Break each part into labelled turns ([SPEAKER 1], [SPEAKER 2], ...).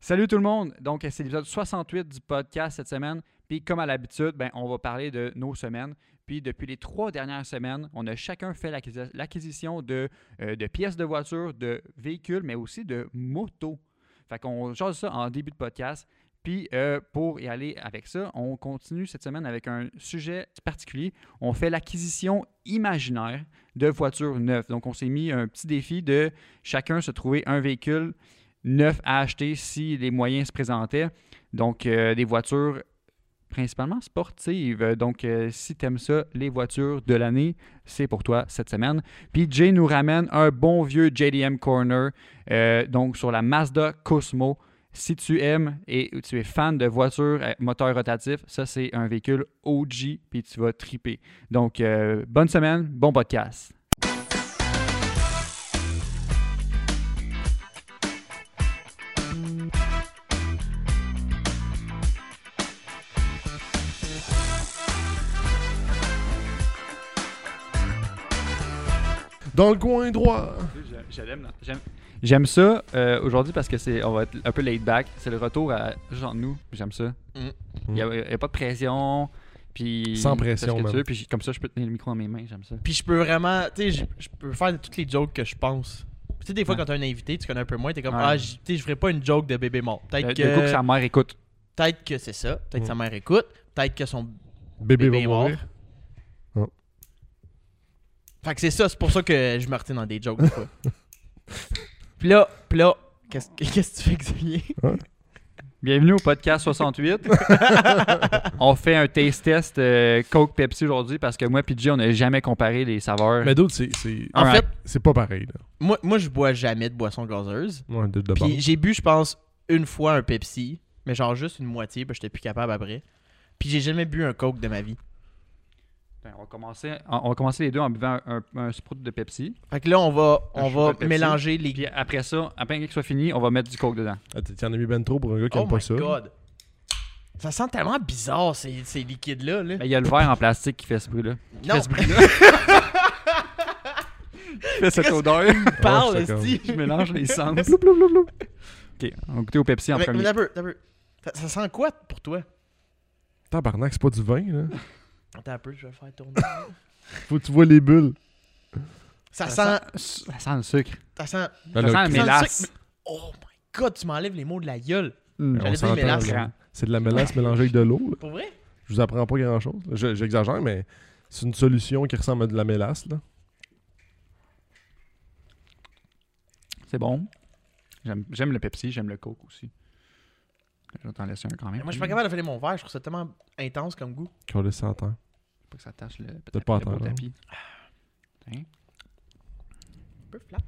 [SPEAKER 1] Salut tout le monde! Donc, c'est l'épisode 68 du podcast cette semaine. Puis, comme à l'habitude, ben, on va parler de nos semaines. Puis, depuis les trois dernières semaines, on a chacun fait l'acquisi- l'acquisition de, euh, de pièces de voiture, de véhicules, mais aussi de motos. Fait qu'on jase ça en début de podcast. Puis, euh, pour y aller avec ça, on continue cette semaine avec un sujet particulier. On fait l'acquisition imaginaire de voitures neuves. Donc, on s'est mis un petit défi de chacun se trouver un véhicule neuf à acheter si les moyens se présentaient. Donc, euh, des voitures principalement sportives. Donc, euh, si tu aimes ça, les voitures de l'année, c'est pour toi cette semaine. Puis, Jay nous ramène un bon vieux JDM Corner, euh, donc sur la Mazda Cosmo. Si tu aimes et tu es fan de voitures à moteur rotatif, ça, c'est un véhicule OG, puis tu vas triper. Donc, euh, bonne semaine, bon podcast.
[SPEAKER 2] Dans le coin droit.
[SPEAKER 1] J'aime- J'aime ça euh, aujourd'hui parce que c'est on va être un peu laid back. C'est le retour à juste entre nous. J'aime ça.
[SPEAKER 2] Mm.
[SPEAKER 1] Il n'y a, il y a pas de pression. Puis
[SPEAKER 2] Sans
[SPEAKER 1] fais ce
[SPEAKER 2] pression,
[SPEAKER 1] que tu
[SPEAKER 2] man.
[SPEAKER 1] veux, puis j- comme ça, je peux tenir le micro dans mes mains. J'aime ça.
[SPEAKER 3] Puis je peux vraiment, tu sais, je- je peux faire toutes les jokes que je pense. Tu sais, des fois,
[SPEAKER 1] Ouais.
[SPEAKER 3] quand t'as un invité, tu connais un peu moins, t'es comme,
[SPEAKER 1] Ouais.
[SPEAKER 3] ah, j- tu sais, je ferais pas une joke de bébé mort.
[SPEAKER 1] Le,
[SPEAKER 3] Peut-être
[SPEAKER 1] le coup que
[SPEAKER 3] que,
[SPEAKER 1] sa mère écoute.
[SPEAKER 3] peut-être que c'est ça, peut-être que sa
[SPEAKER 2] Mm.
[SPEAKER 3] mère écoute, peut-être que son.
[SPEAKER 2] Bébé,
[SPEAKER 3] Bébé
[SPEAKER 2] va
[SPEAKER 3] mort.
[SPEAKER 2] mourir.
[SPEAKER 3] Fait que c'est ça, c'est pour ça que je me retiens dans des jokes, des fois. Puis là, puis là, qu'est-ce que qu'est-ce que tu fais, Xavier
[SPEAKER 1] Bienvenue au podcast 68. on fait un taste test euh, Coke Pepsi aujourd'hui parce que moi et Jay, on n'a jamais comparé les saveurs.
[SPEAKER 2] Mais d'autres, c'est, c'est,
[SPEAKER 3] En
[SPEAKER 1] Alright.
[SPEAKER 3] fait,
[SPEAKER 2] c'est pas pareil. Là.
[SPEAKER 3] moi, moi, je bois jamais de boisson gazeuse.
[SPEAKER 2] Ouais, de, de
[SPEAKER 3] Puis
[SPEAKER 2] base.
[SPEAKER 3] j'ai bu, je pense, une fois un Pepsi, mais genre juste une moitié, parce que j'étais plus capable après. Puis j'ai jamais bu un Coke de ma vie.
[SPEAKER 1] Ben, on, va commencer, on, on va commencer les deux en buvant un, un- un Sprout de Pepsi.
[SPEAKER 3] Fait que là, on va,
[SPEAKER 1] Un
[SPEAKER 3] on
[SPEAKER 1] chocolat
[SPEAKER 3] va
[SPEAKER 1] Pepsi.
[SPEAKER 3] mélanger les
[SPEAKER 1] Puis après ça, après que ce soit fini, on va mettre du Coke dedans.
[SPEAKER 2] Ah, t'en- t'en as mis ben trop pour un gars
[SPEAKER 3] Oh
[SPEAKER 2] qui aime pas ça.
[SPEAKER 3] Ça sent tellement bizarre, ces, ces liquides-là. Là.
[SPEAKER 1] Mais Ben, Il y a le verre en plastique qui fait ce bruit-là.
[SPEAKER 3] non,
[SPEAKER 1] fait ce bruit-là. Il fait cette
[SPEAKER 3] Qu'est-ce
[SPEAKER 1] odeur.
[SPEAKER 2] Ah,
[SPEAKER 3] parle,
[SPEAKER 2] Ouais, je suis
[SPEAKER 3] esti.
[SPEAKER 1] Je mélange les sens.
[SPEAKER 2] Blou, blou, blou, blou.
[SPEAKER 1] OK, on va goûter au Pepsi en
[SPEAKER 3] Mais- mais
[SPEAKER 1] premier.
[SPEAKER 3] t'as peu, t'as peu. Ça, ça sent quoi pour toi?
[SPEAKER 2] Tabarnak, c'est pas du vin, là.
[SPEAKER 3] Attends un peu, je vais le faire tourner.
[SPEAKER 2] Faut que tu vois les bulles.
[SPEAKER 3] ça,
[SPEAKER 1] Ça
[SPEAKER 3] sent...
[SPEAKER 1] sent, ça sent le sucre.
[SPEAKER 3] Ça sent...
[SPEAKER 1] Ça sent la
[SPEAKER 3] le
[SPEAKER 1] mélasse.
[SPEAKER 3] sucre, Oh my god, tu m'enlèves les mots de la gueule.
[SPEAKER 1] Mm.
[SPEAKER 3] Hmm. J'allais
[SPEAKER 2] on
[SPEAKER 3] dire
[SPEAKER 2] s'entend,
[SPEAKER 3] mélasse.
[SPEAKER 2] là. C'est de la mélasse mélangée avec de l'eau. là.
[SPEAKER 3] Pour vrai?
[SPEAKER 2] Je vous apprends pas grand-chose. Je- J'exagère, mais c'est une solution qui ressemble à de la mélasse. Là.
[SPEAKER 1] C'est bon. J'aime j'aime le Pepsi, j'aime le Coke aussi. Je vais t'en laisser un quand même.
[SPEAKER 3] Moi, je suis pas capable de faire mon verre. Je trouve ça tellement intense comme goût.
[SPEAKER 2] Qu'on laisse ça en terre.
[SPEAKER 1] Faut Pas que ça tâche le,
[SPEAKER 2] T'as pas
[SPEAKER 1] le beau
[SPEAKER 2] à terre,
[SPEAKER 1] tapis. Tiens.
[SPEAKER 3] Un peu flat.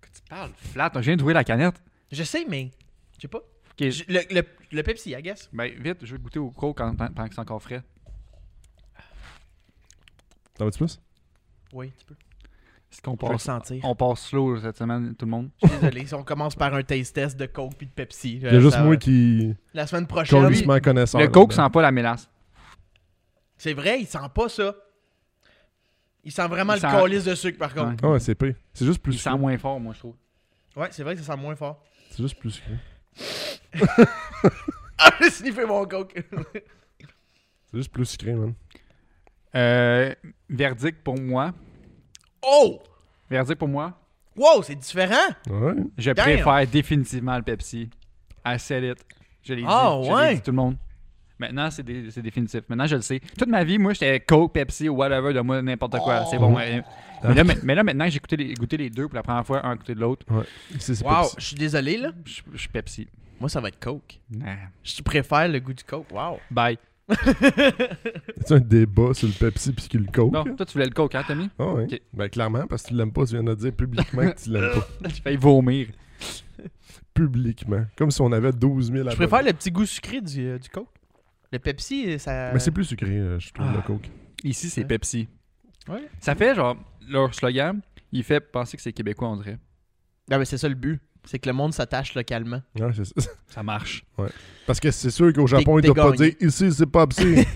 [SPEAKER 1] Que tu parles flat. Je viens de trouver la canette.
[SPEAKER 3] Je sais, mais... Je sais pas.
[SPEAKER 1] OK,
[SPEAKER 3] Je- Le, le, le Pepsi, I guess.
[SPEAKER 1] ben, vite, je vais goûter au Coke en- pendant que c'est encore frais.
[SPEAKER 2] T'en veux-tu plus?
[SPEAKER 3] Oui, tu peux.
[SPEAKER 1] Est-ce qu'on
[SPEAKER 3] Je vais le
[SPEAKER 1] passe,
[SPEAKER 3] sentir.
[SPEAKER 1] on passe slow cette semaine, tout le monde?
[SPEAKER 3] Je suis désolé. Si on commence par un taste test de Coke puis de Pepsi.
[SPEAKER 2] Il y a juste
[SPEAKER 3] Euh, ça
[SPEAKER 2] moi
[SPEAKER 3] va.
[SPEAKER 2] qui.
[SPEAKER 3] La semaine prochaine...
[SPEAKER 2] Colissement connaisseur.
[SPEAKER 1] Le
[SPEAKER 2] là,
[SPEAKER 1] Coke
[SPEAKER 2] mais-
[SPEAKER 1] sent pas la mélasse.
[SPEAKER 3] C'est vrai, il sent pas ça. Il sent vraiment
[SPEAKER 1] Il
[SPEAKER 3] le
[SPEAKER 1] sent-
[SPEAKER 3] calice de sucre, par contre.
[SPEAKER 1] Ouais.
[SPEAKER 2] Ah ouais, c'est pire. C'est juste plus
[SPEAKER 1] Il sent
[SPEAKER 2] sucré.
[SPEAKER 1] moins fort, moi, je trouve.
[SPEAKER 3] Ouais, c'est vrai que ça sent moins fort.
[SPEAKER 2] C'est juste plus sucré.
[SPEAKER 3] Ah, j'ai sniffé mon coke.
[SPEAKER 2] C'est juste plus sucré, man.
[SPEAKER 1] Euh, verdict pour moi.
[SPEAKER 3] oh!
[SPEAKER 1] Verdict pour moi.
[SPEAKER 3] Wow, c'est différent!
[SPEAKER 2] Ouais.
[SPEAKER 1] Je
[SPEAKER 3] Damn.
[SPEAKER 1] préfère définitivement le Pepsi. I said it. Je l'ai
[SPEAKER 3] Ah,
[SPEAKER 1] dit. Je l'ai
[SPEAKER 3] ouais?
[SPEAKER 1] dit tout le monde. Maintenant, c'est dé- c'est définitif. Maintenant, je le sais. Toute ma vie, moi, j'étais Coke, Pepsi, whatever, de moi, n'importe quoi. C'est
[SPEAKER 3] Oh.
[SPEAKER 1] bon. ouais. Mais, là, mais- mais là, maintenant que j'ai goûté les, goûté les deux pour la première fois, un à côté de l'autre,
[SPEAKER 2] C'est, c'est
[SPEAKER 3] Wow,
[SPEAKER 2] Pepsi.
[SPEAKER 3] je suis désolé, là.
[SPEAKER 1] je je suis Pepsi.
[SPEAKER 3] Moi, ça va être coke.
[SPEAKER 1] Nah.
[SPEAKER 3] Je préfère le goût du coke. Wow.
[SPEAKER 2] Bah,
[SPEAKER 1] Bye.
[SPEAKER 2] C'est un débat sur le Pepsi pis le Coke.
[SPEAKER 1] Bon, toi, tu voulais le Coke, hein, Tommy?
[SPEAKER 2] Ah ouais.
[SPEAKER 1] Ok.
[SPEAKER 2] Ben clairement, parce que tu l'aimes pas, tu viens de dire publiquement que tu l'aimes pas.
[SPEAKER 1] J'ai failli vomir.
[SPEAKER 2] Publiquement. Comme si on avait 12 000
[SPEAKER 3] Je
[SPEAKER 2] abonnés.
[SPEAKER 3] préfère le petit goût sucré du, euh, du coke. Le Pepsi, euh, ça.
[SPEAKER 2] Mais c'est plus sucré, euh, je trouve,
[SPEAKER 1] Ah.
[SPEAKER 2] le Coke.
[SPEAKER 1] Ici, c'est
[SPEAKER 3] Ouais.
[SPEAKER 1] Pepsi.
[SPEAKER 3] Ouais.
[SPEAKER 1] Ça fait genre, leur slogan, il fait penser que c'est québécois, on dirait.
[SPEAKER 3] Non, Ah, mais c'est ça le but. C'est que le monde s'attache localement.
[SPEAKER 2] Ouais, c'est ça.
[SPEAKER 1] Ça marche.
[SPEAKER 2] Parce que c'est sûr qu'au Japon, ils
[SPEAKER 3] t'es
[SPEAKER 2] doivent pas
[SPEAKER 3] gagné.
[SPEAKER 2] dire ici, c'est Pepsi.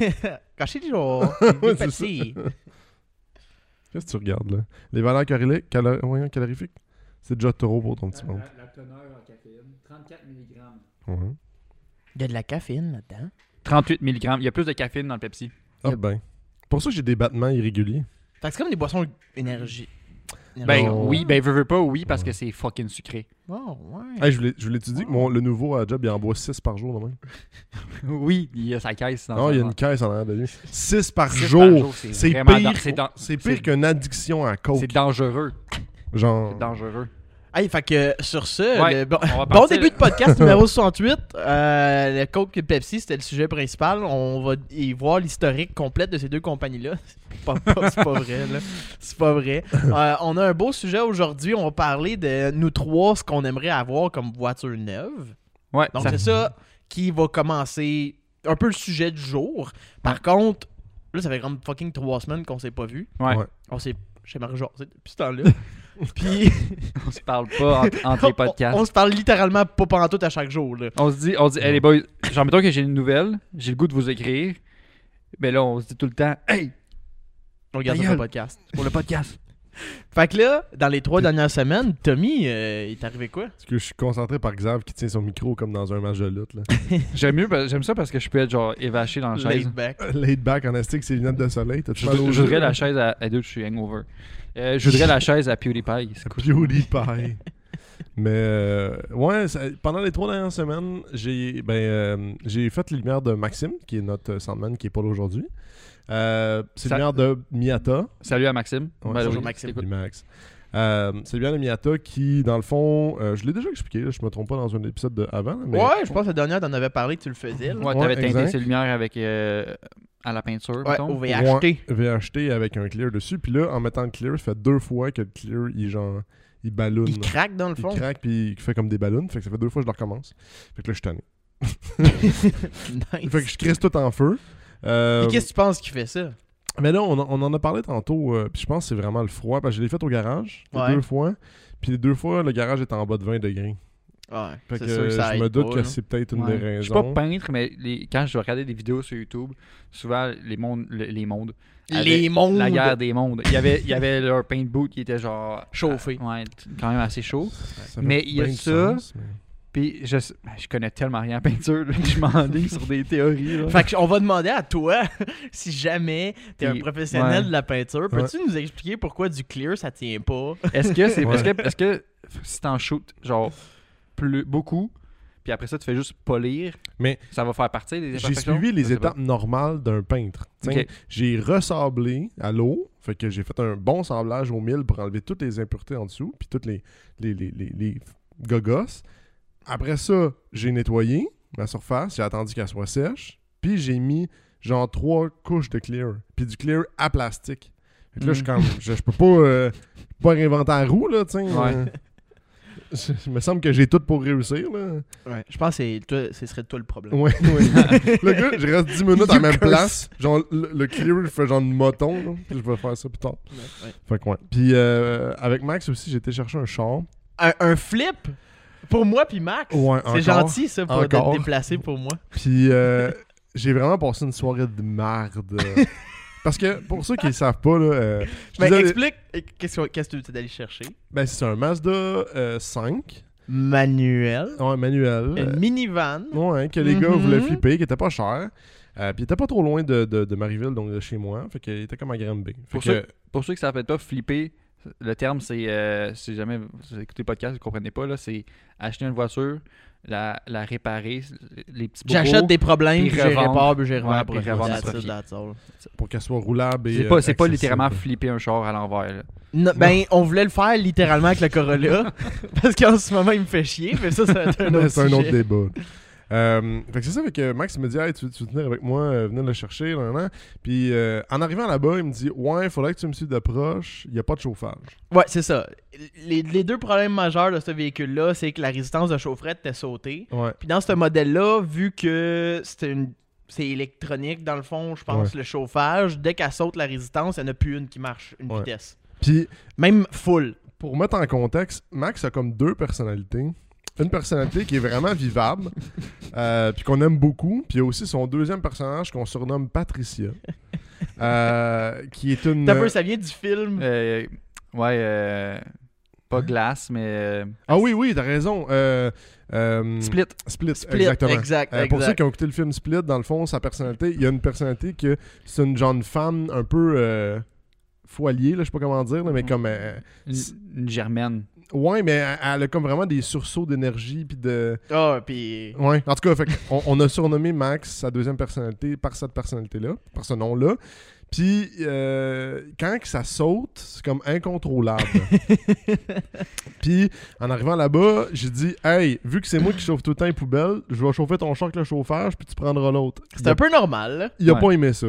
[SPEAKER 3] Quand je dis genre.
[SPEAKER 2] Ouais,
[SPEAKER 3] du
[SPEAKER 2] c'est
[SPEAKER 3] Pepsi.
[SPEAKER 2] Qu'est-ce que tu regardes là Les valeurs caloriques, calo- voyons, calorifiques C'est déjà trop pour ton petit ventre.
[SPEAKER 1] en caféine, 34 mg.
[SPEAKER 2] Ouais.
[SPEAKER 3] Il y a de la caféine là-dedans.
[SPEAKER 1] 38 mg. Il y a plus de caféine dans le Pepsi.
[SPEAKER 2] Ah ben. Pour ça que j'ai des battements irréguliers.
[SPEAKER 3] Fait que c'est comme des boissons énergie.
[SPEAKER 1] Ben
[SPEAKER 2] Non.
[SPEAKER 3] euh,
[SPEAKER 1] oui, ben veux, veux pas, oui, parce
[SPEAKER 2] Ouais.
[SPEAKER 1] que c'est fucking sucré.
[SPEAKER 3] Oh, ouais.
[SPEAKER 2] Hey, je voulais- je voulais te dire que mon- le nouveau à la job, il en boit 6 par jour. Non,
[SPEAKER 1] oui, il y a sa caisse. Dans
[SPEAKER 2] non
[SPEAKER 1] sa-
[SPEAKER 2] il y a une caisse en arrière de lui. 6 par
[SPEAKER 1] Six par
[SPEAKER 2] jour.
[SPEAKER 1] jour,
[SPEAKER 2] C'est
[SPEAKER 1] vraiment dan-
[SPEAKER 2] pire,
[SPEAKER 1] C'est dan-
[SPEAKER 2] C'est
[SPEAKER 1] c'est-
[SPEAKER 2] pire qu'une addiction à coke.
[SPEAKER 1] c'est dangereux.
[SPEAKER 2] Genre.
[SPEAKER 1] C'est dangereux.
[SPEAKER 3] Hey, fait que sur ce,
[SPEAKER 1] Ouais,
[SPEAKER 3] Euh, le bon,
[SPEAKER 1] on va
[SPEAKER 3] bon
[SPEAKER 1] partir-
[SPEAKER 3] début de podcast numéro 68. Euh, le Coke et le Pepsi, c'était le sujet principal. On va y voir l'historique complète de ces deux compagnies-là. C'est pas, pas- c'est pas vrai, là. C'est pas vrai. Euh, on a un beau sujet aujourd'hui. On va parler de nous trois, ce qu'on aimerait avoir comme voiture neuve.
[SPEAKER 1] Ouais,
[SPEAKER 3] Donc,
[SPEAKER 1] ça-
[SPEAKER 3] c'est ça qui va commencer un peu le sujet du jour. Par contre, là, ça fait comme fucking trois semaines qu'on s'est pas vu.
[SPEAKER 1] ouais.
[SPEAKER 2] Ouais.
[SPEAKER 3] On s'est. J'aimerais jaser depuis ce temps-là. Puis.
[SPEAKER 1] on se parle pas entre, entre les podcasts.
[SPEAKER 3] On, on se parle littéralement pas pantoute à chaque jour. Là.
[SPEAKER 1] On se dit, on dit, hey les boys, genre mettons que j'ai une nouvelle, j'ai le goût de vous écrire. Mais là, on se dit tout le temps, hey,
[SPEAKER 3] On regarde
[SPEAKER 1] Ta
[SPEAKER 3] ça sur le
[SPEAKER 1] gueule.
[SPEAKER 3] podcast.
[SPEAKER 1] pour le podcast.
[SPEAKER 3] Fait que là, dans les trois dernières semaines, Tommy, euh, il est arrivé quoi?
[SPEAKER 2] Parce que je suis concentré par Xav qui tient son micro comme dans un match de lutte. Là.
[SPEAKER 1] J'aime mieux, parce- j'aime ça parce que je peux être genre évaché dans la chaise.
[SPEAKER 3] Laid back.
[SPEAKER 2] Laid back en astique, ses lunettes de soleil. T'as
[SPEAKER 1] Je, je voudrais la chaise à, à deux, je suis hangover. Euh, je voudrais la chaise à PewDiePie. c'est cool.
[SPEAKER 2] PewDiePie. Mais euh, ouais, ça- pendant les trois dernières semaines, j'ai ben euh, j'ai fait les lumières de Maxime, qui est notre euh, Sandman, qui est pas là aujourd'hui. Euh, c'est les
[SPEAKER 1] Ça-
[SPEAKER 2] lumières de Miata.
[SPEAKER 1] Salut à Maxime.
[SPEAKER 2] Ouais,
[SPEAKER 1] Ben
[SPEAKER 3] bonjour,
[SPEAKER 1] oui,
[SPEAKER 3] Maxime.
[SPEAKER 1] écoute.
[SPEAKER 2] Salut, Max. Euh, c'est les lumières de Miata qui, dans le fond, euh, je l'ai déjà expliqué, là, je me trompe pas dans un épisode de avant. là, mais
[SPEAKER 3] Ouais, je pense que la dernière, t'en avais parlé que tu le faisais. là.
[SPEAKER 1] Ouais,
[SPEAKER 2] Ouais,
[SPEAKER 1] t'avais teinté
[SPEAKER 2] exact.
[SPEAKER 1] ses lumières avec euh, à la peinture,
[SPEAKER 3] Ouais,
[SPEAKER 1] mettons.
[SPEAKER 3] au
[SPEAKER 2] Ouais,
[SPEAKER 3] VHT.
[SPEAKER 2] J'avais acheté avec un clear dessus. Puis là, en mettant le clear, ça fait deux fois que le clear, il, genre, il ballonne.
[SPEAKER 3] Il craque dans le
[SPEAKER 2] il
[SPEAKER 3] fond.
[SPEAKER 2] craque puis il fait comme des ballons. Fait que ça fait deux fois que je le recommence. Fait que là, je suis tanné.
[SPEAKER 3] Nice.
[SPEAKER 2] Fait que je crisse tout en feu. Euh,
[SPEAKER 3] Puis qu'est-ce que tu penses qu'il fait ça?
[SPEAKER 2] mais là, on, en- on en a parlé tantôt. euh, puis je pense que c'est vraiment le froid. Parce que je l'ai fait au garage les
[SPEAKER 3] Ouais.
[SPEAKER 2] deux fois. Puis les deux fois, le garage est en bas de 20 degrés.
[SPEAKER 3] Ouais,
[SPEAKER 2] Fait
[SPEAKER 3] c'est
[SPEAKER 2] que
[SPEAKER 3] sûr que ça
[SPEAKER 2] je
[SPEAKER 3] aide
[SPEAKER 2] me doute
[SPEAKER 3] pas,
[SPEAKER 2] que
[SPEAKER 3] là.
[SPEAKER 2] c'est peut-être une
[SPEAKER 1] Ouais.
[SPEAKER 2] des
[SPEAKER 1] Je suis pas
[SPEAKER 2] raisons.
[SPEAKER 1] peintre, mais les- quand je regardais des vidéos sur YouTube, souvent les mondes, le- les mondes,
[SPEAKER 3] Les
[SPEAKER 1] avaient
[SPEAKER 3] mondes
[SPEAKER 1] la guerre des mondes. Il y avait, il y avait leur paint boot qui était genre
[SPEAKER 3] chauffés.
[SPEAKER 1] ouais, t- quand même assez chaud.
[SPEAKER 2] Ça fait
[SPEAKER 1] Mais il y a
[SPEAKER 2] bien du
[SPEAKER 1] ça.
[SPEAKER 2] sens, mais-
[SPEAKER 1] Puis je, s- ben, je connais tellement rien en peinture, là, que je m'enligne sur des théories. là.
[SPEAKER 3] Ah. Fait que on va demander à toi, si jamais t'es un
[SPEAKER 1] Et-
[SPEAKER 3] professionnel
[SPEAKER 1] ouais.
[SPEAKER 3] de la peinture,
[SPEAKER 2] Ouais.
[SPEAKER 3] peux-tu nous expliquer pourquoi du clear ça tient pas?
[SPEAKER 1] Est-ce que c'est
[SPEAKER 2] Ouais.
[SPEAKER 1] est-ce que, est-ce que si t'en shootes genre plus beaucoup, puis après ça tu fais juste polir,
[SPEAKER 2] Mais-
[SPEAKER 1] ça va faire partie des
[SPEAKER 2] J'ai
[SPEAKER 1] imperfections?
[SPEAKER 2] suivi
[SPEAKER 1] Je
[SPEAKER 2] les
[SPEAKER 1] sais pas.
[SPEAKER 2] étapes normales d'un peintre.
[SPEAKER 1] Ah,
[SPEAKER 2] T'sais,
[SPEAKER 1] Ok.
[SPEAKER 2] J'ai ressablé à l'eau, fait que j'ai fait un bon sablage au mille pour enlever toutes les impuretés en dessous, puis toutes les, les, les, les, les gogosses. Après ça, j'ai nettoyé ma surface, j'ai attendu qu'elle soit sèche, puis j'ai mis genre trois couches de clear, puis du clear à plastique. Fait que là,
[SPEAKER 1] Mm.
[SPEAKER 2] je suis comme, je, je peux pas, euh, pas réinventer la roue, là, tu sais.
[SPEAKER 1] Ouais.
[SPEAKER 2] Euh, je- Il me semble que j'ai tout pour réussir, là.
[SPEAKER 3] Ouais, je pense que c'est toi- ce serait toi le problème.
[SPEAKER 2] Ouais, ouais. le gars, je reste 10 minutes à la
[SPEAKER 3] You
[SPEAKER 2] même
[SPEAKER 3] curse.
[SPEAKER 2] place. Genre, le, le clear, je fais genre une moton. là, puis je vais faire ça plus tard.
[SPEAKER 3] Ouais, ouais.
[SPEAKER 2] Fait que ouais. Puis euh, avec Max aussi, j'ai été chercher un char.
[SPEAKER 3] un, un flip pour moi puis Max.
[SPEAKER 2] Ouais, encore.
[SPEAKER 3] c'est gentil ça pour être
[SPEAKER 2] Encore.
[SPEAKER 3] déplacé pour moi.
[SPEAKER 2] Puis euh, j'ai vraiment passé une soirée de merde. Parce que pour ceux qui ne savent pas, là, euh, je
[SPEAKER 3] Mais
[SPEAKER 2] disais-
[SPEAKER 3] explique eh, qu'est-ce que qu'est-ce que tu es allé chercher.
[SPEAKER 2] ben, c'est un Mazda euh, 5,
[SPEAKER 3] Manuel,
[SPEAKER 2] ouais,
[SPEAKER 1] Euh,
[SPEAKER 2] manuel. Euh,
[SPEAKER 3] une minivan.
[SPEAKER 2] Ouais, que les gars
[SPEAKER 3] Mhm.
[SPEAKER 2] voulaient flipper, qui était pas cher. Euh, puis il était pas trop loin de, de, de Marieville, donc de chez moi. Fait qu'il était comme à Granby. Fait
[SPEAKER 1] Pour
[SPEAKER 2] que-
[SPEAKER 1] ceux- Pour ceux qui ne savent pas, flipper, le terme, c'est, euh, si jamais vous écoutez le podcast, vous ne comprenez pas, là, c'est acheter une voiture, la, la réparer, les petits bobos.
[SPEAKER 3] J'achète des problèmes,
[SPEAKER 1] puis
[SPEAKER 3] puis je les
[SPEAKER 1] revendre.
[SPEAKER 3] répare, puis je les
[SPEAKER 1] Ouais,
[SPEAKER 3] revends
[SPEAKER 1] puis
[SPEAKER 3] après.
[SPEAKER 1] revendre
[SPEAKER 3] That's
[SPEAKER 1] après.
[SPEAKER 3] it, that's all.
[SPEAKER 2] pour qu'elle soit roulable et
[SPEAKER 1] C'est pas, c'est pas
[SPEAKER 2] euh, accessible.
[SPEAKER 1] littéralement flipper un char à l'envers. là.
[SPEAKER 3] Non, ben, on voulait le faire littéralement avec le Corolla, parce qu'en ce moment, il me fait chier, mais ça, c'est un
[SPEAKER 2] Mais
[SPEAKER 3] autre
[SPEAKER 2] c'est un autre
[SPEAKER 3] sujet.
[SPEAKER 2] débat. Euh, fait que c'est ça, fait que Max me dit Hey, tu, veux- tu veux venir avec moi, euh, venir le chercher, nan, nan. Puis euh, en arrivant là-bas, il me dit Ouais, faudrait que tu me suives de proche, il n'y a pas de chauffage.
[SPEAKER 3] Ouais, c'est ça. Les, les deux problèmes majeurs de ce véhicule-là, c'est que la résistance de chaufferette était sautée.
[SPEAKER 2] Ouais.
[SPEAKER 3] Puis dans ce modèle-là, vu que c'est une c'est électronique dans le fond, je pense, le chauffage, dès qu'elle saute la résistance, il n'y en a plus une qui marche, une
[SPEAKER 2] Ouais.
[SPEAKER 3] vitesse.
[SPEAKER 2] Puis
[SPEAKER 3] Même full.
[SPEAKER 2] pour mettre en contexte, Max a comme deux personnalités. Une personnalité qui est vraiment vivable, euh, puis qu'on aime beaucoup. Puis il y a aussi son deuxième personnage qu'on surnomme Patricia, euh, qui est une.
[SPEAKER 3] Hmm. T'as peur, ça vient du film.
[SPEAKER 1] Euh, ouais, euh,
[SPEAKER 3] Hein?
[SPEAKER 1] Pas glace, mais. euh,
[SPEAKER 3] Hmm.
[SPEAKER 2] Ah oui, oui, t'as raison. Euh, euh,
[SPEAKER 1] Split.
[SPEAKER 2] Split,
[SPEAKER 3] Split,
[SPEAKER 2] exactement.
[SPEAKER 3] Exact,
[SPEAKER 2] Euh, pour
[SPEAKER 3] exact.
[SPEAKER 2] ceux qui ont écouté le film Split, dans le fond, sa personnalité, il y a une personnalité que c'est une jeune femme un peu euh, foilier, là, je sais pas comment dire, là, mais
[SPEAKER 1] Mm.
[SPEAKER 2] comme. euh,
[SPEAKER 1] Une, une germaine.
[SPEAKER 2] ouais, mais elle- elle a comme vraiment des sursauts d'énergie, puis de.
[SPEAKER 3] Ah, puis.
[SPEAKER 2] Ouais, en tout cas, fait que on, on a surnommé Max, sa deuxième personnalité, par cette personnalité-là, par ce nom-là. Puis, euh, quand que ça saute, c'est comme incontrôlable. Puis, en arrivant là-bas, j'ai dit Hey, vu que c'est moi qui chauffe tout le temps les poubelles, je vais chauffer ton char avec le chauffage, puis tu prendras l'autre.
[SPEAKER 3] C'est
[SPEAKER 2] Il a-
[SPEAKER 3] un peu normal. là.
[SPEAKER 2] Il a
[SPEAKER 1] Ouais.
[SPEAKER 2] pas aimé ça.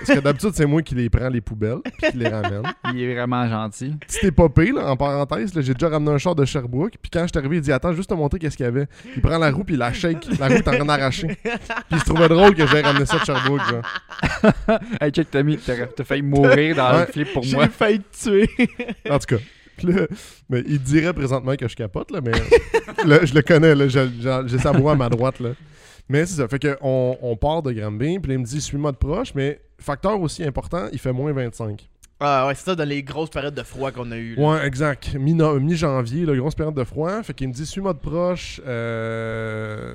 [SPEAKER 2] Parce que d'habitude, c'est moi qui les prends, les poubelles, puis qui les ramène.
[SPEAKER 1] Il est vraiment gentil.
[SPEAKER 2] C'était popé, là, en parenthèse, là, j'ai déjà ramené un char de Sherbrooke. Puis quand je suis arrivé, il dit Attends, juste te montrer qu'est-ce qu'il y avait. Il prend la roue, puis il la shake. La roue est en train d'arracher. Puis il se trouvait drôle que j'aie ramené ça de Sherbrooke. genre.
[SPEAKER 1] hey, check, Tommy, t'as t'as failli mourir dans
[SPEAKER 2] Ouais.
[SPEAKER 1] le flip pour moi.
[SPEAKER 3] J'ai failli te tuer.
[SPEAKER 2] En tout cas. Puis là, mais il dirait présentement que je capote, là, mais là, je le connais. Là, je- je- j'ai sa voix à ma droite. Là. Mais c'est ça. Fait qu'on on part de Granby, puis là, il me dit Suis-moi de proche. Mais facteur aussi important, il fait moins 25.
[SPEAKER 3] Ah, ouais, c'est ça, dans les grosses périodes de froid qu'on a eues. là.
[SPEAKER 2] Ouais, exact. Mi- no- Mi-janvier, la grosse période de froid. Fait qu'il me dit, suis-moi de proche. Euh...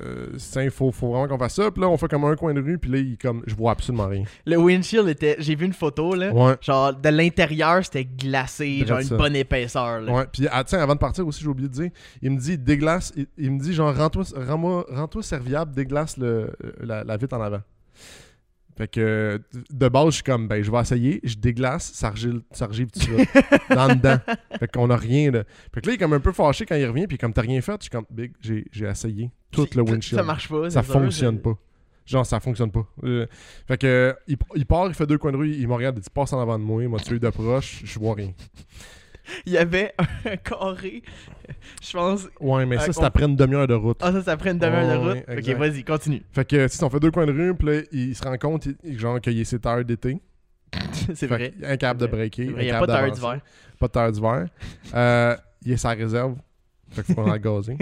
[SPEAKER 2] Il faut, faut vraiment qu'on fasse ça. Puis là, on fait comme un coin de rue. Puis là, il comme, je vois absolument rien.
[SPEAKER 3] Le windshield était. J'ai vu une photo, là.
[SPEAKER 2] Ouais.
[SPEAKER 3] Genre, de l'intérieur, c'était glacé,
[SPEAKER 2] Drette
[SPEAKER 3] genre une
[SPEAKER 2] ça.
[SPEAKER 3] bonne épaisseur. Là.
[SPEAKER 2] Ouais. Puis, ah, tiens, avant de partir aussi, j'ai oublié de dire, il me dit, déglace. Il, il me dit, genre, rends-toi rends-moi- rends-toi serviable, déglace le, euh, la, la vitre en avant. Fait que, de base, je suis comme, ben, je vais essayer. Je déglace, ça argile, ça argile tout de suite. dans le dedans. Fait qu'on a rien, là. Fait que là, il est comme un peu fâché quand il revient. Puis, comme, t'as rien fait, je suis comme, big, j'ai j'ai essayé. Tout
[SPEAKER 3] C'est-
[SPEAKER 2] le windshield.
[SPEAKER 3] Ça marche pas.
[SPEAKER 2] ça
[SPEAKER 3] c'est sûr,
[SPEAKER 2] fonctionne
[SPEAKER 3] c'est-
[SPEAKER 2] pas. Genre, ça fonctionne pas. Euh, fait que, euh, il, il part, il fait deux coins de rue, il me regarde, il dit passe en avant de moi, il m'a tué d'approche, je vois rien.
[SPEAKER 3] Il y avait un carré, je pense.
[SPEAKER 2] Ouais, mais
[SPEAKER 3] Euh,
[SPEAKER 2] ça, c'est
[SPEAKER 3] on-
[SPEAKER 2] après une demi-heure de route.
[SPEAKER 3] Ah, ça, ça prend une demi-heure de
[SPEAKER 2] Ouais,
[SPEAKER 3] route.
[SPEAKER 2] ouais,
[SPEAKER 3] ok,
[SPEAKER 2] exact.
[SPEAKER 3] vas-y, continue.
[SPEAKER 2] Fait que, si on fait deux coins de rue, puis là, il se rend compte, il- il- genre, qu'il est 7 heures d'été.
[SPEAKER 3] c'est
[SPEAKER 2] Fait
[SPEAKER 3] vrai.
[SPEAKER 2] qu'il est Incapable de
[SPEAKER 3] C'est vrai.
[SPEAKER 2] breaker.
[SPEAKER 3] C'est vrai, Il n'y a pas
[SPEAKER 2] incapable
[SPEAKER 3] d'heure
[SPEAKER 2] d'avancer,
[SPEAKER 3] d'hiver.
[SPEAKER 2] Pas de terre d'hiver. Euh, il est sa réserve. Fait qu'il faut qu'on aille gazer.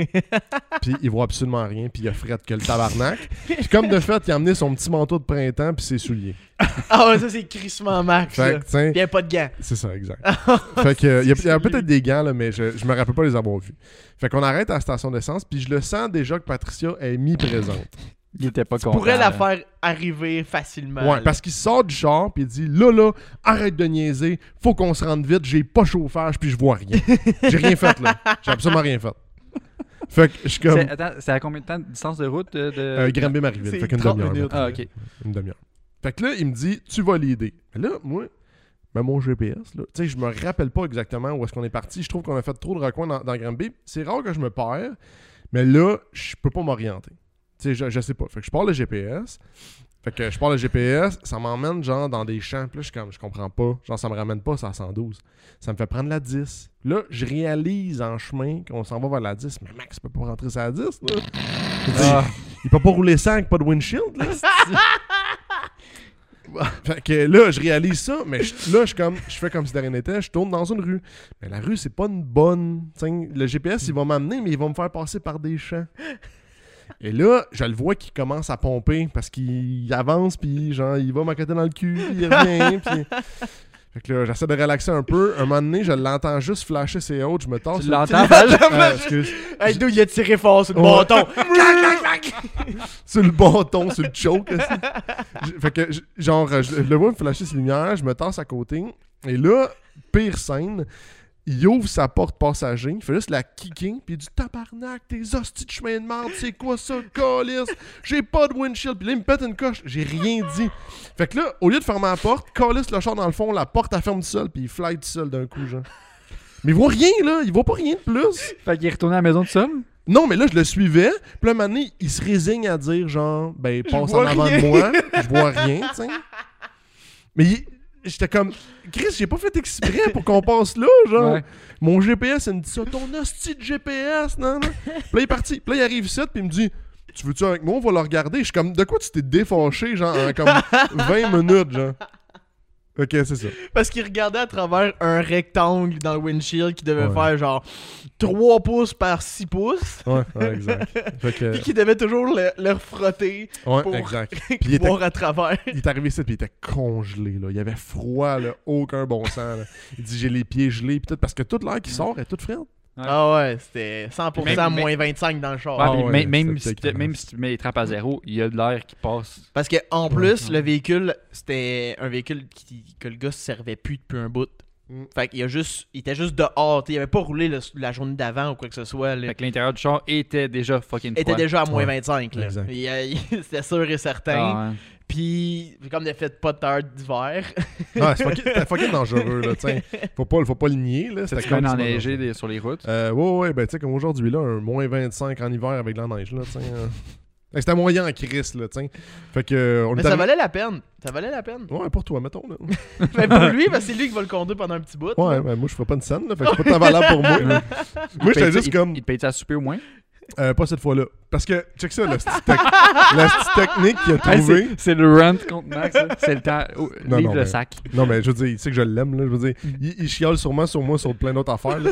[SPEAKER 2] Puis il voit absolument rien, puis il a fret que le tabarnak. Puis comme de fait, il a amené son petit manteau de printemps, puis ses souliers.
[SPEAKER 3] Ah, ouais, ça, c'est crissement max.
[SPEAKER 2] Fait
[SPEAKER 3] là. Oh,
[SPEAKER 2] que,
[SPEAKER 3] Puis
[SPEAKER 2] tiens,
[SPEAKER 3] Il n'y a pas de gants.
[SPEAKER 2] C'est ça, exact. fait que, euh, il y a, il y a
[SPEAKER 3] c'est
[SPEAKER 2] peut-être des gants, là, mais je, je me rappelle pas les avoir vus. Fait qu'on arrête à la station d'essence, puis je le sens déjà que Patricia est mi-présente.
[SPEAKER 1] Il était pas
[SPEAKER 3] Tu
[SPEAKER 1] content.
[SPEAKER 3] pourrais la
[SPEAKER 1] là.
[SPEAKER 3] faire arriver facilement.
[SPEAKER 2] ben, euh, Ouais,
[SPEAKER 3] là.
[SPEAKER 2] parce qu'il sort du char, puis il dit Là, là, arrête de niaiser, faut qu'on se rende vite, j'ai pas chauffage, puis je vois rien. J'ai rien fait, là. J'ai absolument rien fait. Fait que je suis comme.
[SPEAKER 1] C'est- Attends, c'est à combien de temps de distance de route de. de-
[SPEAKER 2] Euh, Granby m'arrive,
[SPEAKER 3] euh, C'est
[SPEAKER 2] fait qu'une
[SPEAKER 3] 30
[SPEAKER 2] demi-heure.
[SPEAKER 3] minutes.
[SPEAKER 2] mettons.
[SPEAKER 1] Ah, ok.
[SPEAKER 2] Une demi-heure. Fait que là, il me dit, tu vas l'aider. Mais là, moi, ben mon GPS, là, tu sais, je me rappelle pas exactement où est-ce qu'on est parti. Je trouve qu'on a fait trop de recoins dans, dans Granby. C'est rare que je me perds, mais là, je peux pas m'orienter. Tu sais, je, je sais pas. Fait que je pars le GPS. Fait que je pars le GPS, ça m'emmène genre dans des champs. Puis là, je suis comme, je comprends pas. Genre, ça me ramène pas, ça à 112. Ça me fait prendre la 10. Là, je réalise en chemin qu'on s'en va vers la 10. Mais Max, tu peux pas rentrer sur la 10, là. Je dis,
[SPEAKER 1] Ah,
[SPEAKER 2] il peut pas rouler sans avec pas de windshield, là. fait que là, je réalise ça, mais je- là, je, suis comme, je fais comme si de rien n'était, je tourne dans une rue. Mais la rue, c'est pas une bonne. Tiens, le GPS, il va m'amener, mais il va me faire passer par des champs. Et là, je le vois qui commence à pomper parce qu'il avance, puis genre, il va m'accoter dans le cul, puis il revient, puis. Fait que là, j'essaie de relaxer un peu. Un moment donné, je l'entends juste flasher ses hautes, je me tasse.
[SPEAKER 1] tu l'entends, Val?
[SPEAKER 2] Euh, excuse.
[SPEAKER 3] Hey, dude, il a tiré fort sur le
[SPEAKER 2] Ouais.
[SPEAKER 3] bâton.
[SPEAKER 2] sur le bâton, sur le choke. aussi. Je- fait que, je- genre, je le vois me flasher ses lumières, je me tasse à côté. Et là, pire scène, il ouvre sa porte passager, il fait juste la kicker, puis il dit Tabarnak, tes hosties de chemin de merde, c'est quoi ça, calice J'ai pas de windshield, puis là, il me pète une coche, j'ai rien dit. Fait que là, au lieu de fermer la porte, calice le char dans le fond, la porte, elle ferme du sol, puis il fly du sol d'un coup, genre. Mais il voit rien, là, il voit pas rien de plus.
[SPEAKER 1] Fait qu'il est retourné à la maison de ça.
[SPEAKER 2] Non, mais là, je le suivais. Puis là, un moment donné, il se résigne à dire, genre, ben, passe en
[SPEAKER 3] vois
[SPEAKER 2] avant de
[SPEAKER 3] rien.
[SPEAKER 2] moi, je vois rien, tu sais. Mais il- j'étais comme, Chris, j'ai pas fait exprès pour qu'on passe là, genre.
[SPEAKER 1] Ouais.
[SPEAKER 2] Mon GPS, il me dit ça, ton hostie de GPS, non, non. Puis là, il est parti. Puis là, il arrive ici, puis il me dit, tu veux-tu avec moi, on va le regarder. Je suis comme, de quoi tu t'es défâché, genre, en comme 20 minutes, genre. Ok, c'est ça.
[SPEAKER 3] Parce qu'il regardait à travers un rectangle dans le windshield qui devait
[SPEAKER 2] Ouais.
[SPEAKER 3] faire genre 3 pouces par 6 pouces.
[SPEAKER 2] Ouais, ouais, exact. Fait que,
[SPEAKER 3] Puis qu'il devait toujours le, le refrotter
[SPEAKER 2] ouais,
[SPEAKER 3] pour-
[SPEAKER 2] exact.
[SPEAKER 3] et
[SPEAKER 2] il était-
[SPEAKER 3] voir à travers.
[SPEAKER 2] Il est arrivé ici, puis il était congelé, là. Il avait froid, là. Aucun bon sens, là. Il dit, j'ai les pieds gelés, puis tout, parce que toute l'air qui sort est toute frette.
[SPEAKER 3] Ah ouais, c'était 100%
[SPEAKER 1] Même-
[SPEAKER 3] moins 25 dans le char.
[SPEAKER 1] Ouais,
[SPEAKER 2] Ah
[SPEAKER 1] puis
[SPEAKER 2] ouais,
[SPEAKER 1] même- même,
[SPEAKER 2] c'était
[SPEAKER 1] si tu- même
[SPEAKER 2] dégueulasse.
[SPEAKER 1] si tu mets les trappes à zéro, il y a de l'air qui passe.
[SPEAKER 3] Parce que en plus,
[SPEAKER 1] ouais.
[SPEAKER 3] le véhicule, c'était un véhicule qui, que le gars se servait plus depuis un bout.
[SPEAKER 2] Mm.
[SPEAKER 3] Fait qu'il a juste, il était juste dehors. tu sais, Il avait pas roulé le- la journée d'avant ou quoi que ce soit. là.
[SPEAKER 1] Fait que l'intérieur du char était déjà fucking
[SPEAKER 3] Il était
[SPEAKER 1] froid.
[SPEAKER 3] déjà à moins
[SPEAKER 2] Ouais,
[SPEAKER 3] 25. là.
[SPEAKER 2] exact.
[SPEAKER 3] Il a- il- C'était sûr et certain.
[SPEAKER 1] Ah, ouais.
[SPEAKER 3] Puis, comme ne faites pas de terre d'hiver.
[SPEAKER 2] Ah, c'est fucking- c'était fucking dangereux, là, tiens. Faut pas, faut pas le nier, là. C'était
[SPEAKER 1] Tu
[SPEAKER 2] comme-
[SPEAKER 1] peux enneigé des- sur les routes.
[SPEAKER 2] Euh, ouais, ouais, ben, tu sais, comme aujourd'hui, là, un moins 25 en hiver avec de la neige, là, tu sais. euh. Fait que C'était moyen en crise, là, tu sais. Fait que, euh, on est
[SPEAKER 3] Mais ça
[SPEAKER 2] arrivé-
[SPEAKER 3] valait la peine. Ça valait la peine.
[SPEAKER 2] Ouais, pour toi, mettons, là.
[SPEAKER 3] Mais pour lui, parce que c'est lui qui va le conduire pendant un petit bout. là.
[SPEAKER 2] Ouais, ben, moi, je ferais pas une scène, là. Fait que c'est pas tant valable pour moi. là. moi, j'étais
[SPEAKER 1] Paye-tu-
[SPEAKER 2] juste
[SPEAKER 1] il-
[SPEAKER 2] comme.
[SPEAKER 1] Il te paye à souper au moins.
[SPEAKER 2] Euh, pas cette fois-là. Parce que, check ça, la petite tec- la petite technique qu'il a
[SPEAKER 1] Hey,
[SPEAKER 2] trouvée.
[SPEAKER 1] c'est- c'est le rant contre Max. là. C'est le temps. Oh,
[SPEAKER 2] Non,
[SPEAKER 1] livre
[SPEAKER 2] non,
[SPEAKER 1] le
[SPEAKER 2] mais-
[SPEAKER 1] sac.
[SPEAKER 2] Non, mais je veux dire, il sait que je l'aime, là. Je veux dire, il, il chiale sûrement sur moi, sur plein d'autres affaires, là.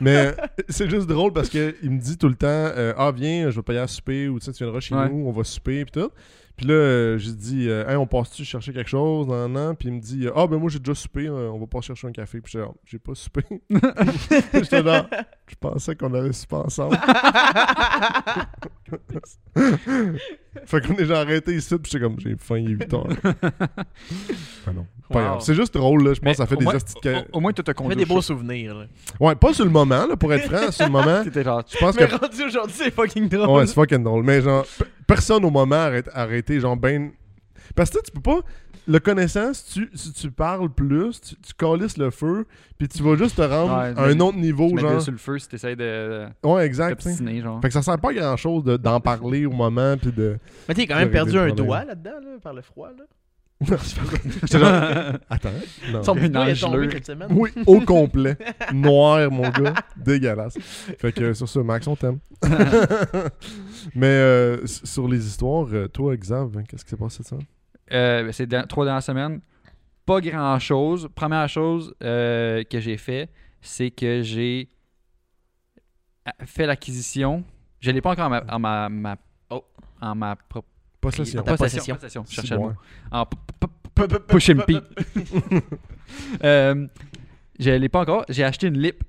[SPEAKER 2] Mais c'est juste drôle parce qu'il me dit tout le temps euh, Ah, viens, je vais payer à souper, ou tu sais, tu viendras chez
[SPEAKER 1] Ouais.
[SPEAKER 2] nous, on va souper, puis tout. Puis là, euh, je dis euh, Hey, on passe-tu chercher quelque chose Non, non. Puis il me dit Ah, ben moi, j'ai déjà soupé, euh, on va pas chercher un café. Puis j'étais genre, J'ai pas soupé. J'étais là, je pensais qu'on allait souper ensemble. Fait qu'on est genre arrêté ici, puis j'étais comme J'ai faim, il est 8 heures. Ben non. Pas
[SPEAKER 3] Wow.
[SPEAKER 2] grave. C'est juste drôle, là. Je pense que ça fait
[SPEAKER 1] au
[SPEAKER 2] des
[SPEAKER 1] moins-
[SPEAKER 2] hosties de ca-
[SPEAKER 1] Au, au moins, tu te
[SPEAKER 3] Ça fait
[SPEAKER 1] conduit.
[SPEAKER 3] des beaux souvenirs. Là.
[SPEAKER 2] Ouais, pas sur le moment, là, pour être franc, sur le moment.
[SPEAKER 1] C'était genre. tu-
[SPEAKER 2] Je pense que.
[SPEAKER 3] Mais rendu aujourd'hui, c'est fucking drôle.
[SPEAKER 2] Ouais, c'est fucking drôle. Mais genre, pe- personne au moment arrête, arrêté, genre, ben. Parce que tu sais, tu peux pas. Le connaissant, si tu, si tu parles plus, tu, tu calisses le feu, puis tu vas juste te rendre
[SPEAKER 1] Ouais,
[SPEAKER 2] à un
[SPEAKER 1] mais-
[SPEAKER 2] autre niveau,
[SPEAKER 1] tu mets
[SPEAKER 2] genre.
[SPEAKER 1] deux sur le feu si t'essayes de
[SPEAKER 2] Ouais, exact. tu sais.
[SPEAKER 1] t'obstiner, genre.
[SPEAKER 2] Fait que ça sert pas à grand chose de- d'en parler au moment, puis de.
[SPEAKER 3] Mais t'es quand
[SPEAKER 2] J'aurais
[SPEAKER 3] même perdu
[SPEAKER 2] dû
[SPEAKER 3] un
[SPEAKER 2] le prendre.
[SPEAKER 3] doigt là-dedans, là, par le froid. Là.
[SPEAKER 2] Non, c'est pas vrai. J'étais genre, Attends. Non.
[SPEAKER 3] Son petit
[SPEAKER 1] Une
[SPEAKER 3] doigt est tombé
[SPEAKER 1] engelure.
[SPEAKER 3] cette semaine.
[SPEAKER 2] Oui, au complet. Noir, mon gars. Dégueulasse. Fait que euh, sur ce, Max, on t'aime. Mais euh, s- sur les histoires, euh, toi, Xav, hein, qu'est-ce qui s'est passé de ça?
[SPEAKER 1] Euh, ben, c'est dans- trois dernières semaines. Pas grand chose. Première chose euh, que j'ai fait, c'est que j'ai a- fait l'acquisition. Je l'ai pas encore en ma, en ma, ma- oh, en ma propre
[SPEAKER 2] Possession.
[SPEAKER 3] Ta
[SPEAKER 1] possession.
[SPEAKER 3] possession.
[SPEAKER 1] possession, je
[SPEAKER 2] Si,
[SPEAKER 1] cherchais le
[SPEAKER 2] bon,
[SPEAKER 1] mot.
[SPEAKER 2] hein.
[SPEAKER 1] En p- p- Push and pee. Euh, je l'ai pas encore. J'ai acheté une lip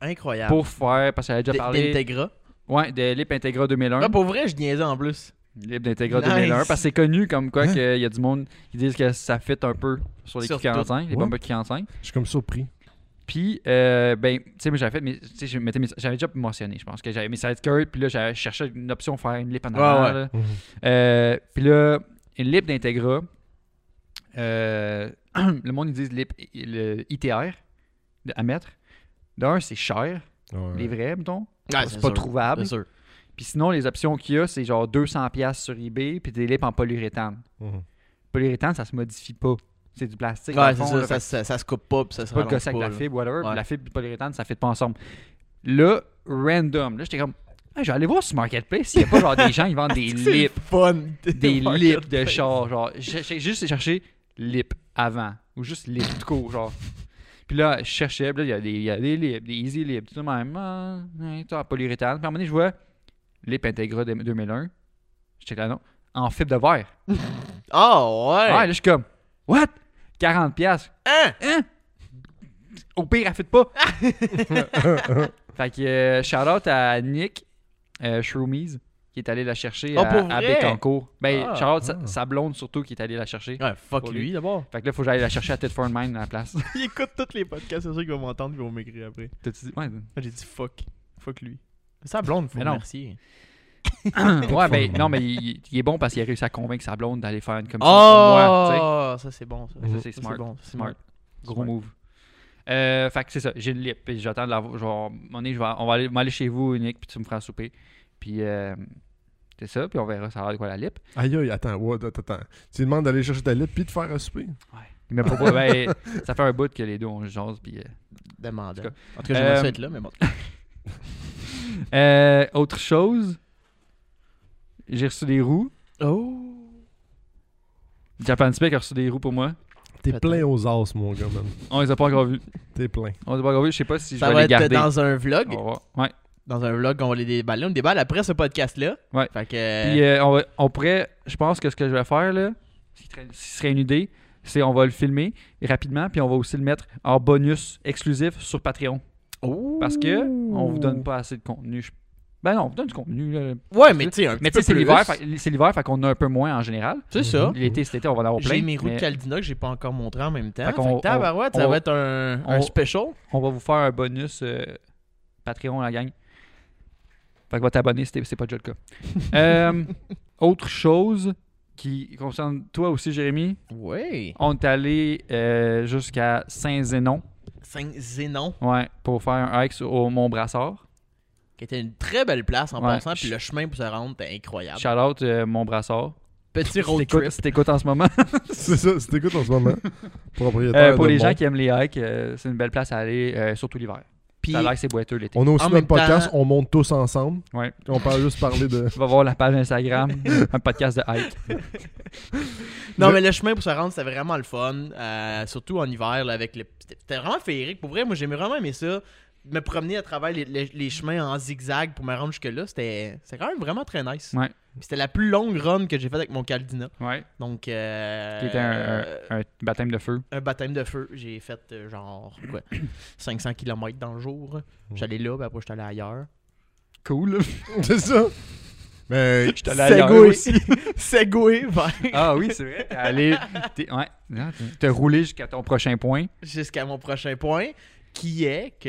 [SPEAKER 3] Incroyable.
[SPEAKER 1] pour faire parce que j'avais déjà
[SPEAKER 3] D-
[SPEAKER 1] parlé.
[SPEAKER 3] d'Integra.
[SPEAKER 1] Ouais, de lip Integra 2001.
[SPEAKER 3] Là, pour vrai, je niaisais en plus.
[SPEAKER 1] Libre d'intégrer
[SPEAKER 3] Nice.
[SPEAKER 1] 2001 parce que c'est connu comme quoi
[SPEAKER 2] Hein?
[SPEAKER 1] qu'il y a du monde qui disent que ça fit un peu sur les
[SPEAKER 3] Sur
[SPEAKER 1] Q45, les
[SPEAKER 2] Ouais.
[SPEAKER 1] bombes de Q45.
[SPEAKER 2] Je suis comme surpris.
[SPEAKER 1] Puis, euh, ben, tu sais, moi, j'avais fait, mes- tu sais, je mettais mes- j'avais déjà mentionné, je pense, que j'avais mes sideskirts, puis là, j'avais cherché une option pour faire une lip en
[SPEAKER 3] Ouais,
[SPEAKER 1] avant,
[SPEAKER 3] ouais.
[SPEAKER 1] là.
[SPEAKER 2] Mhm.
[SPEAKER 1] Euh, puis là, une lip d'Integra, euh, le monde, ils disent lip, le ITR de- à mettre. D'un, c'est cher,
[SPEAKER 2] Ouais.
[SPEAKER 1] les vrais, mettons.
[SPEAKER 3] Ah,
[SPEAKER 1] c'est pas
[SPEAKER 3] sûr.
[SPEAKER 1] trouvable.
[SPEAKER 3] C'est sûr.
[SPEAKER 1] Puis sinon, les options qu'il y a, c'est genre 200$ piastres sur eBay, puis des lips en polyuréthane.
[SPEAKER 2] Mhm.
[SPEAKER 1] polyuréthane, ça se modifie pas. C'est du plastique. dans
[SPEAKER 3] Ouais,
[SPEAKER 1] le
[SPEAKER 3] c'est
[SPEAKER 1] fond,
[SPEAKER 3] ça,
[SPEAKER 1] là,
[SPEAKER 3] ça,
[SPEAKER 1] fait que
[SPEAKER 3] ça, ça se coupe pas, puis ça se
[SPEAKER 1] c'est pas le
[SPEAKER 3] rallonge
[SPEAKER 1] gosse
[SPEAKER 3] pas.
[SPEAKER 1] avec la
[SPEAKER 3] là.
[SPEAKER 1] fibre, whatever. puis
[SPEAKER 3] Ouais.
[SPEAKER 1] La fibre et le polyuréthane, ça fit pas ensemble. Là, random. Là, j'étais comme, Ah, je vais aller voir sur Marketplace s'il n'y a pas genre des gens qui vendent des
[SPEAKER 3] C'est le
[SPEAKER 1] lips,
[SPEAKER 3] fun.
[SPEAKER 1] des lips de char. Genre, j'ai j'ai juste cherché lip avant ou juste lip tout court, genre. Puis là, je cherchais, puis là, il y a des- il y, a des lips, des easy lips, tout de même. Ah, hein, t'as en polyuréthane. Puis à un moment donné, je vois lip Integra 2001. J'étais là, non, en fibre de verre.
[SPEAKER 3] Ah
[SPEAKER 1] Ouais, là,
[SPEAKER 3] ouais.
[SPEAKER 1] je suis comme, what? 40$. piastres.
[SPEAKER 3] Hein? Ah!
[SPEAKER 1] Hein? Au pire, elle fit pas. fait que, euh, shout out à Nick euh, Shroomies qui est allé la chercher
[SPEAKER 3] Ah,
[SPEAKER 1] à,
[SPEAKER 3] pour
[SPEAKER 1] à
[SPEAKER 3] vrai?
[SPEAKER 1] Bécancourt. Ben,
[SPEAKER 3] Ah.
[SPEAKER 1] shout out sa, sa blonde surtout qui est allée la chercher.
[SPEAKER 3] Ouais, fuck
[SPEAKER 1] Faut
[SPEAKER 3] lui d'abord.
[SPEAKER 1] Fait que là, faut que j'aille la chercher à Ted for Mine à la place.
[SPEAKER 3] Il écoute tous les podcasts, c'est sûr qu'il va m'entendre et va m'écrire après.
[SPEAKER 1] T'as-tu dit? Ouais.
[SPEAKER 3] J'ai dit fuck. Fuck lui. Sa blonde, faut
[SPEAKER 1] Mais non.
[SPEAKER 3] remercier.
[SPEAKER 1] ouais, ben, non, mais il, il- il est bon parce qu'il a réussi à convaincre sa blonde d'aller faire une commission comme moi.
[SPEAKER 3] Oh, ça c'est bon. Ça,
[SPEAKER 1] tu sais.
[SPEAKER 2] Mhm.
[SPEAKER 1] Ah! Ça, c'est
[SPEAKER 3] Ça,
[SPEAKER 1] smart.
[SPEAKER 3] bon, c'est
[SPEAKER 1] Smart. Gros move. Euh, fait que c'est ça, j'ai une lip, puis j'attends de la vo- genre, à un moment donné, je vais, on va aller, on va aller chez vous, Nick, puis tu me feras souper. Puis euh, c'est ça, puis on verra ça a l'air de quoi la lip.
[SPEAKER 2] Aïe, aïe, attends, what, attends, attends. Tu demandes d'aller chercher ta lip puis de faire un souper.
[SPEAKER 1] Il me propose, ben, ça fait un bout que les deux on jase, puis euh.
[SPEAKER 3] Demande.
[SPEAKER 1] En tout
[SPEAKER 3] En tout cas, j'aimerais
[SPEAKER 1] Euh,
[SPEAKER 3] ça être là, mais bon.
[SPEAKER 1] Euh, autre chose, j'ai reçu des roues.
[SPEAKER 3] Oh.
[SPEAKER 1] Japan Spec a reçu des roues pour moi.
[SPEAKER 2] T'es
[SPEAKER 3] Peut-être.
[SPEAKER 2] plein aux as, mon gars, man.
[SPEAKER 1] On les a pas encore vus.
[SPEAKER 2] T'es plein.
[SPEAKER 1] On les a pas encore vus. Je sais pas si
[SPEAKER 3] Ça
[SPEAKER 1] je
[SPEAKER 3] va
[SPEAKER 1] vais les
[SPEAKER 3] être
[SPEAKER 1] garder. Oh.
[SPEAKER 3] dans un vlog.
[SPEAKER 1] On va voir. Ouais.
[SPEAKER 3] Dans un vlog, on va les déballer. On les déballe après ce podcast-là.
[SPEAKER 1] Ouais.
[SPEAKER 3] Fait que.
[SPEAKER 1] Puis euh, on, va- on pourrait, je pense que ce que je vais faire là, ce qui serait- ce serait une idée, c'est on va le filmer rapidement, puis on va aussi le mettre en bonus exclusif sur Patreon.
[SPEAKER 3] oh!
[SPEAKER 1] Parce que on vous donne pas assez de contenu. Je- Ben non, on vous donne du contenu. là.
[SPEAKER 3] Ouais, mais tu sais, un
[SPEAKER 1] Mais tu
[SPEAKER 3] petit peu
[SPEAKER 1] sais, c'est
[SPEAKER 3] plus.
[SPEAKER 1] l'hiver, fait- c'est l'hiver, fait qu'on a un peu moins en général.
[SPEAKER 3] C'est ça.
[SPEAKER 1] L'été, cet été, on va en avoir plein.
[SPEAKER 3] J'ai mes roues
[SPEAKER 1] mais
[SPEAKER 3] de Caldina que j'ai pas encore montrées en même temps.
[SPEAKER 1] Fait
[SPEAKER 3] Fait
[SPEAKER 1] qu'on-
[SPEAKER 3] que tabarouette, ça
[SPEAKER 1] on-
[SPEAKER 3] va être un, un
[SPEAKER 1] on-
[SPEAKER 3] special.
[SPEAKER 1] on va vous faire un bonus euh, Patreon, la gang. Fait que va t'abonner, c'est c'est pas déjà le cas. Euh, autre chose qui concerne toi aussi, Jérémy,
[SPEAKER 3] Oui.
[SPEAKER 1] On est allé euh, jusqu'à Saint-Zénon
[SPEAKER 3] Saint-Zénon,
[SPEAKER 1] ouais, pour faire un hike sur- au Mont-Brassard.
[SPEAKER 3] qui était une très belle place en
[SPEAKER 1] Ouais.
[SPEAKER 3] passant, puis
[SPEAKER 1] Ch-
[SPEAKER 3] le chemin pour se rendre était incroyable.
[SPEAKER 1] Shout out euh, Mont-Brassard.
[SPEAKER 3] Petit
[SPEAKER 1] Si
[SPEAKER 3] road
[SPEAKER 1] t'écoutes-
[SPEAKER 3] trip.
[SPEAKER 1] si t'écoutes en ce moment.
[SPEAKER 2] C'est ça, c'est écoute en ce moment. Propriétaire.
[SPEAKER 1] Euh, pour
[SPEAKER 2] de
[SPEAKER 1] les gens
[SPEAKER 2] Mont-
[SPEAKER 1] qui aiment les hikes, euh, c'est une belle place à aller, euh, surtout l'hiver.
[SPEAKER 3] Puis
[SPEAKER 1] Ça a l'air que c'est boiteux l'été.
[SPEAKER 2] On a aussi
[SPEAKER 3] En
[SPEAKER 2] notre
[SPEAKER 3] même
[SPEAKER 2] podcast,
[SPEAKER 3] temps-
[SPEAKER 2] on monte tous ensemble.
[SPEAKER 1] Ouais.
[SPEAKER 2] On parle juste parler de.
[SPEAKER 1] Tu vas voir la page Instagram, un podcast de hike.
[SPEAKER 3] Non,
[SPEAKER 2] Je-
[SPEAKER 3] mais le chemin pour se rendre, c'était vraiment le fun. euh, surtout en hiver, là, avec le... c'était c'était vraiment féerique. Pour vrai, moi, j'ai vraiment aimé ça. Me promener à travers les, les- les chemins en zigzag pour me rendre jusque-là, c'était c'était quand même vraiment très nice.
[SPEAKER 1] Ouais.
[SPEAKER 3] Puis C'était la plus longue run que j'ai faite avec mon Caldina.
[SPEAKER 1] Ouais.
[SPEAKER 3] Donc, euh,
[SPEAKER 1] Qui était un, un- un baptême de feu.
[SPEAKER 3] un baptême de feu. J'ai fait euh, genre quoi, 500 km dans le jour. J'allais là, puis après, j'étais allé ailleurs.
[SPEAKER 1] Cool.
[SPEAKER 2] c'est ça. Mais
[SPEAKER 1] J'étais allé ailleurs.
[SPEAKER 3] Segway. Segway vers
[SPEAKER 1] Ah oui, c'est vrai. T'es allé. t'es- ouais. Non, t'es- T'as roulé jusqu'à ton prochain point.
[SPEAKER 3] jusqu'à mon prochain point, qui est que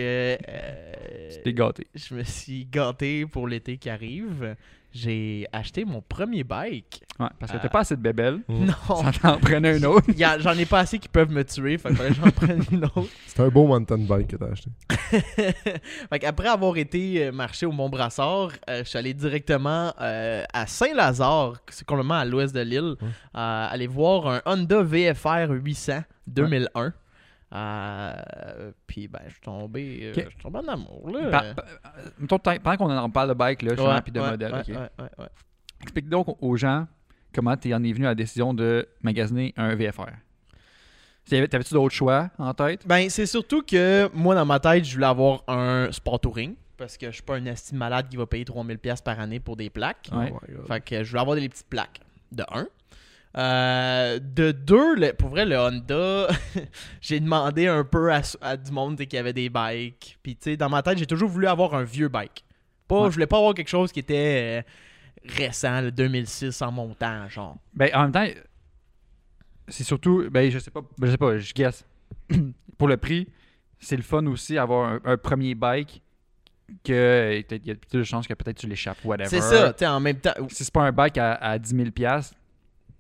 [SPEAKER 3] euh,
[SPEAKER 1] T'es gâté.
[SPEAKER 3] je me suis gâté pour l'été qui arrive. J'ai acheté mon premier bike.
[SPEAKER 1] Ouais, parce que t'as
[SPEAKER 3] Ah. Oh.
[SPEAKER 1] pas assez de bébelles.
[SPEAKER 2] Mm.
[SPEAKER 3] Non,
[SPEAKER 1] Oh. Ça t'en prenait un autre.
[SPEAKER 3] y a- j'en ai pas assez qui peuvent me tuer, fait que fallait que j'en prenne une autre.
[SPEAKER 2] c'est un beau mountain bike que t'as acheté.
[SPEAKER 3] fait après avoir été euh, marcher au Mont-Brassard, euh, je suis allé directement euh, à Saint-Lazare, c'est complètement à l'ouest de l'île,
[SPEAKER 2] Ouais.
[SPEAKER 3] euh, aller voir un Honda VFR 800 2001. Euh, puis ben, je suis tombé, euh,
[SPEAKER 1] Ok.
[SPEAKER 3] je suis tombé en amour. Là.
[SPEAKER 1] Pa- pa- euh, mettons, tant- pendant qu'on en parle de bike, là, justement,
[SPEAKER 3] Ouais,
[SPEAKER 1] puis de
[SPEAKER 3] ouais,
[SPEAKER 1] modèle,
[SPEAKER 3] ouais,
[SPEAKER 1] ok.
[SPEAKER 3] ouais, ouais, ouais.
[SPEAKER 1] explique donc aux gens comment tu en es venu à la décision de magasiner un VFR. Si y avait- T'avais-tu d'autres choix en tête?
[SPEAKER 3] Ben, c'est surtout que moi, dans ma tête, je voulais avoir un sport touring parce que je suis pas un esti de malade qui va payer 3000$ piastres par année pour des plaques.
[SPEAKER 1] Ouais.
[SPEAKER 2] Oh my God.
[SPEAKER 3] Fait que je voulais avoir des petites plaques. De un. Euh, de deux, le- pour vrai, le Honda, j'ai demandé un peu à, à du monde tu sais, qui avait des bikes. Puis, tu sais, dans ma tête, j'ai toujours voulu avoir un vieux bike. Pas,
[SPEAKER 1] Ouais.
[SPEAKER 3] Je voulais pas avoir quelque chose qui était euh, récent, le 2006 en montant, genre.
[SPEAKER 1] Ben, en même temps, c'est surtout, ben, je sais pas, ben, je sais pas, je guess. Pour le prix, c'est le fun aussi avoir un, un premier bike que il y a plus de chances que peut-être tu l'échappes, whatever.
[SPEAKER 3] C'est ça, tu sais, en même temps.
[SPEAKER 1] Si c'est pas un bike à, à 10 000 piastres,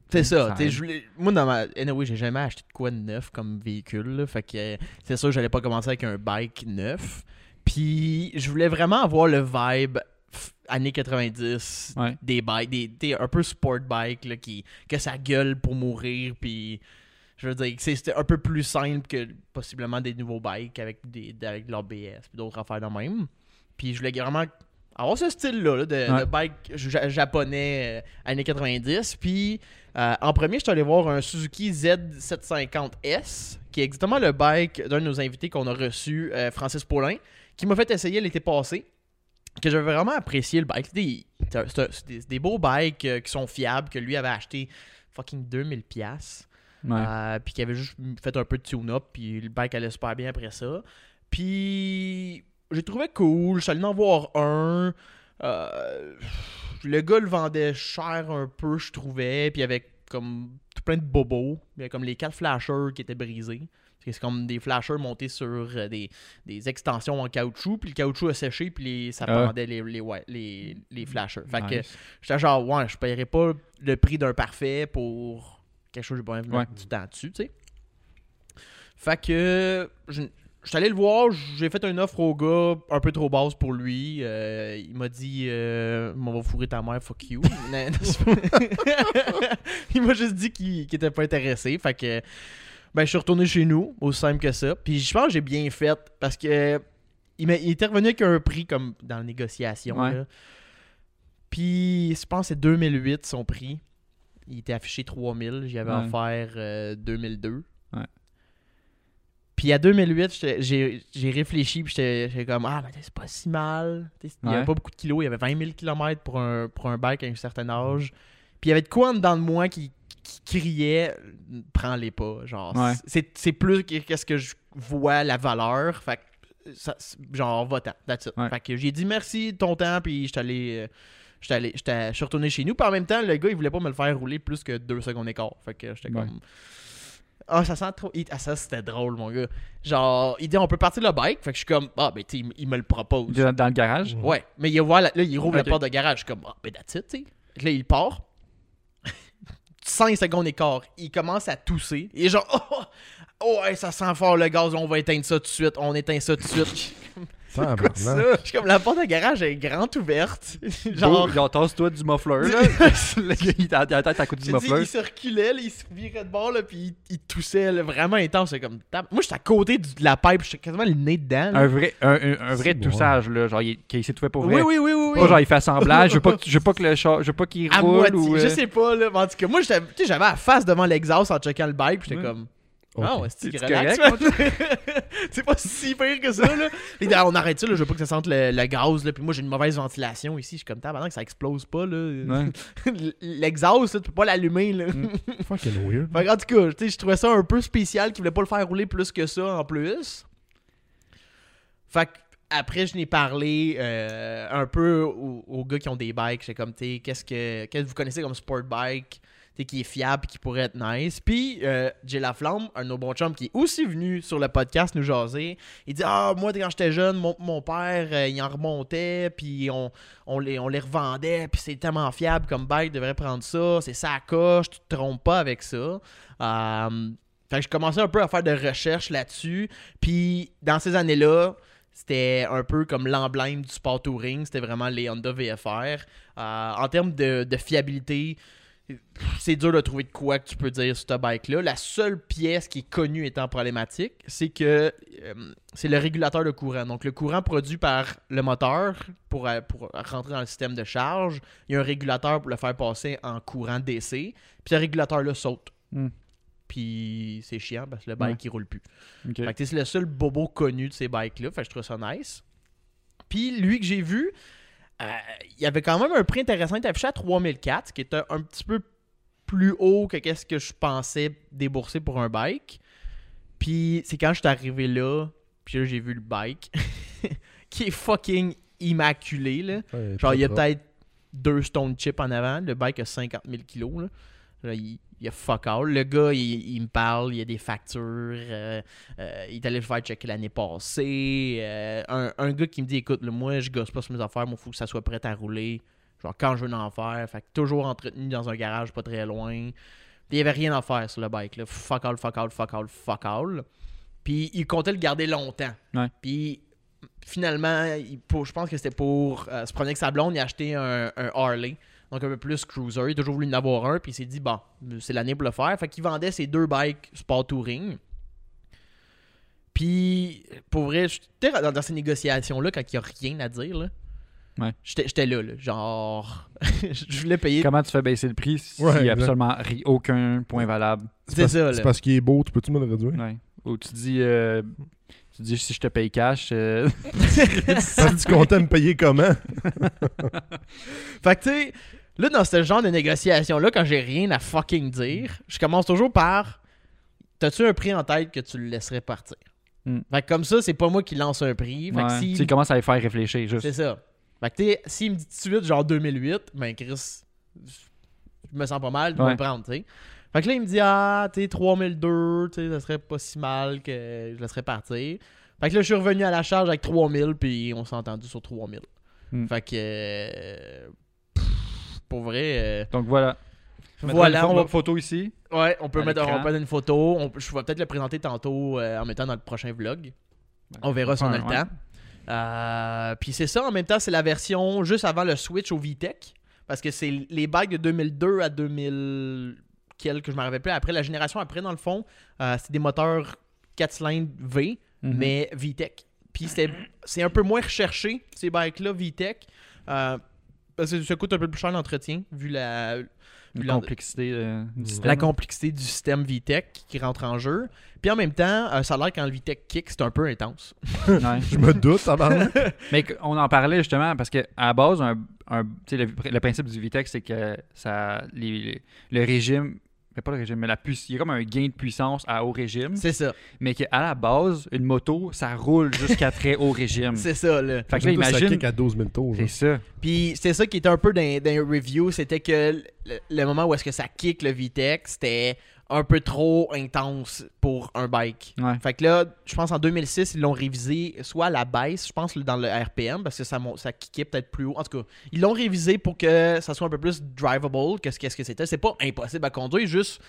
[SPEAKER 3] C'est
[SPEAKER 1] Ça
[SPEAKER 3] ça. t'sais,
[SPEAKER 1] aide.
[SPEAKER 3] je voulais- moi, dans ma. Anyway, j'ai jamais acheté de quoi de neuf comme véhicule. là, fait que euh, c'est sûr, j'allais pas commencer avec un bike neuf. Puis, je voulais vraiment avoir le vibe f- années 90
[SPEAKER 1] Ouais.
[SPEAKER 3] des bikes, des, t'sais, un peu sport bike, là, qui, que ça gueule pour mourir. Puis, je veux dire, que c'est- c'était un peu plus simple que possiblement des nouveaux bikes avec, des, avec de l'ABS puis d'autres affaires de même. Puis, je voulais vraiment avoir ce style-là là, de,
[SPEAKER 1] Ouais.
[SPEAKER 3] de bike ja- japonais euh, années 90. Puis euh, en premier, je suis allé voir un Suzuki Z750S, qui est exactement le bike d'un de nos invités qu'on a reçu, euh, Francis Paulin, qui m'a fait essayer l'été passé, que j'avais vraiment apprécié le bike. Des- C'est un- c'est un- c'est des, c'est des beaux bikes euh, qui sont fiables, que lui avait acheté fucking 2000$. piastres.
[SPEAKER 1] ouais.
[SPEAKER 3] Euh, puis qui avait juste fait un peu de tune-up, puis le bike allait super bien après ça. Puis j'ai trouvé cool, je suis allé en voir un. Euh, le gars le vendait cher un peu, je trouvais, puis avec comme tout plein de bobos, il y avait comme les quatre flashers qui étaient brisés. Parce que C'est comme des flashers montés sur euh, des, des extensions en caoutchouc, puis le caoutchouc a séché, puis les- ça
[SPEAKER 1] Ah.
[SPEAKER 3] pendait les, les, wi- les, les flashers. Fait que
[SPEAKER 1] Nice.
[SPEAKER 3] J'étais genre, ouais, je paierais pas le prix d'un parfait pour quelque chose que j'ai pas envie de mettre
[SPEAKER 1] Ouais.
[SPEAKER 3] du temps dessus, tu sais. Fait que, je, je suis allé le voir, j'ai fait une offre au gars un peu trop basse pour lui. Euh, il m'a dit, euh, on va fourrer ta mère, fuck you. Non, non, c'est pas- il m'a juste dit qu'il qu'il était pas intéressé. Fait que, ben, je suis retourné chez nous, aussi simple que ça. Puis je pense que j'ai bien fait parce que il, m'a- il était revenu avec un prix comme dans la négociation.
[SPEAKER 1] Ouais.
[SPEAKER 3] là. Puis je pense que c'est 2008 son prix. Il était affiché 3000, j'y avais
[SPEAKER 1] Ouais.
[SPEAKER 3] offert euh, 2002.
[SPEAKER 1] Ouais.
[SPEAKER 3] Puis à 2008, j'étais- j'ai j'ai réfléchi, puis j'étais j'étais comme, ah, mais c'est pas si mal. T'sais, Il y
[SPEAKER 1] Ouais.
[SPEAKER 3] avait pas beaucoup de kilos, il y avait 20 000 km pour un, pour un bike à un
[SPEAKER 1] Mm.
[SPEAKER 3] certain âge. Puis il y avait de quoi en dedans de moi qui, qui criait, prends-les pas. Genre,
[SPEAKER 1] Ouais.
[SPEAKER 3] c'est c'est plus que- qu'est-ce que je vois la valeur. Fait que, ça, c'est- genre, va-t'en, that's it.
[SPEAKER 1] Ouais.
[SPEAKER 3] Fait que j'ai dit merci de ton temps, puis j'étais allé. euh, J'étais allé, j'étais, je suis retourné chez nous. Puis en même temps, le gars, il voulait pas me le faire rouler plus que deux secondes et quart. Fait que j'étais
[SPEAKER 1] Ouais.
[SPEAKER 3] comme. Ah, ça sent trop. il- Ah, ça, c'était drôle, mon gars. Genre, il dit, on peut partir le bike. Fait que je suis comme, ah, ben, tu sais, il, il me le propose.
[SPEAKER 1] Dans, dans le garage.
[SPEAKER 3] Ouais. Mais il ouvre la- là, il rouvre
[SPEAKER 1] Ok.
[SPEAKER 3] la porte de garage. Je suis comme, ah, ben, that's it, tu sais. Fait que Là, il part. 5 secondes et quart, il commence à tousser. Et genre, oh, oh, oh, hey, ça sent fort le gaz, on va éteindre ça tout de suite, on éteint ça tout de suite.
[SPEAKER 2] Tabarnak.
[SPEAKER 3] Je suis comme, la porte de garage est grande ouverte.
[SPEAKER 1] Genre,
[SPEAKER 3] genre,
[SPEAKER 1] genre tasse-toi du muffler, là. Le gars, il t'a la tête à côté du
[SPEAKER 3] J'ai dit,
[SPEAKER 1] muffler.
[SPEAKER 3] il se reculait, là, il se virait de bord, là, puis il, il toussait là, vraiment intense. c'est Comme, tab- Moi, j'étais à côté du- de la pipe, j'étais quasiment le nez dedans. là.
[SPEAKER 1] Un vrai, un, un- un vrai
[SPEAKER 2] C'est
[SPEAKER 1] toussage, là. Genre, il, qu'il s'est tout fait pour vrai.
[SPEAKER 3] oui, oui, oui, oui. oui.
[SPEAKER 1] Pas genre, il fait semblant. Je veux pas, que- je veux pas que le char, je veux pas qu'il
[SPEAKER 3] à
[SPEAKER 1] roule
[SPEAKER 3] moitié,
[SPEAKER 1] ou.
[SPEAKER 3] je
[SPEAKER 1] euh,
[SPEAKER 3] sais pas, là. mais En tout cas, moi, j'étais- tu sais, j'avais la face devant l'exhaust en checkant le bike, puis j'étais
[SPEAKER 1] Ouais.
[SPEAKER 3] comme.
[SPEAKER 2] Ok.
[SPEAKER 3] Ah ouais, c'est
[SPEAKER 1] C'est-tu
[SPEAKER 3] relax,
[SPEAKER 1] correct,
[SPEAKER 3] man? C'est pas si pire que ça, là. Puis, ah, on arrête ça, là, je veux pas que ça sente le, le gaz, là. Puis moi, j'ai une mauvaise ventilation ici. Je suis comme, pendant que ça explose pas, là.
[SPEAKER 1] Ouais.
[SPEAKER 3] L'exhaust, là, tu peux pas l'allumer, là.
[SPEAKER 2] Fucking weird.
[SPEAKER 3] Fait que, en tout cas, tu sais, je trouvais ça un peu spécial qu'ils voulaient pas le faire rouler plus que ça en plus. Fait que, après, je n'ai parlé euh, un peu aux, aux gars qui ont des bikes. J'ai comme, tu qu'est-ce que, qu'est-ce que vous connaissez comme sport bike t'sais, qui est fiable et qui pourrait être nice. Puis, euh, Jay Laflamme, un de nos bons chums qui est aussi venu sur le podcast nous jaser, il dit Ah, moi, quand j'étais jeune, mon, mon père, euh, il en remontait, puis on, on les, on les revendait, puis c'est tellement fiable comme bike, devrait prendre ça, c'est ça à coche, tu te trompes pas avec ça. Euh, fait que je commençais un peu à faire de recherches là-dessus, puis dans ces années-là, c'était un peu comme l'emblème du sport touring, c'était vraiment les Honda VFR. Euh, en termes de, de fiabilité, c'est dur de trouver de quoi que tu peux dire sur ce bike-là. La seule pièce qui est connue étant problématique, c'est que euh, c'est le régulateur de courant. Donc, le courant produit par le moteur pour, euh, pour rentrer dans le système de charge, il y a un régulateur pour le faire passer en courant DC, puis ce régulateur-là saute.
[SPEAKER 1] Hmm.
[SPEAKER 3] Puis c'est chiant parce que le bike,
[SPEAKER 1] Ouais.
[SPEAKER 3] il roule plus.
[SPEAKER 1] Ok.
[SPEAKER 3] Fait que c'est le seul bobo connu de ces bikes-là. Fait que je trouve ça nice. Puis lui que j'ai vu, euh, il y avait quand même un prix intéressant. Il était affiché à 3004, ce qui était un petit peu plus haut que qu'est-ce que je pensais débourser pour un bike. Puis c'est quand je suis arrivé là, puis là j'ai vu le bike qui est fucking immaculé là.
[SPEAKER 2] Ouais,
[SPEAKER 3] Genre, il y a
[SPEAKER 2] très
[SPEAKER 3] peut-être deux stone chips en avant. Le bike a 50 000 kilos. Là. Genre, il, il a fuck all. Le gars, il, il me parle, il y a des factures. euh, euh, il est allé le faire checker l'année passée. euh, un, un gars qui me dit écoute, là, moi, je gosse pas sur mes affaires, moi, faut que ça soit prêt à rouler. Genre, quand je veux en faire. Fait que toujours entretenu dans un garage pas très loin. Puis, il y avait rien à faire sur le bike. Là. Fuck all, fuck all, fuck all, fuck all. Puis, il comptait le garder longtemps.
[SPEAKER 1] Ouais.
[SPEAKER 3] Puis, finalement, il- pour- je pense que c'était pour euh, se promener avec sa blonde, il a acheté un, un Harley. Donc un peu plus cruiser. Il a toujours voulu en avoir un, puis il s'est dit, bon, c'est l'année pour le faire. Fait qu'il vendait ses deux bikes Sport Touring. Puis, pour vrai, j'étais dans, dans ces négociations-là, quand il n'y a rien à dire, là,
[SPEAKER 1] Ouais.
[SPEAKER 3] j'étais j'étais là, là, genre, je voulais payer.
[SPEAKER 1] Comment tu fais baisser le prix s'il
[SPEAKER 2] Ouais,
[SPEAKER 1] n'y a
[SPEAKER 2] exact.
[SPEAKER 1] absolument ri- aucun point valable?
[SPEAKER 2] C'est
[SPEAKER 3] C'est
[SPEAKER 2] parce-
[SPEAKER 3] ça, là.
[SPEAKER 2] C'est parce qu'il est beau, tu peux-tu me le réduire?
[SPEAKER 1] Ouais. Ou tu dis, euh, tu dis si je te paye cash. euh,
[SPEAKER 2] Parce que tu comptais me payer comment?
[SPEAKER 3] Fait que tu sais, là, dans ce genre de négociation-là, quand j'ai rien à fucking dire, je commence toujours par T'as-tu un prix en tête que tu le laisserais partir?
[SPEAKER 1] Mm.
[SPEAKER 3] Fait que comme ça, c'est pas moi qui lance un prix. Fait que
[SPEAKER 1] ouais.
[SPEAKER 3] si-
[SPEAKER 1] Tu commences à les faire réfléchir. Juste.
[SPEAKER 3] C'est ça. Fait que tu sais, s'il me dit tout de suite, genre 2008, ben Chris, je me sens pas mal, je vais
[SPEAKER 1] Ouais.
[SPEAKER 3] le prendre, tu sais. Fait que là, il me dit, ah, tu sais, 3002, tu sais, ça serait pas si mal que je laisserais partir. Fait que là, je suis revenu à la charge avec 3000, puis on s'est entendu sur 3000.
[SPEAKER 1] Mm.
[SPEAKER 3] Fait que. euh, pff, pour vrai. euh,
[SPEAKER 1] Donc voilà. Mettre
[SPEAKER 3] voilà,
[SPEAKER 1] une pho-
[SPEAKER 3] on va-
[SPEAKER 1] photo ici.
[SPEAKER 3] ouais, on peut
[SPEAKER 1] À
[SPEAKER 3] mettre on va
[SPEAKER 1] l'écran.
[SPEAKER 3] prendre une photo. On- je vais peut-être le présenter tantôt euh, en mettant dans le prochain vlog.
[SPEAKER 1] Ben,
[SPEAKER 3] On verra si on a le
[SPEAKER 1] ouais.
[SPEAKER 3] temps. Euh, Puis c'est ça, en même temps, c'est la version juste avant le switch au VTEC. Parce que c'est les bagues de 2002 à 2000 quelques, je m'en rappelle plus. Après, la génération après, dans le fond, euh, c'est des moteurs 4 cylindres V
[SPEAKER 1] Mhm.
[SPEAKER 3] mais VTEC. Puis c'était- c'est un peu moins recherché, ces bikes-là, VTEC. Euh, Parce que ça coûte un peu plus cher l'entretien, vu la,
[SPEAKER 1] Une
[SPEAKER 3] Puis l'en-
[SPEAKER 1] complexité euh, du système.
[SPEAKER 3] la complexité du système Vitech qui rentre en jeu. Puis en même temps, euh, ça a l'air quand le Vitech kick, c'est un peu intense.
[SPEAKER 1] Ouais.
[SPEAKER 2] Je me doute, tabarnak.
[SPEAKER 1] Mais qu- on en parlait justement parce que à la base, un, un- tu sais, le, le principe du Vitex, c'est que ça, les- les- le régime, mais pas le régime, mais la puissance, il y a comme un gain de puissance à haut régime,
[SPEAKER 3] C'est ça,
[SPEAKER 1] mais qu'à la base, une moto, ça roule jusqu'à très haut régime.
[SPEAKER 3] c'est ça. Là.
[SPEAKER 1] Fait que là,
[SPEAKER 2] Ça
[SPEAKER 1] imagine,
[SPEAKER 2] kick à 12 000 tours.
[SPEAKER 1] c'est
[SPEAKER 2] genre.
[SPEAKER 1] ça.
[SPEAKER 3] Puis c'est ça qui était un peu dans, dans les review, c'était que le, le moment où est-ce que ça kick le Vitech, c'était un peu trop intense pour un bike.
[SPEAKER 1] Ouais.
[SPEAKER 3] Fait que là, je pense en 2006, ils l'ont révisé soit à la baisse, je pense dans le RPM, parce que ça, mon- ça kickait peut-être plus haut. En tout cas, ils l'ont révisé pour que ça soit un peu plus drivable que ce qu'est-ce que c'était. C'est pas impossible à conduire, juste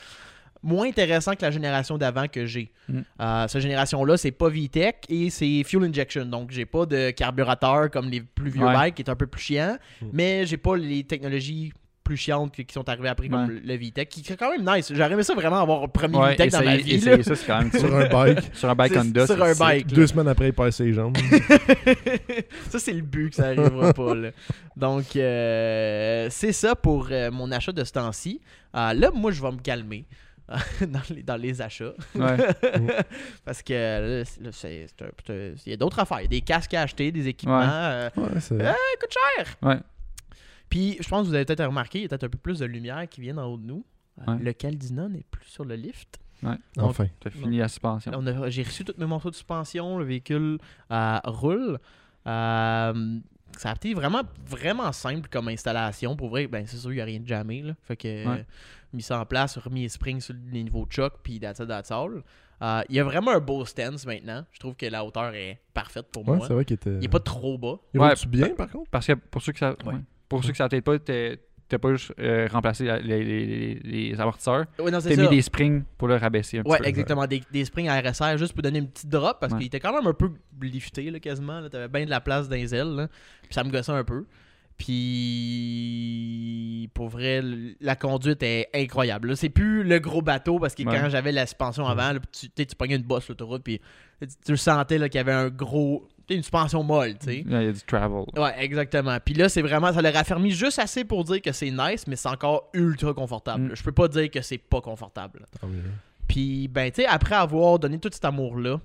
[SPEAKER 3] moins intéressant que la génération d'avant que j'ai.
[SPEAKER 1] Mm.
[SPEAKER 3] Euh, cette génération-là, c'est pas VTEC et c'est fuel injection. Donc, j'ai pas de carburateur comme les plus vieux
[SPEAKER 1] Ouais.
[SPEAKER 3] bikes, qui est un peu plus chiant, mais j'ai pas les technologies plus chiantes qui qui sont arrivées après comme
[SPEAKER 1] Ouais.
[SPEAKER 3] le VTEC qui est quand même nice j'aurais aimé ça vraiment avoir un premier
[SPEAKER 1] Ouais,
[SPEAKER 3] VTEC dans ma
[SPEAKER 1] essayez-
[SPEAKER 3] vie
[SPEAKER 1] essayez
[SPEAKER 3] là.
[SPEAKER 1] ça, c'est quand même
[SPEAKER 2] Sur un bike.
[SPEAKER 1] Sur un bike
[SPEAKER 3] C'est-
[SPEAKER 1] Honda.
[SPEAKER 3] sur un
[SPEAKER 1] c'est-
[SPEAKER 3] bike là.
[SPEAKER 2] Deux semaines après, il passe ses jambes.
[SPEAKER 3] ça, c'est le but que ça arrivera pas. là. Donc, euh, c'est ça pour euh, mon achat de ce temps-ci. Euh, là, moi, je vais me calmer euh, dans les, dans les achats.
[SPEAKER 1] Ouais.
[SPEAKER 3] Parce que là, c'est- là, c'est- c'est un- c'est un- il y a d'autres affaires. Des casques à acheter, des équipements.
[SPEAKER 1] Ouais.
[SPEAKER 3] euh,
[SPEAKER 2] Ouais, c'est.
[SPEAKER 3] Ah! ça coûte cher.
[SPEAKER 1] Ouais.
[SPEAKER 3] Puis, je pense que vous avez peut-être remarqué, il y a peut-être un peu plus de lumière qui vient en haut de nous. Euh,
[SPEAKER 1] Ouais.
[SPEAKER 3] Le Caldina n'est plus sur le lift.
[SPEAKER 2] Enfin.
[SPEAKER 1] T'as fini la suspension.
[SPEAKER 3] On a- J'ai reçu toutes mes morceaux de suspension, le véhicule euh, roule. Euh, ça a été vraiment, vraiment simple comme installation. Pour vrai, ben, c'est sûr, il n'y a rien de jamais. Là. Fait que,
[SPEAKER 1] Ouais.
[SPEAKER 3] euh, mis ça en place, remis les springs sur les niveaux de choc, puis that's it, that's all. Euh, il y a vraiment un beau stance maintenant. Je trouve que la hauteur est parfaite pour
[SPEAKER 2] Ouais,
[SPEAKER 3] moi.
[SPEAKER 2] c'est vrai qu'il était.
[SPEAKER 3] Il n'est pas trop bas.
[SPEAKER 2] Il
[SPEAKER 1] Ouais,
[SPEAKER 2] roule-tu bien, par contre
[SPEAKER 1] Parce que pour ceux que ça, ouais. pour ceux que ça a peut-être pas, t'es- t'as pas juste euh, remplacé la- les, les- les- les amortisseurs,
[SPEAKER 3] Ouais, non, c'est
[SPEAKER 1] t'as mis
[SPEAKER 3] ça.
[SPEAKER 1] des springs pour le rabaisser un petit
[SPEAKER 3] Ouais,
[SPEAKER 1] peu.
[SPEAKER 3] exactement. Des, des springs à RSR juste pour donner une petite drop parce
[SPEAKER 1] Ouais.
[SPEAKER 3] qu'il était quand même un peu lifté là, quasiment. là. T'avais bien de la place dans les ailes. là. Puis ça me gossait un peu. Puis pour vrai, l- la conduite est incroyable. là. C'est plus le gros bateau parce que
[SPEAKER 1] Ouais.
[SPEAKER 3] quand j'avais la suspension avant, là, tu, tu sais, tu pognais une bosse sur l'autoroute. Puis tu, tu le sentais là, qu'il y avait un gros. tu sais, Une suspension molle, tu sais.
[SPEAKER 1] Ouais, Il y a du travel.
[SPEAKER 3] Ouais, exactement. Puis là, c'est vraiment, ça le raffermit juste assez pour dire que c'est nice, mais c'est encore ultra confortable.
[SPEAKER 1] Mm.
[SPEAKER 3] là. Je peux pas dire que c'est pas confortable.
[SPEAKER 2] Ah oui, là.
[SPEAKER 3] Puis, ben, tu sais, après avoir donné tout cet amour-là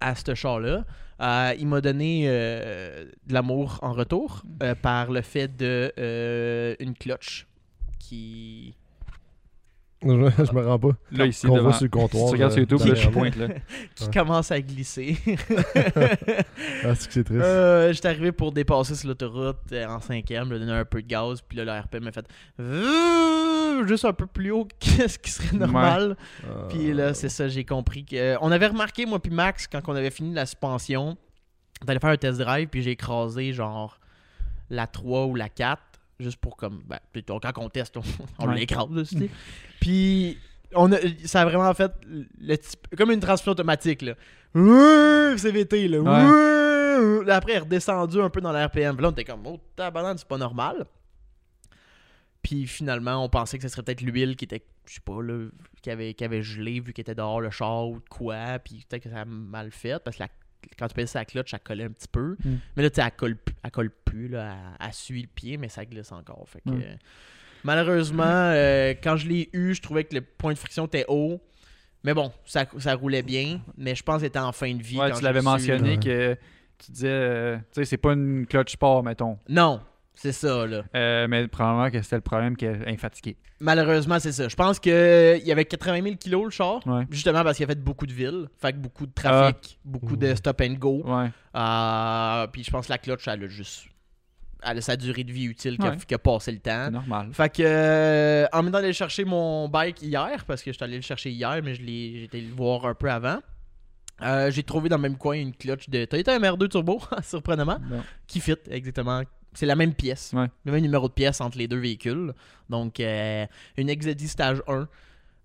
[SPEAKER 3] à ce char-là, euh, il m'a donné euh, de l'amour en retour euh, par le fait de euh, une clutch qui.
[SPEAKER 2] Je, je me rends pas.
[SPEAKER 1] Là, ici,
[SPEAKER 2] Qu'on
[SPEAKER 1] devant-
[SPEAKER 2] voit sur le comptoir. euh,
[SPEAKER 1] Si tu regardes sur YouTube, là, je
[SPEAKER 2] derrière
[SPEAKER 1] pointe là.
[SPEAKER 3] qui
[SPEAKER 2] Ouais.
[SPEAKER 3] commence à glisser.
[SPEAKER 2] nous. Ah, c'est que c'est triste.
[SPEAKER 3] Euh, J'étais arrivé pour dépasser sur l'autoroute euh, en cinquième, j'ai donné un peu de gaz, puis là, le RP m'a fait Vuuu juste un peu plus haut que ce qui serait normal.
[SPEAKER 2] Ah.
[SPEAKER 3] Puis là, c'est ça, j'ai compris que. euh, On avait remarqué, moi puis Max, quand on avait fini la suspension, d'aller faire un test drive, puis j'ai écrasé genre la 3 ou la 4, juste pour comme. Ben, plutôt, quand on teste, on, on
[SPEAKER 1] Ouais.
[SPEAKER 3] l'écrase, là, tu sais. Puis. On a- ça a vraiment fait le type- comme une transmission automatique. Là. Ouh, CVT, là. Ouh. Là, Après, elle est redescendue un peu dans la RPM. Puis Là, on était comme, oh, tabarnak, c'est pas normal. Puis finalement, on pensait que ce serait peut-être l'huile qui était, je sais pas, là, qui avait, qui avait gelé vu qu'il était dehors le char ou de quoi. Puis peut-être que ça a mal fait parce que la- quand tu pèses sa clutch, ça collait un petit peu.
[SPEAKER 1] Mm.
[SPEAKER 3] Mais là, tu sais, elle colle, plus- elle colle plus, là, elle, elle suit le pied, mais ça glisse encore. Fait que,
[SPEAKER 1] Mm.
[SPEAKER 3] euh, malheureusement, euh, quand je l'ai eu, je trouvais que le point de friction était haut. Mais bon, ça, ça roulait bien. Mais je pense que c'était en fin de vie.
[SPEAKER 1] Ouais,
[SPEAKER 3] quand
[SPEAKER 1] tu
[SPEAKER 3] je
[SPEAKER 1] l'avais
[SPEAKER 3] l'ai reçu, là.
[SPEAKER 1] mentionné que tu disais, euh, tu sais, c'est pas une clutch sport, mettons.
[SPEAKER 3] Non, c'est ça, là.
[SPEAKER 1] Euh, mais probablement que c'était le problème qu'elle est fatiguée.
[SPEAKER 3] Malheureusement, c'est ça. Je pense qu'il y avait 80 000 kilos le char.
[SPEAKER 1] Ouais. Ah.
[SPEAKER 3] Justement parce qu'il a fait beaucoup de villes. Fait que beaucoup de trafic, beaucoup de
[SPEAKER 2] Mmh.
[SPEAKER 3] stop and go.
[SPEAKER 1] Ouais.
[SPEAKER 3] Euh, puis je pense que la clutch, elle a juste. Elle a sa durée de vie utile qui a,
[SPEAKER 1] Ouais.
[SPEAKER 3] qui a passé le temps.
[SPEAKER 1] C'est normal.
[SPEAKER 3] Fait que, euh, en même temps d'aller chercher mon bike hier, parce que je suis allé le chercher hier, mais je l'ai, j'étais le voir un peu avant. euh, j'ai trouvé dans le même coin une clutch de Toyota MR2 Turbo, surprenamment,
[SPEAKER 1] Bon.
[SPEAKER 3] qui fit exactement. C'est la même pièce,
[SPEAKER 1] Ouais.
[SPEAKER 3] le même numéro de pièce entre les deux véhicules. Donc, euh, une Exedi Stage 1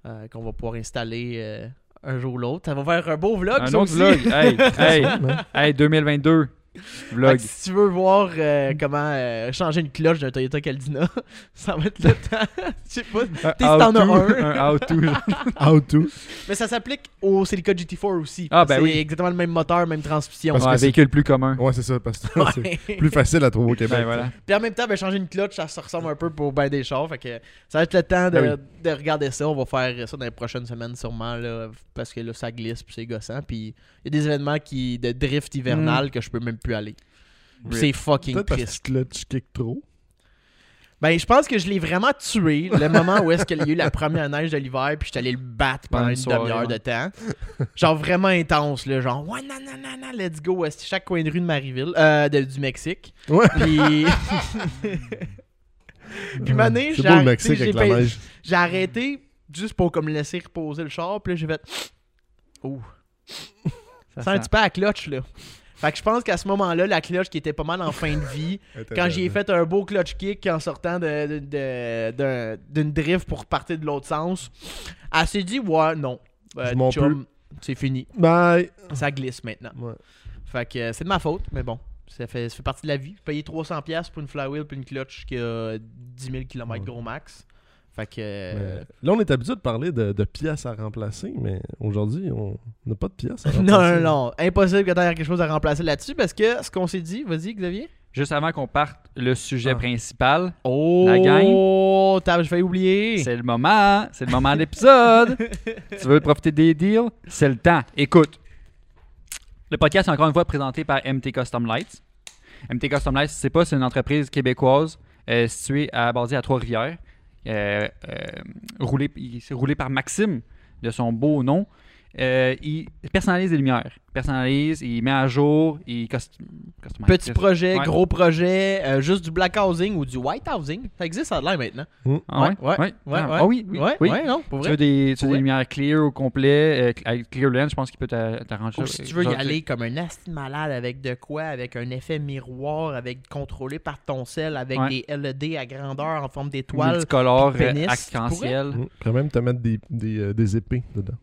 [SPEAKER 3] euh, qu'on va pouvoir installer euh, un jour ou l'autre. Ça va faire un beau vlog,
[SPEAKER 1] Un
[SPEAKER 3] ça
[SPEAKER 1] autre
[SPEAKER 3] aussi.
[SPEAKER 1] vlog. Hey, hey, hey, 2022. Vlog.
[SPEAKER 3] Fait que si tu veux voir euh, comment euh, changer une cloche d'un Toyota Caldina, ça va être le temps. Je sais pas. t'es-
[SPEAKER 1] Un
[SPEAKER 3] si t'en as
[SPEAKER 1] how-to,
[SPEAKER 3] un.
[SPEAKER 1] un how-to, genre.
[SPEAKER 2] How to.
[SPEAKER 3] Mais ça s'applique au Celica GT4 aussi.
[SPEAKER 1] Ah,
[SPEAKER 3] parce
[SPEAKER 1] ben
[SPEAKER 3] que c'est
[SPEAKER 1] oui.
[SPEAKER 3] exactement le même moteur, même transmission.
[SPEAKER 2] Parce
[SPEAKER 1] Ouais,
[SPEAKER 2] que
[SPEAKER 1] un
[SPEAKER 2] c'est-
[SPEAKER 1] véhicule plus commun.
[SPEAKER 2] Ouais, c'est ça, parce que c'est
[SPEAKER 3] Ouais.
[SPEAKER 2] plus facile à trouver au Québec.
[SPEAKER 1] Ben, voilà.
[SPEAKER 3] Puis en même temps, ben, changer une cloche, ça se ressemble un peu pour ben des chars. Fait que ça va être le temps de,
[SPEAKER 2] Ben
[SPEAKER 3] de regarder ça. On va faire ça dans les prochaines semaines sûrement. Là, parce que là, ça glisse puis c'est gossant. Puis il y a des événements qui de drift hivernal que je peux même plus aller.
[SPEAKER 1] Rip.
[SPEAKER 3] Puis C'est fucking
[SPEAKER 2] Peut-être parce
[SPEAKER 3] triste.
[SPEAKER 2] que là, tu kicks trop.
[SPEAKER 3] Ben, je pense que je l'ai vraiment tué le moment où est-ce qu'il y a eu la première neige de l'hiver, puis je suis allé le battre pendant
[SPEAKER 1] Pendant
[SPEAKER 3] une
[SPEAKER 1] une soirée,
[SPEAKER 3] demi-heure de
[SPEAKER 1] ouais.
[SPEAKER 3] temps. Genre vraiment intense, là. Genre, ouais, nan, nan, nan, nan, let's go. est chaque coin de rue de Marieville, euh, de- du Mexique.
[SPEAKER 2] Ouais.
[SPEAKER 3] Puis. puis, mané,
[SPEAKER 2] Euh, C'est
[SPEAKER 3] j'ai
[SPEAKER 2] beau le
[SPEAKER 3] arrêté,
[SPEAKER 2] Mexique
[SPEAKER 3] j'ai
[SPEAKER 2] avec la
[SPEAKER 3] payé-
[SPEAKER 2] neige.
[SPEAKER 3] j'ai arrêté juste pour comme laisser reposer le char, puis là, j'ai fait. Ouh. Ça sent un petit peu à la cloche, là. Fait que je pense qu'à ce moment-là, la cloche qui était pas mal en fin de vie, quand j'y ai fait un beau clutch kick en sortant de- de- de- d'un- d'une drift pour partir de l'autre sens, elle s'est dit Ouais, non. Euh,
[SPEAKER 2] Je m'en
[SPEAKER 3] chum, c'est fini.
[SPEAKER 2] Bye.
[SPEAKER 3] Ça glisse maintenant.
[SPEAKER 2] Ouais.
[SPEAKER 3] Fait que euh, c'est de ma faute, mais bon. Ça fait, ça fait partie de la vie. Payer 300$ pour une flywheel puis une clutch qui a 10 000 km
[SPEAKER 2] Ouais.
[SPEAKER 3] gros max. Fait que.
[SPEAKER 2] Mais
[SPEAKER 3] euh,
[SPEAKER 2] Là, on est habitué de parler de, de pièces à remplacer, mais aujourd'hui, on n'a pas de pièces à remplacer.
[SPEAKER 3] Non, non, non. Impossible que tu quelque chose à remplacer là-dessus parce que ce qu'on s'est dit, vas-y, Xavier.
[SPEAKER 1] Juste avant qu'on parte le sujet
[SPEAKER 2] Ah.
[SPEAKER 1] principal,
[SPEAKER 3] Oh,
[SPEAKER 1] La gang.
[SPEAKER 3] t'as- j'ai failli oublier.
[SPEAKER 1] c'est le moment, c'est le moment de l'épisode. tu veux profiter des deals? C'est le temps. Écoute, le podcast est encore une fois présenté par MT Custom Lights. MT Custom Lights, si tu sais pas, c'est une entreprise québécoise euh, située à basée à Trois-Rivières, euh, euh, roulée, il- c'est roulé par Maxime, de son beau nom. Euh, il personnalise les lumières, personnalise, il met à jour, il custom- customise.
[SPEAKER 3] Petit projet,
[SPEAKER 1] Ouais.
[SPEAKER 3] gros projet, euh, juste du black housing ou du white housing. Ça existe, ça a de l'air maintenant.
[SPEAKER 2] Hum,
[SPEAKER 1] Ah ouais,
[SPEAKER 3] Ouais, ouais,
[SPEAKER 1] Ah,
[SPEAKER 3] ouais.
[SPEAKER 1] ah oui, oui,
[SPEAKER 3] Ouais,
[SPEAKER 1] oui.
[SPEAKER 3] ouais, non, pour
[SPEAKER 1] Tu
[SPEAKER 3] vrai.
[SPEAKER 1] veux des, tu veux
[SPEAKER 3] Ouais.
[SPEAKER 1] des lumières clear au complet, euh, cl- avec clear lens, je pense qu'il peut t'a- t'arranger
[SPEAKER 3] Ou
[SPEAKER 1] ça. euh,
[SPEAKER 3] si tu veux y
[SPEAKER 1] Genre,
[SPEAKER 3] aller comme un asti de malade avec de quoi, avec un effet miroir, avec contrôlé par ton sel, avec
[SPEAKER 1] Ouais.
[SPEAKER 3] des LED à grandeur en forme d'étoile.
[SPEAKER 1] multicolore,
[SPEAKER 3] puis de pénis,
[SPEAKER 1] euh, arc-en-ciel.
[SPEAKER 2] Mmh. Puis même te mettre des, des, euh, des épées dedans.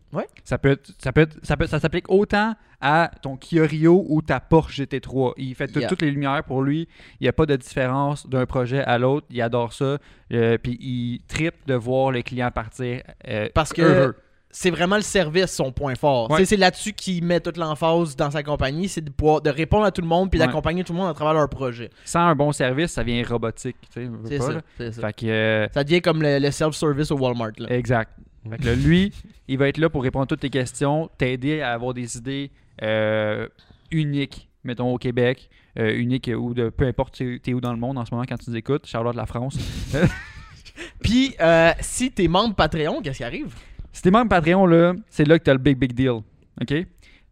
[SPEAKER 1] Ça peut être- ça peut être- ça peut- ça s'applique autant à ton Kia Rio ou ta Porsche GT3. Il fait tout-
[SPEAKER 3] Yeah.
[SPEAKER 1] toutes les lumières pour lui. Il n'y a pas de différence d'un projet à l'autre. Il adore ça. Euh, Puis il tripe de voir les clients partir euh,
[SPEAKER 3] Parce que-
[SPEAKER 1] heureux.
[SPEAKER 3] c'est vraiment le service son point fort.
[SPEAKER 1] Ouais.
[SPEAKER 3] Tu sais, C'est là-dessus qu'il met toute l'emphase dans sa compagnie, c'est de, pouvoir- de répondre à tout le monde puis
[SPEAKER 1] Ouais.
[SPEAKER 3] d'accompagner tout le monde à travers leur projet.
[SPEAKER 1] Sans un bon service, ça vient robotique. tu sais, veux
[SPEAKER 3] C'est
[SPEAKER 1] pas,
[SPEAKER 3] ça,
[SPEAKER 1] là.
[SPEAKER 3] c'est ça.
[SPEAKER 1] Fait Euh, que, euh,
[SPEAKER 3] Ça devient comme le, le self-service au Walmart. là.
[SPEAKER 1] Exact. Fait que là, lui, il va être là pour répondre à toutes tes questions, t'aider à avoir des idées euh, uniques, mettons au Québec, euh, uniques euh, ou de peu importe t'es t'es où dans le monde en ce moment quand tu nous écoutes, Charlotte la France.
[SPEAKER 3] Puis, euh, si t'es membre Patreon, qu'est-ce qui arrive?
[SPEAKER 1] Si t'es membre Patreon, là, c'est là que t'as le big, big deal. OK?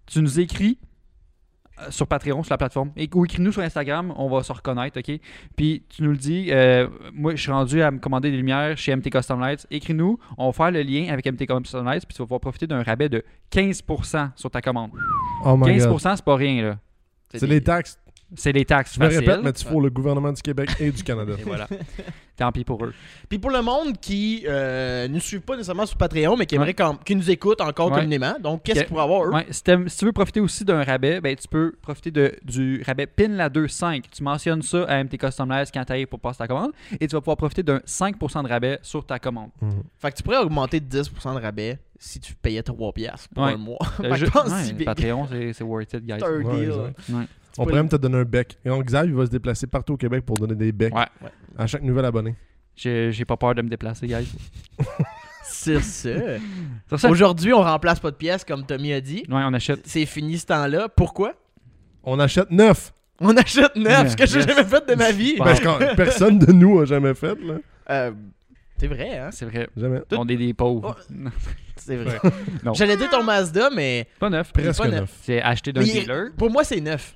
[SPEAKER 1] Tu nous écris euh, sur Patreon, sur la plateforme, et, ou écris-nous sur Instagram, on va se reconnaître, OK? Puis tu nous le dis, euh, moi, je suis rendu à me commander des lumières chez MT Custom Lights. Écris-nous, on va faire le lien avec MT Custom Lights, puis tu vas pouvoir profiter d'un rabais de 15% sur ta commande.
[SPEAKER 2] Oh
[SPEAKER 1] 15%, c'est pas rien, là.
[SPEAKER 2] C'est les taxes.
[SPEAKER 1] C'est les taxes
[SPEAKER 2] Je me
[SPEAKER 1] faciles.
[SPEAKER 2] répète, mais tu faut le gouvernement du Québec et du Canada.
[SPEAKER 1] Et voilà. Tant pis pour eux.
[SPEAKER 3] Puis pour le monde qui euh, nous suit pas nécessairement sur Patreon, mais qui, aimerait
[SPEAKER 1] Ouais.
[SPEAKER 3] qu'on- qui nous écoute encore
[SPEAKER 1] Ouais.
[SPEAKER 3] communément, donc qu'est-ce
[SPEAKER 1] Que-
[SPEAKER 3] qu'ils pourraient avoir eux?
[SPEAKER 1] Ouais, si, t'aimes- si tu veux profiter aussi d'un rabais, ben, tu peux profiter de, du rabais PIN la 2.5. Tu mentionnes ça à MT Custom Labs quand tu arrives pour passer ta commande et tu vas pouvoir profiter d'un 5% de rabais sur ta commande.
[SPEAKER 2] Mmh.
[SPEAKER 3] Fait que tu pourrais augmenter de 10% de rabais si tu payais 3$ piastres pour
[SPEAKER 1] Ouais.
[SPEAKER 3] un mois.
[SPEAKER 1] Euh,
[SPEAKER 3] Fait que
[SPEAKER 1] je-
[SPEAKER 3] pense
[SPEAKER 1] ouais,
[SPEAKER 3] si big.
[SPEAKER 1] Patreon, c'est c'est worth it, guys.
[SPEAKER 3] Third
[SPEAKER 2] Ouais,
[SPEAKER 3] deal.
[SPEAKER 2] exact.
[SPEAKER 1] Ouais.
[SPEAKER 2] On pourrait même te donner un bec. Et donc, Xav, il va se déplacer partout au Québec pour donner des becs
[SPEAKER 1] Ouais.
[SPEAKER 3] Ouais.
[SPEAKER 2] à chaque nouvel abonné.
[SPEAKER 1] J'ai j'ai pas peur de me déplacer, guys.
[SPEAKER 3] C'est ça.
[SPEAKER 1] Sur ça,
[SPEAKER 3] Aujourd'hui, on remplace pas de pièces, comme Tommy a dit.
[SPEAKER 1] ouais, on achète.
[SPEAKER 3] C'est fini ce temps-là. Pourquoi?
[SPEAKER 2] On achète neuf.
[SPEAKER 3] On achète neuf,
[SPEAKER 1] Ouais,
[SPEAKER 3] ce que j'ai
[SPEAKER 1] yes.
[SPEAKER 3] jamais fait de ma vie.
[SPEAKER 1] Bon.
[SPEAKER 2] Parce que Ben, personne de nous a jamais fait. Là.
[SPEAKER 3] Euh, c'est vrai, hein?
[SPEAKER 1] C'est vrai.
[SPEAKER 2] Jamais.
[SPEAKER 1] On est des pauvres. Non,
[SPEAKER 3] C'est vrai.
[SPEAKER 1] Non.
[SPEAKER 3] J'allais dire ton Mazda, mais
[SPEAKER 1] pas neuf.
[SPEAKER 2] Presque
[SPEAKER 3] pas
[SPEAKER 2] neuf.
[SPEAKER 1] C'est acheté d'un
[SPEAKER 3] Mais il-
[SPEAKER 1] dealer.
[SPEAKER 3] pour moi, c'est neuf.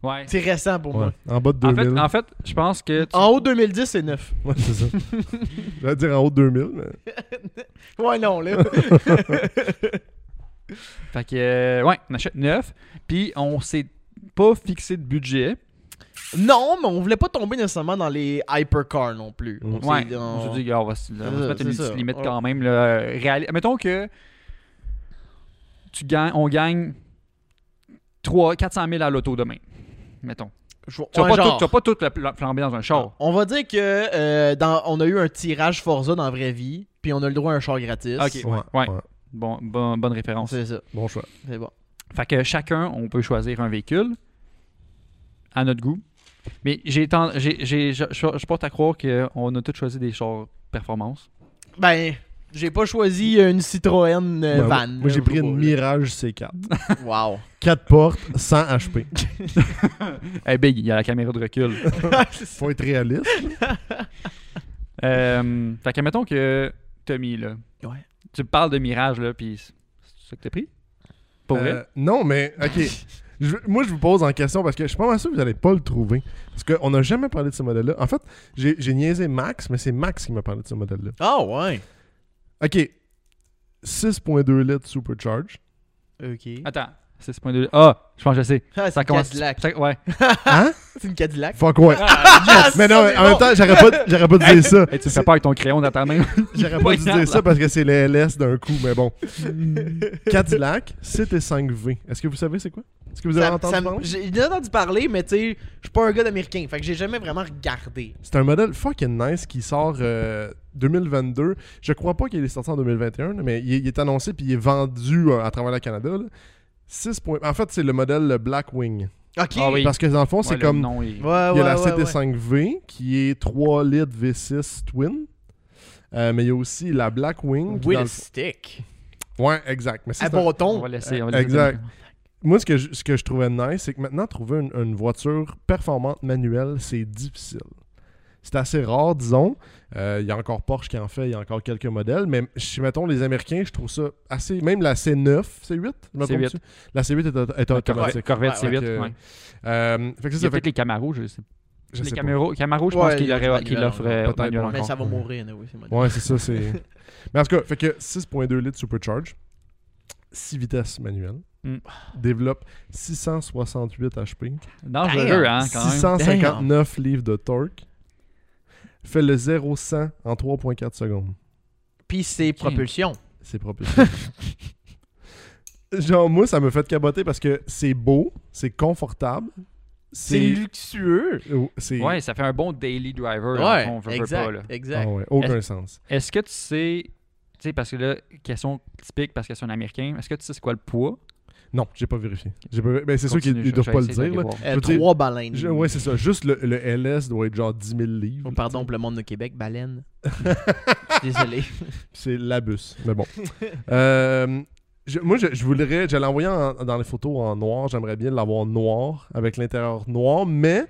[SPEAKER 1] Ouais.
[SPEAKER 3] C'est récent pour
[SPEAKER 2] Ouais.
[SPEAKER 3] moi.
[SPEAKER 2] En bas de
[SPEAKER 1] En
[SPEAKER 2] 2000.
[SPEAKER 1] fait, en fait je pense que. tu-
[SPEAKER 3] En haut 2010, c'est neuf.
[SPEAKER 2] Ouais, c'est ça. J'allais dire en haut de 2000. Mais...
[SPEAKER 3] Ouais, non, là.
[SPEAKER 1] Fait que, euh, ouais, on achète neuf. Puis, on s'est pas fixé de budget.
[SPEAKER 3] non, mais on voulait pas tomber nécessairement dans les hypercars non plus. On
[SPEAKER 1] Ouais,
[SPEAKER 3] s'est-
[SPEAKER 1] on
[SPEAKER 3] on-
[SPEAKER 1] se dit, gars, on va se, on va se
[SPEAKER 3] C'est ça,
[SPEAKER 1] mettre une
[SPEAKER 3] c'est ça. Oh.
[SPEAKER 1] petite limite
[SPEAKER 3] On-
[SPEAKER 1] quand même. Là, euh, réali- Mettons que tu gagnes, on gagne 3, 400 000 à l'auto demain. mettons.
[SPEAKER 3] Je-
[SPEAKER 1] Tu vas
[SPEAKER 3] un
[SPEAKER 1] pas,
[SPEAKER 3] genre. Ah.
[SPEAKER 1] tout- tu vas pas tout la- la- flamber dans un char.
[SPEAKER 3] On va dire que euh, dans, on a eu un tirage Forza dans la vraie vie, puis on a le droit à un char gratis.
[SPEAKER 1] Ok.
[SPEAKER 2] Ouais,
[SPEAKER 1] Ouais.
[SPEAKER 2] ouais.
[SPEAKER 1] Bon, bon- bonne référence.
[SPEAKER 3] C'est ça,
[SPEAKER 2] Bon choix.
[SPEAKER 3] c'est bon.
[SPEAKER 1] Fait que chacun, on peut choisir un véhicule à notre goût. Mais j'ai tend- j'ai- j'ai- je, je- je porte à croire qu'on a tous choisi des chars performance.
[SPEAKER 3] Ben, j'ai pas choisi une Citroën
[SPEAKER 2] Ouais,
[SPEAKER 3] euh, van.
[SPEAKER 2] Ben, Moi, j'ai
[SPEAKER 3] là,
[SPEAKER 2] pris
[SPEAKER 3] je
[SPEAKER 2] une
[SPEAKER 3] sais
[SPEAKER 2] Mirage C4.
[SPEAKER 3] pas, là. Wow.
[SPEAKER 2] 4 portes, 100 HP.
[SPEAKER 1] Eh Big, il y a la caméra de recul.
[SPEAKER 2] Faut être réaliste.
[SPEAKER 1] Euh,
[SPEAKER 2] Mm.
[SPEAKER 1] fait que mettons que Tommy, là,
[SPEAKER 3] Ouais.
[SPEAKER 1] tu me parles de Mirage, là, puis c'est ça que t'as pris? Pour vrai?
[SPEAKER 2] Euh, non, mais OK. Je- moi, je vous pose en question parce que je suis pas mal sûr que vous n'allez pas le trouver. Parce qu'on n'a jamais parlé de ce modèle-là. En fait, j'ai j'ai niaisé Max, mais c'est Max qui m'a parlé de ce modèle-là.
[SPEAKER 3] Ah ouais.
[SPEAKER 2] OK. 6.2 litres supercharge.
[SPEAKER 3] Ok.
[SPEAKER 1] Attends, 6.2. Ah, je pense que je sais.
[SPEAKER 3] Ah, c'est
[SPEAKER 1] Ah, Ça
[SPEAKER 3] une
[SPEAKER 1] commence.
[SPEAKER 3] Cadillac.
[SPEAKER 1] ça- ouais.
[SPEAKER 2] Hein?
[SPEAKER 3] C'est une Cadillac.
[SPEAKER 2] Fuck
[SPEAKER 1] Ah,
[SPEAKER 2] ouais. mais non, mais en même temps, j'aurais pas, j'aurais pas dû dire ça.
[SPEAKER 1] Hey, tu te fais pas avec ton crayon dans ta main.
[SPEAKER 2] J'aurais pas dû
[SPEAKER 1] Voyons, là.
[SPEAKER 2] dire ça parce que c'est le LS d'un coup, mais bon. Cadillac, 7 et 5V. Est-ce que vous savez c'est quoi? Est-ce que vous avez
[SPEAKER 3] Ça-
[SPEAKER 2] entendu
[SPEAKER 3] ça-
[SPEAKER 2] parler?
[SPEAKER 3] J'ai déjà entendu parler, mais tu sais, je suis pas un gars d'américain. Fait que j'ai jamais vraiment regardé.
[SPEAKER 2] C'est un modèle fucking nice qui sort euh, 2022. Je crois pas qu'il est sorti en 2021, là, mais il est, il est annoncé puis il est vendu euh, à travers le Canada. là. 6 point- En fait, c'est le modèle euh, Blackwing.
[SPEAKER 3] Ok.
[SPEAKER 1] Ah oui.
[SPEAKER 2] Parce que dans le fond, c'est
[SPEAKER 1] Ouais, le
[SPEAKER 2] comme.
[SPEAKER 1] nom est-
[SPEAKER 3] Ouais, Ah, ouais,
[SPEAKER 2] Il y a la
[SPEAKER 3] ouais, ouais.
[SPEAKER 2] CT5V qui est 3 litres V6 Twin. Euh, mais il y a aussi la Blackwing. qui
[SPEAKER 3] With
[SPEAKER 2] dans
[SPEAKER 3] a
[SPEAKER 2] le-
[SPEAKER 3] stick.
[SPEAKER 2] Ouais, exact. Mais ça,
[SPEAKER 3] À
[SPEAKER 2] c'est un-
[SPEAKER 3] bon
[SPEAKER 1] On
[SPEAKER 3] ton.
[SPEAKER 1] va laisser. on va laisser
[SPEAKER 2] Exact. Moi, ce que, je, ce que je trouvais nice, c'est que maintenant, trouver une, une voiture performante manuelle, c'est difficile. C'est assez rare, disons. Euh, Il y a encore Porsche qui en fait, il y a encore quelques modèles, mais si, mettons, les Américains, je trouve ça assez. Même la C9, C8, je me trompe-tu?
[SPEAKER 1] C8.
[SPEAKER 2] La C8 est, auto- est
[SPEAKER 1] La
[SPEAKER 2] automatique.
[SPEAKER 1] Corvette, Corvette
[SPEAKER 2] Ouais,
[SPEAKER 1] C8.
[SPEAKER 2] ouais.
[SPEAKER 1] ouais.
[SPEAKER 2] Euh, fait que
[SPEAKER 1] Il y
[SPEAKER 2] ça,
[SPEAKER 1] a
[SPEAKER 2] ça
[SPEAKER 1] peut-être
[SPEAKER 2] fait.
[SPEAKER 1] les Camaro, je sais.
[SPEAKER 2] Je
[SPEAKER 1] les
[SPEAKER 2] sais pas.
[SPEAKER 1] Camaro, Camaro, je pense
[SPEAKER 3] Ouais,
[SPEAKER 1] qu'il
[SPEAKER 3] il y a
[SPEAKER 1] l'aurait-
[SPEAKER 3] du
[SPEAKER 1] qu'il
[SPEAKER 3] manuel,
[SPEAKER 1] l'offrait au
[SPEAKER 2] peut-être,
[SPEAKER 1] manuel
[SPEAKER 2] ouais.
[SPEAKER 3] Mais
[SPEAKER 1] encore.
[SPEAKER 3] ça va
[SPEAKER 2] Ouais.
[SPEAKER 3] mourir, anyway, c'est mon
[SPEAKER 2] Ouais, c'est ça, c'est. mais en tout cas, fait que 6.2 litres supercharge, 6 vitesses manuelles,
[SPEAKER 1] Mm.
[SPEAKER 2] développe 668 HP.
[SPEAKER 1] Dangereux, hein, quand même.
[SPEAKER 2] 659 livres de torque. Fait le 0-100 en 3.4 secondes.
[SPEAKER 3] Puis c'est propulsion.
[SPEAKER 2] C'est propulsif. Genre, moi, ça me fait caboter parce que c'est beau, c'est confortable,
[SPEAKER 3] C'est
[SPEAKER 2] c'est...
[SPEAKER 3] luxueux.
[SPEAKER 2] Oh, C'est...
[SPEAKER 1] Ouais, ça fait un bon daily driver. dans le
[SPEAKER 3] Ouais,
[SPEAKER 1] fond, veux, veux pas, là.
[SPEAKER 3] exact,
[SPEAKER 2] Ah
[SPEAKER 3] exact.
[SPEAKER 2] ouais, aucun sens.
[SPEAKER 1] Est-ce que tu sais, tu sais, parce que là, question typique, parce que c'est un américain, est-ce que tu sais c'est quoi le poids
[SPEAKER 2] Non, j'ai pas vérifié. J'ai pas- Ben, c'est sûr qu'ils
[SPEAKER 1] Continue,
[SPEAKER 2] ne
[SPEAKER 1] je-
[SPEAKER 2] doivent
[SPEAKER 1] je
[SPEAKER 2] pas
[SPEAKER 1] vais
[SPEAKER 2] le
[SPEAKER 1] essayer
[SPEAKER 2] dire.
[SPEAKER 1] d'aller
[SPEAKER 2] là.
[SPEAKER 1] voir.
[SPEAKER 3] Euh,
[SPEAKER 2] Je veux dire,
[SPEAKER 3] trois baleines.
[SPEAKER 2] Je- Ouais, c'est ça. Juste le, le LS doit être genre 10 000 livres.
[SPEAKER 3] Oh, pardon pour le monde du Québec, baleine. Je suis désolé.
[SPEAKER 2] C'est la bus. Mais bon. Euh, je- moi, je, je voudrais. Je l'ai envoyé en- dans les photos en noir. J'aimerais bien l'avoir noir, avec l'intérieur noir, mais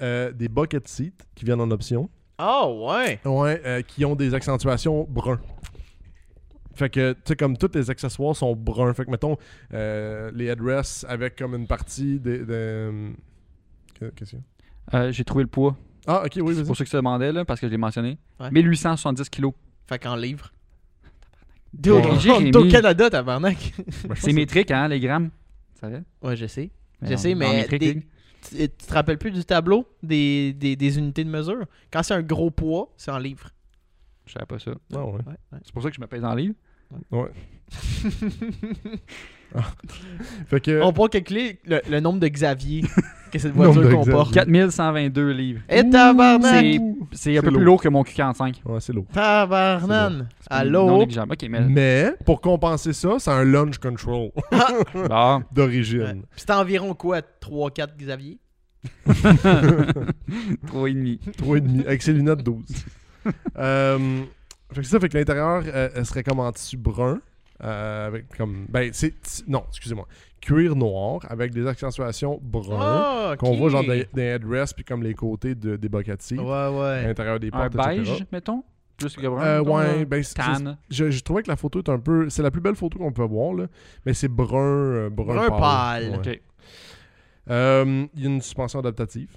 [SPEAKER 2] euh, des bucket seats qui viennent en option.
[SPEAKER 3] Oh, ouais.
[SPEAKER 2] Ouais, euh, qui ont des accentuations bruns. Fait que, tu sais, comme tous les accessoires sont bruns. Fait que, mettons, euh, les headrests avec comme une partie des. de- que- Qu'est-ce qu'il y a
[SPEAKER 1] Euh, J'ai trouvé le poids.
[SPEAKER 2] Ah, ok, oui,
[SPEAKER 1] c'est
[SPEAKER 2] vas-y.
[SPEAKER 1] pour ceux qui se demandaient, là, parce que je l'ai mentionné.
[SPEAKER 3] Ouais.
[SPEAKER 1] 1870 kilos.
[SPEAKER 3] Fait qu'en livre.
[SPEAKER 1] Dude,
[SPEAKER 3] on
[SPEAKER 1] j'ai
[SPEAKER 3] est au
[SPEAKER 1] mis-
[SPEAKER 3] Canada, tabarnak.
[SPEAKER 2] Ben, je pense
[SPEAKER 1] C'est
[SPEAKER 2] que-
[SPEAKER 1] métrique, hein, les grammes. Tu savais?
[SPEAKER 3] Ouais, je sais.
[SPEAKER 1] Mais
[SPEAKER 3] Je
[SPEAKER 1] en-
[SPEAKER 3] sais,
[SPEAKER 1] en
[SPEAKER 3] mais
[SPEAKER 1] métrique,
[SPEAKER 3] des-
[SPEAKER 1] Big.
[SPEAKER 3] Tu eh, tu te rappelles plus du tableau des, des, des unités de mesure? Quand c'est un gros poids, c'est en livres.
[SPEAKER 1] Je savais pas ça.
[SPEAKER 2] Ah, ouais.
[SPEAKER 3] Ouais, ouais.
[SPEAKER 1] C'est pour ça que je me pèse en
[SPEAKER 2] Mmh.
[SPEAKER 1] livres.
[SPEAKER 2] Fait que.
[SPEAKER 3] On peut calculer le, le nombre de Xavier que cette
[SPEAKER 2] Nombre
[SPEAKER 3] voiture
[SPEAKER 2] de
[SPEAKER 3] comporte.
[SPEAKER 2] Xavier.
[SPEAKER 1] 4122 livres.
[SPEAKER 3] Et Eh, tabarnak!
[SPEAKER 1] C'est- C'est un
[SPEAKER 2] C'est
[SPEAKER 1] peu plus
[SPEAKER 2] lourd.
[SPEAKER 1] lourd que mon Q45.
[SPEAKER 2] Ouais, c'est lourd.
[SPEAKER 3] Tabarnan!
[SPEAKER 1] Non
[SPEAKER 3] Allô?
[SPEAKER 1] négligeable. Ok, mais.
[SPEAKER 2] Mais, pour compenser ça, c'est un lunge control
[SPEAKER 1] Bon.
[SPEAKER 3] Ouais.
[SPEAKER 2] d'origine.
[SPEAKER 3] Euh, Puis c'est environ quoi? 3-4 Xavier?
[SPEAKER 1] 3,5.
[SPEAKER 2] 3,5 avec ses lunettes 12. Euh, fait que c'est ça, fait que l'intérieur euh, elle serait comme en tissu brun. euh, avec comme. Ben, c'est. ti- Non, excusez-moi. Cuir noir avec des accentuations bruns.
[SPEAKER 3] Ah, ok.
[SPEAKER 2] Qu'on voit genre des, des headrests puis comme les côtés de- des bocati.
[SPEAKER 3] Ouais, ouais.
[SPEAKER 2] L'intérieur des
[SPEAKER 1] Un
[SPEAKER 2] portes. etc.
[SPEAKER 1] beige, mettons. Plus que brun.
[SPEAKER 2] Euh,
[SPEAKER 1] mettons,
[SPEAKER 2] ouais,
[SPEAKER 1] là.
[SPEAKER 2] ben, c'est- c'est-
[SPEAKER 1] Tan.
[SPEAKER 2] je, je trouvais que la photo est un peu. C'est la plus belle photo qu'on peut voir, là. Mais c'est brun, euh, brun,
[SPEAKER 3] Brun pâle.
[SPEAKER 2] Ouais.
[SPEAKER 1] Ok.
[SPEAKER 2] Euh, Il y a une suspension adaptative,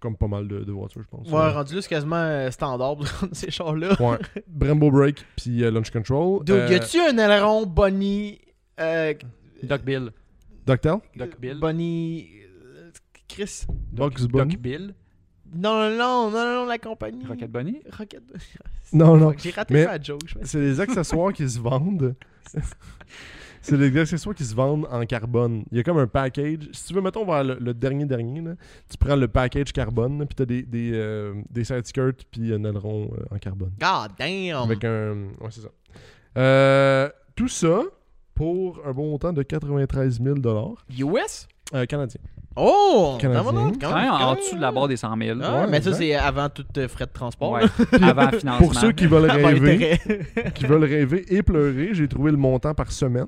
[SPEAKER 2] comme pas mal de, de voitures, je pense.
[SPEAKER 3] Ouais, rendu là, c'est quasiment euh, standard pour ces chars-là.
[SPEAKER 2] Ouais. Brembo Brake puis euh, Launch Control.
[SPEAKER 3] Dude,
[SPEAKER 2] Euh,
[SPEAKER 3] y a-tu un aileron Bonnie. Euh,
[SPEAKER 1] Doc Bill.
[SPEAKER 2] Doctel?
[SPEAKER 1] Doc Bill.
[SPEAKER 3] Bonnie. euh, Chris.
[SPEAKER 2] Box
[SPEAKER 1] Doc
[SPEAKER 2] Bunny?
[SPEAKER 1] Bill.
[SPEAKER 3] Mmh. Non, non, non, non, non, non, la compagnie.
[SPEAKER 1] Rocket Bunny.
[SPEAKER 3] Rocket.
[SPEAKER 2] Non, non.
[SPEAKER 3] J'ai raté
[SPEAKER 2] Mais-
[SPEAKER 3] ma joke. Je me suis-
[SPEAKER 2] C'est des accessoires qui se vendent. c'est des accessoires qui se vendent en carbone. Il y a comme un package. Si tu veux, mettons vers le, le dernier dernier, là, tu prends le package carbone, là, puis t'as des, des, euh, des side skirts, puis un aileron euh, en carbone.
[SPEAKER 3] God damn!
[SPEAKER 2] Avec un. Ouais, c'est ça. Euh, tout ça pour un bon montant de 93 000
[SPEAKER 3] US?
[SPEAKER 2] euh, canadiens.
[SPEAKER 3] Oh!
[SPEAKER 2] Canadien.
[SPEAKER 3] Non, non, non, quand
[SPEAKER 1] Quand
[SPEAKER 3] même,
[SPEAKER 1] même en
[SPEAKER 3] quand
[SPEAKER 1] dessous de
[SPEAKER 3] même.
[SPEAKER 1] la barre des 100 000.
[SPEAKER 3] Ah,
[SPEAKER 2] Ouais,
[SPEAKER 3] mais ça,
[SPEAKER 2] exact.
[SPEAKER 3] c'est avant tout euh, frais de transport.
[SPEAKER 1] Ouais,
[SPEAKER 3] là.
[SPEAKER 1] avant financement.
[SPEAKER 2] Pour ceux qui veulent
[SPEAKER 3] Avant
[SPEAKER 2] rêver,
[SPEAKER 3] intérêt.
[SPEAKER 2] qui veulent rêver et pleurer, j'ai trouvé le montant par semaine.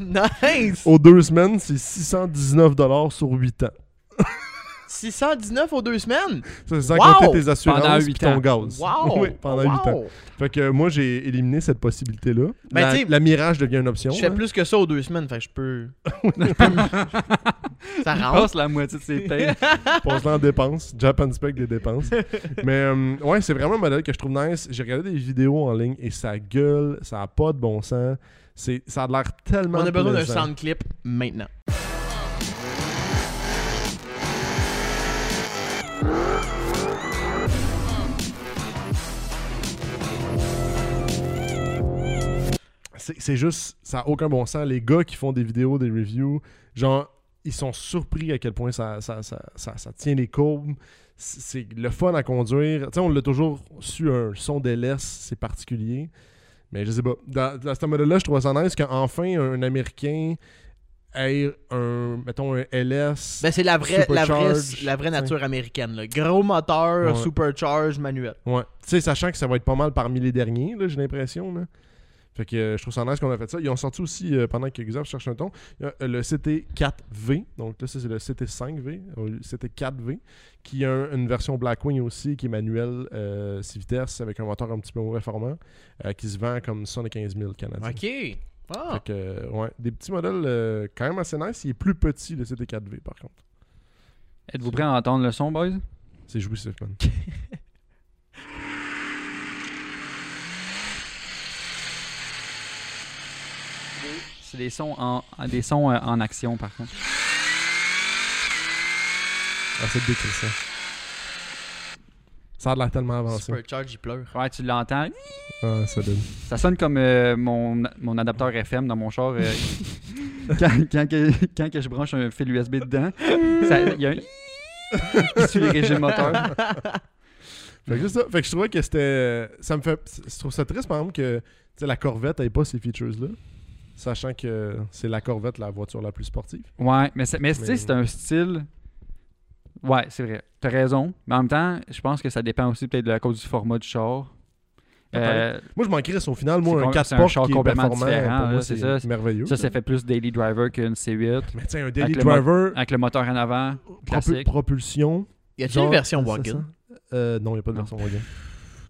[SPEAKER 3] nice!
[SPEAKER 2] Aux deux semaines, c'est 619 sur 8 ans.
[SPEAKER 3] 619 aux deux semaines?
[SPEAKER 2] Ça, c'est sans
[SPEAKER 3] Wow!
[SPEAKER 2] compter tes assurances
[SPEAKER 1] Pendant
[SPEAKER 2] et
[SPEAKER 1] huit
[SPEAKER 2] ton
[SPEAKER 1] ans.
[SPEAKER 2] gaz.
[SPEAKER 3] Wow!
[SPEAKER 2] Oui, pendant 8 ans.
[SPEAKER 3] Wow!
[SPEAKER 2] Fait que euh, moi, j'ai éliminé cette possibilité-là.
[SPEAKER 3] Ben,
[SPEAKER 2] La-
[SPEAKER 3] t'sais-
[SPEAKER 2] la mirage devient une option. hein.
[SPEAKER 3] Je fais
[SPEAKER 2] là.
[SPEAKER 3] plus que ça aux deux semaines, fait que je peux. je peux me- ça rentre.
[SPEAKER 1] passe Oh, la moitié de ses têtes.
[SPEAKER 2] Passe en dépenses. Japan Spec des dépenses. Mais euh, ouais, c'est vraiment un modèle que je trouve nice. J'ai regardé des vidéos en ligne et ça gueule, ça a pas de bon sens. C'est, ça a l'air tellement.
[SPEAKER 3] On a besoin d'un
[SPEAKER 2] plaisant.
[SPEAKER 3] sound clip maintenant.
[SPEAKER 2] C'est, c'est juste, ça a aucun bon sens. Les gars qui font des vidéos, des reviews, genre, ils sont surpris à quel point ça, ça, ça, ça- ça tient les courbes. C'est c'est le fun à conduire. Tu sais, on l'a toujours su, un son d'LS, c'est particulier. Mais je sais pas. Dans, dans ce modèle-là, je trouve ça nice qu'enfin, un Américain ait un, mettons, un LS.
[SPEAKER 3] Ben, c'est la vraie, la vraie,
[SPEAKER 2] Supercharge,
[SPEAKER 3] la vraie nature américaine. là. Gros moteur,
[SPEAKER 2] Ouais.
[SPEAKER 3] supercharge, manuel.
[SPEAKER 2] Ouais. Tu sais, sachant que ça va être pas mal parmi les derniers, là, j'ai l'impression. Là. Fait que euh, je trouve ça nice qu'on a fait ça. Ils ont sorti aussi, euh, pendant que Xav cherche un ton, il y a, euh, le CT4V. Donc là, ça, c'est le CT5V, ou Oh, le CT4V, qui a un- une version Blackwing aussi, qui est manuelle, euh, 6 vitesses, avec un moteur un petit peu mauvais format, euh, qui se vend comme 75 000 Canadiens.
[SPEAKER 3] Ok. Ah.
[SPEAKER 2] Fait que, euh, ouais, des petits modèles euh, quand même assez nice. Il est plus petit, le CT4V, par contre.
[SPEAKER 1] Êtes-vous prêts à entendre le son, boys?
[SPEAKER 2] C'est jouissif, man.
[SPEAKER 1] C'est des sons en, des sons euh, en action, par contre.
[SPEAKER 2] Ah, c'est décrissant. Ça a l'air tellement avancé.
[SPEAKER 3] Supercharge, il pleure.
[SPEAKER 1] Ouais, tu l'entends.
[SPEAKER 2] Ah, ça donne.
[SPEAKER 1] Ça sonne comme euh, mon, mon adapteur FM dans mon char. euh, quand, quand que, quand que je branche un fil USB dedans, ça- il y a un qui suit les régimes moteurs.
[SPEAKER 2] Fait que, c'est ça. Fait que je trouvais que c'était. euh, Ça me fait. Je trouve ça triste, par exemple, que tu sais, la Corvette n'ait pas ces features-là. Sachant que c'est la Corvette, la voiture la plus sportive.
[SPEAKER 1] Ouais, mais, c'est- mais tu
[SPEAKER 2] Mais-
[SPEAKER 1] sais, c'est un style. Ouais, c'est vrai. T'as raison. Mais en même temps, je pense que ça dépend aussi peut-être de la cause du format du char. Euh,
[SPEAKER 2] Moi, je m'en crisse au final.
[SPEAKER 1] C'est
[SPEAKER 2] Moi, un
[SPEAKER 1] com-
[SPEAKER 2] 4
[SPEAKER 1] c'est un
[SPEAKER 2] portes
[SPEAKER 1] char
[SPEAKER 2] qui est
[SPEAKER 1] complètement
[SPEAKER 2] performant,
[SPEAKER 1] différent,
[SPEAKER 2] pour moi,
[SPEAKER 1] là, c'est ça.
[SPEAKER 2] c'est merveilleux.
[SPEAKER 1] ça, ça fait plus daily driver qu'une C8.
[SPEAKER 2] Mais tu sais, un
[SPEAKER 1] Avec
[SPEAKER 2] Daily
[SPEAKER 1] le mo-
[SPEAKER 2] Driver,
[SPEAKER 1] Avec le moteur en avant.
[SPEAKER 2] propu-
[SPEAKER 1] classique.
[SPEAKER 2] propulsion.
[SPEAKER 3] Y a-t-il
[SPEAKER 2] genre-
[SPEAKER 3] une version
[SPEAKER 2] c'est ça,
[SPEAKER 3] Wagon?
[SPEAKER 2] ça? Euh, non, il n'y a pas de
[SPEAKER 1] Non.
[SPEAKER 2] version Wagon.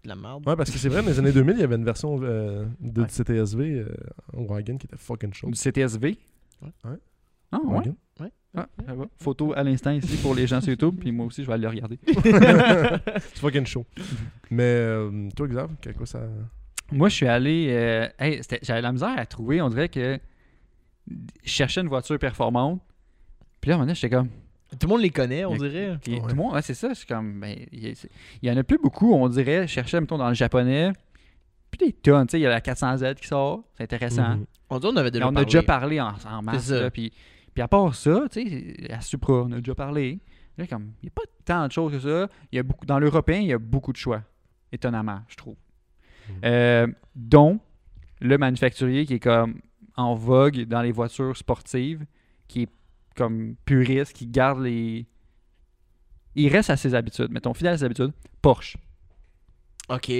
[SPEAKER 3] De la merde.
[SPEAKER 2] Ouais, parce que c'est vrai, dans les années 2000, il y avait une version euh, de
[SPEAKER 3] Ouais.
[SPEAKER 2] CTSV euh, en Wagon qui était fucking chaude.
[SPEAKER 1] Du CTSV.
[SPEAKER 3] Ouais.
[SPEAKER 2] Ouais.
[SPEAKER 1] Ah, ouais.
[SPEAKER 2] Wagon.
[SPEAKER 1] Ah, ça va. Photo à l'instant ici pour les gens sur YouTube, puis moi aussi je vais aller le regarder.
[SPEAKER 2] C'est fucking chaud.
[SPEAKER 1] Mhm.
[SPEAKER 2] Mais euh, toi, Xav, quel quoi ça.
[SPEAKER 1] Moi, je suis allé. euh, hey, c'était- J'avais la misère à trouver. On dirait que je cherchais une voiture performante. Puis là, à un moment donné, j'étais comme.
[SPEAKER 3] Tout le monde les connaît, on
[SPEAKER 1] Y a-
[SPEAKER 3] dirait.
[SPEAKER 1] puis
[SPEAKER 2] Ouais.
[SPEAKER 1] Tout le monde, ouais, c'est ça. Je suis comme. ben, il y, a- il y en a plus beaucoup, on dirait. Je cherchais, mettons, dans le japonais. Puis des tonnes. Tu sais, il y a la 400Z qui sort. C'est intéressant.
[SPEAKER 2] Mhm.
[SPEAKER 3] On dirait qu'on avait
[SPEAKER 1] Mais
[SPEAKER 3] déjà
[SPEAKER 1] on
[SPEAKER 3] parlé.
[SPEAKER 1] a déjà parlé en, en masse.
[SPEAKER 3] C'est ça.
[SPEAKER 1] là, puis, puis à part ça, tu sais, la Supra, on a déjà parlé. Là, comme, il n'y a pas tant de choses que ça. Il y a beaucoup, dans l'européen, il y a beaucoup de choix, étonnamment, je trouve.
[SPEAKER 2] Mhm.
[SPEAKER 1] Euh, dont le manufacturier qui est comme en vogue dans les voitures sportives, qui est comme puriste, qui garde les. Il reste à ses habitudes, mettons, fidèle à ses habitudes. Porsche.
[SPEAKER 3] Ok.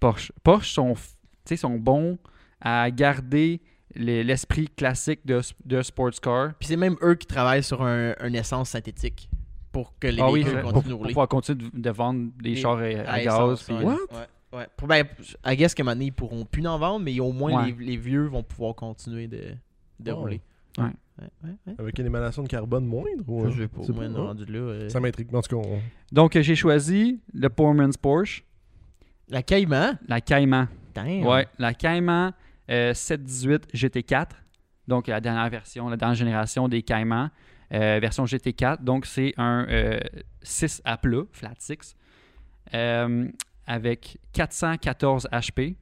[SPEAKER 1] Porsche. Porsche sont, f- tu sais, sont bons à garder les- l'esprit classique de, s- de sports car.
[SPEAKER 3] Puis c'est même eux qui travaillent sur un, un essence synthétique pour que les
[SPEAKER 1] Ah oui,
[SPEAKER 3] véhicules
[SPEAKER 1] c'est-
[SPEAKER 3] continuent de
[SPEAKER 1] Pour
[SPEAKER 3] rouler.
[SPEAKER 1] pouvoir continuer de, de vendre des
[SPEAKER 3] Des-
[SPEAKER 1] chars à, à
[SPEAKER 3] À
[SPEAKER 1] gaz.
[SPEAKER 3] essence,
[SPEAKER 1] puis-
[SPEAKER 3] ouais. Ouais. ouais. Pour- Ben, I guess qu'à un moment donné, ils pourront plus en vendre, mais au moins
[SPEAKER 1] Ouais.
[SPEAKER 3] les, les vieux vont pouvoir continuer de, de
[SPEAKER 2] Oh.
[SPEAKER 3] rouler.
[SPEAKER 1] Ouais.
[SPEAKER 3] Ouais, ouais, ouais.
[SPEAKER 2] Avec une émanation de carbone moindre ou...
[SPEAKER 3] Ça, je vais pas.
[SPEAKER 2] c'est
[SPEAKER 3] Moi,
[SPEAKER 2] pas-
[SPEAKER 3] non, rendu là. euh,
[SPEAKER 2] Ça m'intrigue. En tout cas, on-
[SPEAKER 1] Donc, euh, j'ai choisi le Powerman's Porsche,
[SPEAKER 3] La Cayman.
[SPEAKER 1] la Cayman.
[SPEAKER 3] Damn.
[SPEAKER 1] Ouais, la Cayman euh, 718 GT4. Donc, la dernière version, la dernière génération des Cayman, euh, version GT4. Donc, c'est un euh, 6 à plat, flat 6, euh, avec 414 HP,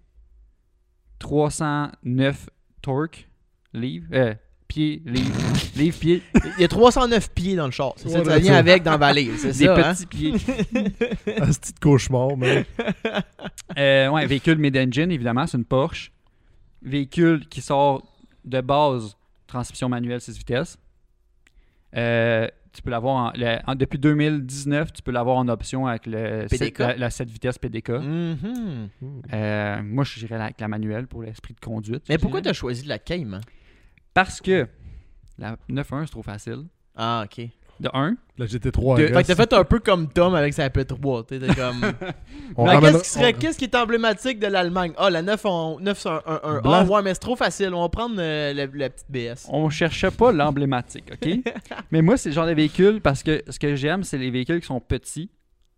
[SPEAKER 1] 309 torque, livre, euh, pied, livre, livre, pied,
[SPEAKER 3] Il y a 309 pieds dans le char. C'est ça que ça vient avec dans la valise. C'est
[SPEAKER 1] des
[SPEAKER 3] ça, hein?
[SPEAKER 1] petits pieds.
[SPEAKER 2] Asti Ah, de cauchemar, man.
[SPEAKER 1] Euh, ouais, véhicule mid-engine, évidemment, c'est une Porsche. Véhicule qui sort de base, transmission manuelle 6 vitesses. Euh, tu peux l'avoir en- le- en- depuis 2019, tu peux l'avoir en option avec le
[SPEAKER 3] PDK.
[SPEAKER 1] sept- la, 7 vitesses PDK.
[SPEAKER 3] Mhm.
[SPEAKER 1] Euh, moi, je dirais avec la manuelle pour l'esprit de conduite.
[SPEAKER 3] Mais
[SPEAKER 1] je
[SPEAKER 3] pourquoi tu
[SPEAKER 1] dirais.
[SPEAKER 3] as choisi de la Cayman?
[SPEAKER 1] Parce que la 9.1, c'est trop facile.
[SPEAKER 3] Ah, ok.
[SPEAKER 1] De 1.
[SPEAKER 2] La GT3
[SPEAKER 1] De-
[SPEAKER 2] RS.
[SPEAKER 3] Fait que t'as fait un peu comme Tom avec sa P3. T'étais comme.
[SPEAKER 2] On
[SPEAKER 3] Mais
[SPEAKER 2] ramènera-
[SPEAKER 3] qu'est-ce, qui serait, qu'est-ce qui est emblématique de l'Allemagne? Ah, la 911. Ah,
[SPEAKER 2] Blanc.
[SPEAKER 3] ouais, mais c'est trop facile. On va prendre euh, la, la petite BS.
[SPEAKER 1] On cherchait pas l'emblématique, OK? Mais moi, c'est le genre de véhicule parce que ce que j'aime, c'est les véhicules qui sont petits,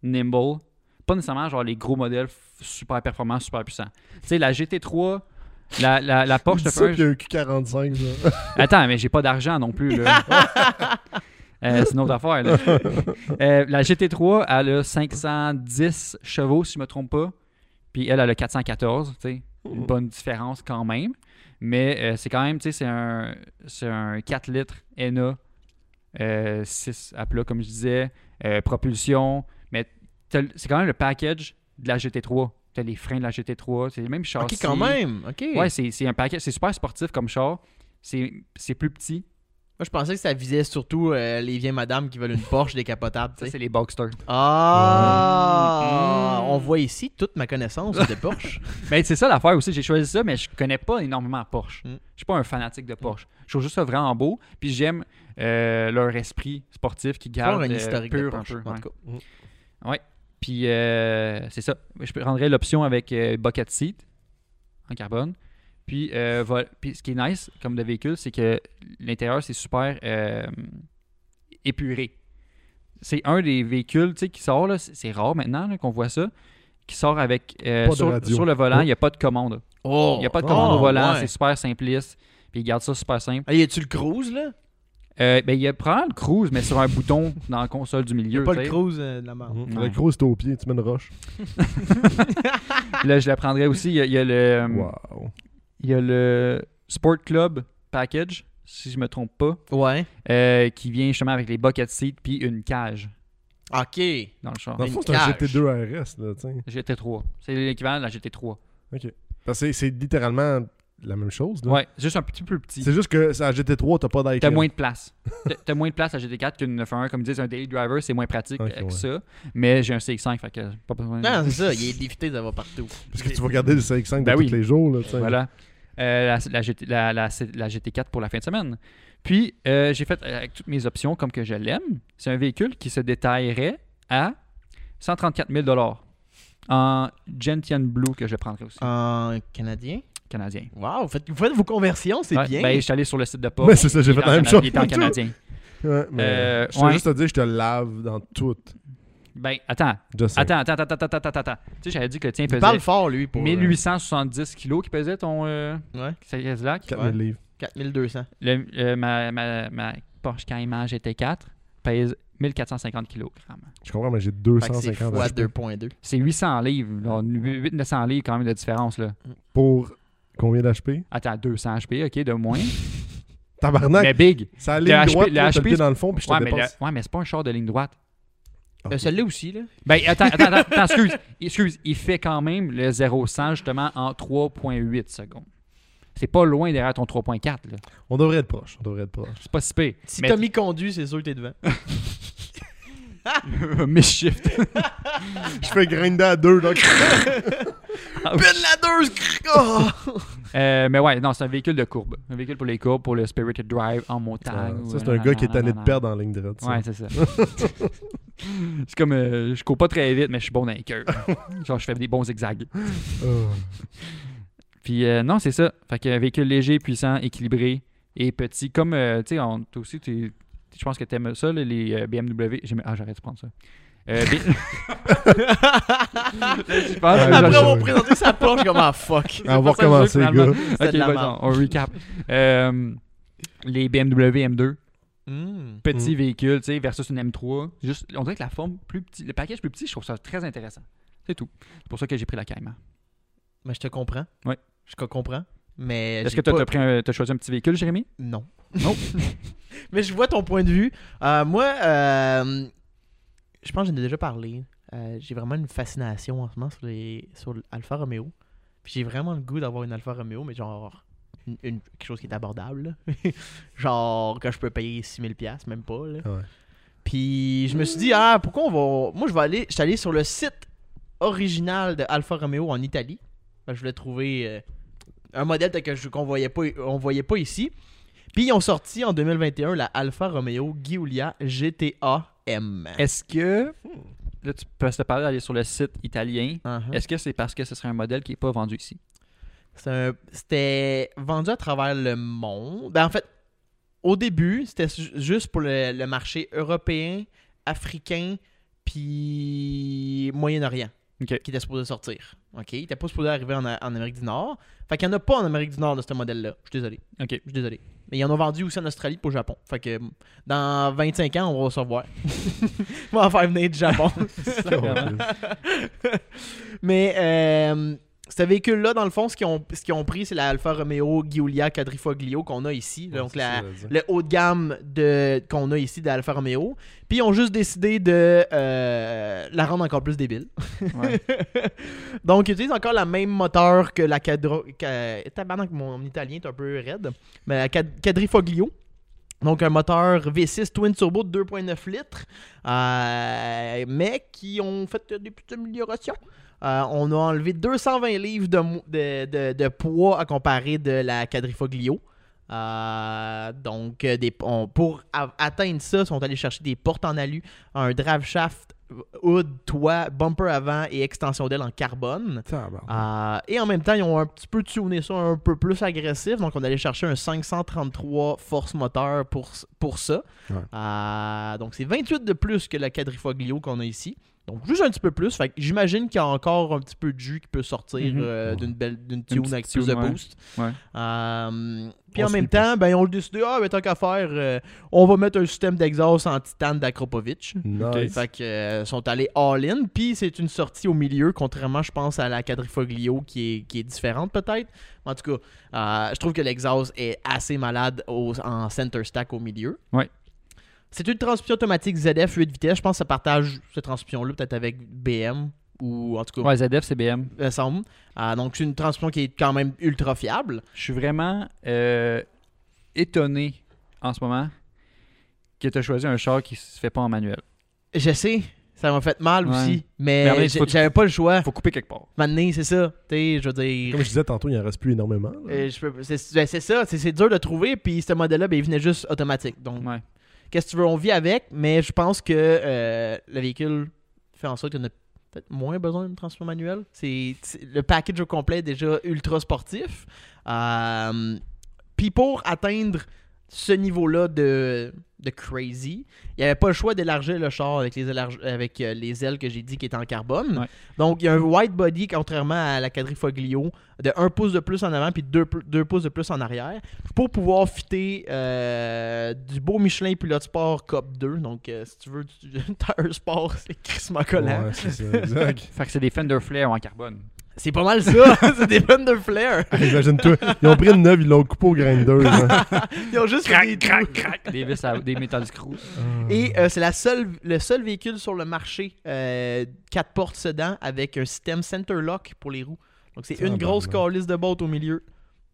[SPEAKER 1] nimble, pas nécessairement genre les gros modèles f- super performants, super puissants. Tu sais, la GT3, la, la, la Porsche
[SPEAKER 2] Il dit ça, puis il y
[SPEAKER 1] 911,
[SPEAKER 2] a un Q45, là.
[SPEAKER 1] Attends, mais j'ai pas d'argent non plus, là. Euh, c'est une autre affaire, là. Euh, la GT3, elle a 510 chevaux, si je me trompe pas. Puis elle, elle a 414, tu sais. Une bonne différence quand même. Mais euh, c'est quand même, tu sais, c'est un, c'est un 4 litres NA, euh, 6 à plat, comme je disais, euh, propulsion. Mais t'as le- c'est quand même le package de la GT3. T'as les freins de la GT3, c'est les mêmes châssis.
[SPEAKER 3] Ok, quand même. Ok.
[SPEAKER 1] Ouais, c'est c'est un paquet. C'est super sportif comme char. C'est c'est plus petit.
[SPEAKER 3] Moi, je pensais que ça visait surtout euh, les vieilles madames qui veulent une Porsche décapotable. tu
[SPEAKER 1] Ça,
[SPEAKER 3] sais.
[SPEAKER 1] c'est les Boxster.
[SPEAKER 3] Ah!
[SPEAKER 1] Mm.
[SPEAKER 3] On voit ici toute ma connaissance de Porsche.
[SPEAKER 1] Mais c'est ça l'affaire aussi. J'ai choisi ça, mais je connais pas énormément Porsche.
[SPEAKER 3] Mm.
[SPEAKER 1] Je suis pas un fanatique de Porsche. Je trouve juste ça vraiment beau. Puis j'aime euh, leur esprit sportif qui garde
[SPEAKER 3] Faire un
[SPEAKER 1] euh,
[SPEAKER 3] historique de
[SPEAKER 1] pur un
[SPEAKER 3] Porsche,
[SPEAKER 1] peu,
[SPEAKER 3] en
[SPEAKER 1] ouais.
[SPEAKER 3] tout cas.
[SPEAKER 1] Puis euh, c'est ça. Je prendrais l'option avec euh, bucket seat en carbone. Puis, euh, vol- puis ce qui est nice comme de véhicule, c'est que l'intérieur, c'est super euh, épuré. C'est un des véhicules tu sais, qui sort, là, c'est c'est rare maintenant là, qu'on voit ça, qui sort avec euh,
[SPEAKER 2] Pas de
[SPEAKER 1] sur,
[SPEAKER 2] radio.
[SPEAKER 1] sur le volant, il
[SPEAKER 2] Oh.
[SPEAKER 1] n'y a pas de commande.
[SPEAKER 3] Oh!
[SPEAKER 1] Il n'y a pas de
[SPEAKER 2] oh,
[SPEAKER 1] commande au volant,
[SPEAKER 3] ouais.
[SPEAKER 1] c'est super simpliste. Puis il garde ça super simple.
[SPEAKER 3] Ah, y a-tu le cruise, là?
[SPEAKER 1] Euh, ben, il y a probablement le cruise, mais sur un bouton dans la console du
[SPEAKER 3] Y a
[SPEAKER 1] milieu.
[SPEAKER 3] pas
[SPEAKER 1] tu
[SPEAKER 3] le
[SPEAKER 1] sais.
[SPEAKER 3] cruise euh, de la merde.
[SPEAKER 1] Ouais.
[SPEAKER 2] Le gros, c'est au pied, tu mets une roche.
[SPEAKER 1] Là, je la prendrais aussi. Il y a, il y a le. euh,
[SPEAKER 2] Wow.
[SPEAKER 1] Il y a le Sport Club Package, si je me trompe pas,
[SPEAKER 3] Ouais.
[SPEAKER 1] euh, qui vient justement avec les bucket seats puis une cage
[SPEAKER 3] Ok.
[SPEAKER 1] dans le char.
[SPEAKER 2] Dans le
[SPEAKER 3] Une
[SPEAKER 2] fond, c'est un
[SPEAKER 3] cage.
[SPEAKER 2] GT2 RS, là, tiens.
[SPEAKER 1] GT3. C'est l'équivalent de la GT3.
[SPEAKER 2] Parce que c'est- c'est littéralement la même chose, là.
[SPEAKER 1] Ouais, c'est juste un petit peu plus petit.
[SPEAKER 2] C'est juste que c'est la GT3, t'as pas d'iCal.
[SPEAKER 1] T'as moins de place. T'as- T'as moins de place à GT4 qu'une 911. Comme disent, un daily driver, c'est moins pratique
[SPEAKER 2] Ok,
[SPEAKER 1] avec
[SPEAKER 2] ouais.
[SPEAKER 1] ça. Mais j'ai un CX5, fait que pas besoin.
[SPEAKER 3] Non, c'est ça. Il est dévité, ça va partout.
[SPEAKER 2] Parce que tu vas regarder le 5.5
[SPEAKER 1] Ben
[SPEAKER 2] de
[SPEAKER 1] oui.
[SPEAKER 2] tous les jours, là, tiens.
[SPEAKER 1] Voilà. Euh, la, la GT, la- la- la GT4 pour la fin de semaine. Puis, euh, j'ai fait euh, avec toutes mes options comme que je l'aime. C'est un véhicule qui se détaillerait à 134 000 en Gentian Blue que je prendrais aussi,
[SPEAKER 3] En canadien?
[SPEAKER 1] canadien.
[SPEAKER 3] Wow, vous faites, vous faites vos conversions, c'est
[SPEAKER 1] Ouais,
[SPEAKER 3] bien.
[SPEAKER 1] Ben, je suis allé sur le site de Porsche.
[SPEAKER 2] Ouais, c'est ça, j'ai
[SPEAKER 1] Il
[SPEAKER 2] fait
[SPEAKER 1] est en
[SPEAKER 2] la même
[SPEAKER 1] Cana-
[SPEAKER 2] chose.
[SPEAKER 1] Il est en canadien.
[SPEAKER 2] Ouais, mais
[SPEAKER 1] Euh,
[SPEAKER 2] je tiens
[SPEAKER 1] ouais.
[SPEAKER 2] juste à te dire, je te lave dans tout.
[SPEAKER 1] Ben, attends,
[SPEAKER 2] Just saying.
[SPEAKER 1] attends, attends, attends, attends, attends, attends, attends. Tu sais, j'avais dit que le tien
[SPEAKER 3] Il parle
[SPEAKER 1] pesait
[SPEAKER 3] fort, lui, pour. euh,
[SPEAKER 1] 1870 kilos qui pesait ton euh,
[SPEAKER 3] ouais,
[SPEAKER 1] Cadillac.
[SPEAKER 2] 4000
[SPEAKER 3] Ouais.
[SPEAKER 2] livres.
[SPEAKER 3] 4200.
[SPEAKER 1] Le- euh, ma, ma, ma Porsche Cayman GT4 pèse 1450 kg.
[SPEAKER 2] Je comprends, mais j'ai
[SPEAKER 3] Fait que c'est
[SPEAKER 2] 250
[SPEAKER 3] fois
[SPEAKER 2] HP.
[SPEAKER 3] 2.2.
[SPEAKER 1] C'est 800 livres, là, 800 livres quand même de différence. Là.
[SPEAKER 2] Pour combien d'HP?
[SPEAKER 1] Attends, 200 HP, ok, de moins.
[SPEAKER 2] Tabarnak,
[SPEAKER 1] mais big.
[SPEAKER 2] ça
[SPEAKER 1] le
[SPEAKER 2] allait ligne
[SPEAKER 1] HP
[SPEAKER 2] droite, là, t'as
[SPEAKER 1] le
[SPEAKER 2] le pied dans le fond, Ben, oh, puis je te
[SPEAKER 1] Ouais mais,
[SPEAKER 2] dépasse.
[SPEAKER 1] le- ouais, mais c'est pas un char de ligne droite.
[SPEAKER 2] Ah,
[SPEAKER 3] Euh, Celle-là aussi, là.
[SPEAKER 1] Ben, attends, attends, attends, attends, excuse, excuse. Il fait quand même le 0-100 justement en 3,8 secondes. C'est pas loin derrière ton 3,4. là.
[SPEAKER 2] On devrait être proche, on devrait être proche.
[SPEAKER 1] C'est pas si pire.
[SPEAKER 3] Si
[SPEAKER 1] Mais-
[SPEAKER 3] Tommy conduit, c'est sûr que t'es devant.
[SPEAKER 1] Miss-shift.
[SPEAKER 2] Je fais grinder à deux, donc...
[SPEAKER 3] Pile la deux! Oh!
[SPEAKER 1] Euh, mais ouais, non, c'est un véhicule de courbe. Un véhicule pour les courbes, pour le Spirited Drive en
[SPEAKER 2] Ah,
[SPEAKER 1] montagne. ou-
[SPEAKER 2] Ça, c'est un gars qui est tanné de perdre en ligne droite. ça.
[SPEAKER 1] Ouais, c'est ça. c'est comme euh, je cours pas très vite, mais je suis bon dans les cœurs. Genre, je fais des bons zigzags.
[SPEAKER 2] Ah.
[SPEAKER 1] Puis euh, non, c'est ça. Fait que véhicule léger, puissant, équilibré et petit. Comme, euh, tu sais, on- toi aussi, tu- je pense que t'aimes ça, là, les euh, BMW. J'aime- Ah, j'arrête de prendre ça. Euh, B- je pense que
[SPEAKER 2] Ah,
[SPEAKER 3] Après
[SPEAKER 1] j'arrête-
[SPEAKER 3] avoir présenté sa Porsche, comme ah fuck.
[SPEAKER 2] Ah, On va
[SPEAKER 1] C'est pour ça
[SPEAKER 2] recommencer,
[SPEAKER 1] que
[SPEAKER 2] les
[SPEAKER 1] finalement-
[SPEAKER 2] gars.
[SPEAKER 1] Ok,
[SPEAKER 3] C'était de la
[SPEAKER 1] vas-y,
[SPEAKER 3] merde.
[SPEAKER 1] on recap. Euh, les BMW M2,
[SPEAKER 3] Hmm.
[SPEAKER 1] petit
[SPEAKER 2] Mm.
[SPEAKER 1] véhicule, tu sais, versus une M3. Juste, on dirait que la forme plus petite, le package plus petit, je trouve ça très intéressant. C'est tout. C'est pour ça que j'ai pris la Cayman.
[SPEAKER 3] Mais je te comprends.
[SPEAKER 1] Ouais.
[SPEAKER 3] Je te comprends. Mais
[SPEAKER 1] Est-ce
[SPEAKER 3] j'ai
[SPEAKER 1] que tu
[SPEAKER 3] pas-
[SPEAKER 1] as, choisi un petit véhicule, Jérémy?
[SPEAKER 3] Non.
[SPEAKER 1] Non.
[SPEAKER 3] Mais je vois ton point de vue. Euh, moi, euh, je pense que j'en ai déjà parlé. Euh, j'ai vraiment une fascination en ce moment sur, les, sur l'Alfa Romeo. Puis j'ai vraiment le goût d'avoir une Alfa Romeo, mais genre une, une- quelque chose qui est abordable. là. genre que je peux payer 6000$, même pas. là.
[SPEAKER 2] Ouais.
[SPEAKER 3] Puis je me suis dit, ah, pourquoi on va. Moi, je vais aller. Je suis allé sur le site original de Alfa Romeo en Italie. Parce que Je voulais trouver euh, un modèle tel que je- qu'on voyait pas, on voyait pas ici. Puis ils ont sorti en 2021 la Alfa Romeo Giulia GTA M.
[SPEAKER 1] Est-ce que. Là, tu peux te parler d'aller sur le site italien.
[SPEAKER 3] Uh-huh.
[SPEAKER 1] Est-ce que c'est parce que ce serait un modèle qui n'est pas vendu ici?
[SPEAKER 3] C'est un- C'était vendu à travers le monde. Ben, en fait, au début, c'était su- juste pour le, le marché européen, africain, puis Moyen-Orient.
[SPEAKER 1] Ok.
[SPEAKER 3] Qui était supposé sortir. OK? Il était pas supposé arriver en, en Amérique du Nord. Fait qu'il n'y en a pas en Amérique du Nord de ce modèle-là. Je suis désolé.
[SPEAKER 1] OK.
[SPEAKER 3] Je suis désolé. Mais ils en ont vendu aussi en Australie pour au Japon. Fait que dans 25 ans, on va se revoir. on va faire venir du Japon. Mais euh, ce véhicule-là, dans le fond, ce qu'ils ont, ce qu'ils ont pris, c'est la Alfa Romeo Giulia Quadrifoglio qu'on a ici. donc la- le haut de gamme de, qu'on a ici d'Alfa Romeo. Puis ils ont juste décidé de euh, la rendre encore plus débile.
[SPEAKER 1] Ouais.
[SPEAKER 3] donc ils utilisent encore la même moteur que la Cadro... ca- tabarnak, mon italien est un peu raide. Mais la Cad- Quadrifoglio. Donc un moteur V6 twin turbo de 2.9 litres. Euh, mais qui ont fait des petites améliorations. Euh, on a enlevé 220 livres de, mo- de, de- de poids à comparer de la Quadrifoglio. Euh, donc, euh, des, on- pour a- atteindre ça, ils sont allés chercher des portes en alu, un drive shaft, hood, toit, bumper avant et extension d'aile en carbone.
[SPEAKER 2] Ah.
[SPEAKER 3] Euh, et en même temps, ils ont un petit peu tuné ça un peu plus agressif. Donc, on allait chercher un 533 force moteur pour, pour ça.
[SPEAKER 2] Ouais.
[SPEAKER 3] Euh, donc, c'est 28 de plus que la quadrifoglio qu'on a ici. Donc, juste un petit peu plus. Fait que j'imagine qu'il y a encore un petit peu de jus qui peut sortir
[SPEAKER 1] Mhm.
[SPEAKER 3] euh,
[SPEAKER 2] Ouais.
[SPEAKER 3] d'une belle d'une tune
[SPEAKER 1] petite
[SPEAKER 3] avec plus de
[SPEAKER 1] tune, ouais.
[SPEAKER 3] boost.
[SPEAKER 1] Ouais.
[SPEAKER 3] Euh, puis
[SPEAKER 2] On
[SPEAKER 3] en
[SPEAKER 2] se
[SPEAKER 3] même
[SPEAKER 2] lie pas.
[SPEAKER 3] temps, ben, ils ont décidé, ah, ben, tant qu'à faire, euh, on va mettre un système d'exhaust en titane d'Akropovitch.
[SPEAKER 2] Nice.
[SPEAKER 3] Fait que euh, sont allés all-in, puis c'est une sortie au milieu, contrairement, je pense, à la Quadrifoglio qui est, qui est différente peut-être. En tout cas, euh, je trouve que l'exhaust est assez malade au- en center stack au milieu.
[SPEAKER 1] Ouais.
[SPEAKER 3] C'est une transmission automatique ZF 8 vitesses. Je pense que ça partage cette transmission-là peut-être avec BM ou en tout cas,
[SPEAKER 1] Ouais, ZF, CBM.
[SPEAKER 3] me semble. Euh, donc, c'est une transmission qui est quand même ultra fiable.
[SPEAKER 1] Je suis vraiment euh, étonné en ce moment que tu as choisi un char qui se fait pas en manuel.
[SPEAKER 3] Je sais, ça m'a fait mal
[SPEAKER 1] Ouais.
[SPEAKER 3] aussi,
[SPEAKER 1] Mais en
[SPEAKER 3] mais
[SPEAKER 1] fait,
[SPEAKER 3] j'ai-
[SPEAKER 1] faut-
[SPEAKER 3] j'avais pas le choix.
[SPEAKER 1] Faut couper quelque part.
[SPEAKER 3] Maintenant, c'est ça. Tu sais, je veux dire.
[SPEAKER 2] Comme je disais tantôt, il en reste plus énormément. là.
[SPEAKER 3] Euh, je peux- c'est- ben, c'est ça, c'est c'est dur de trouver, puis ce modèle-là, ben, il venait juste automatique. Donc,
[SPEAKER 1] Ouais.
[SPEAKER 3] qu'est-ce que tu veux, on vit avec, mais je pense que euh, le véhicule fait en sorte qu'on a peut-être moins besoin d'une transmission manuelle. C'est c'est- le package au complet est déjà ultra sportif. Euh, puis pour atteindre ce niveau-là de, de crazy, il n'y avait pas le choix d'élargir le char avec les, élarg- avec euh, les ailes que j'ai dit qui étaient en carbone.
[SPEAKER 1] Ouais.
[SPEAKER 3] Donc, il y a un wide body, contrairement à la quadrifoglio, de 1 pouce de plus en avant puis 2, pouces de plus en arrière pour pouvoir fitter euh, du beau Michelin Pilote Sport Cop 2. Donc, euh, si tu veux, tu, t'as un sport, c'est crissement collant.
[SPEAKER 2] Ouais, c'est ça, exact.
[SPEAKER 1] Fait que c'est des fender flares en carbone.
[SPEAKER 3] C'est pas mal ça, c'est des Thunder Flare.
[SPEAKER 2] Ah, Imagine-toi, ils ont pris une neuve, ils l'ont coupé au grinder. hein.
[SPEAKER 3] Ils ont juste fait des trous.
[SPEAKER 1] Des vis à des metal screws.
[SPEAKER 2] Ah,
[SPEAKER 3] Et euh, c'est la seule, le seul véhicule sur le marché, euh, quatre portes sedan, avec un système center lock pour les roues. Donc c'est une
[SPEAKER 2] Tabarnak.
[SPEAKER 3] grosse calice de botte au milieu.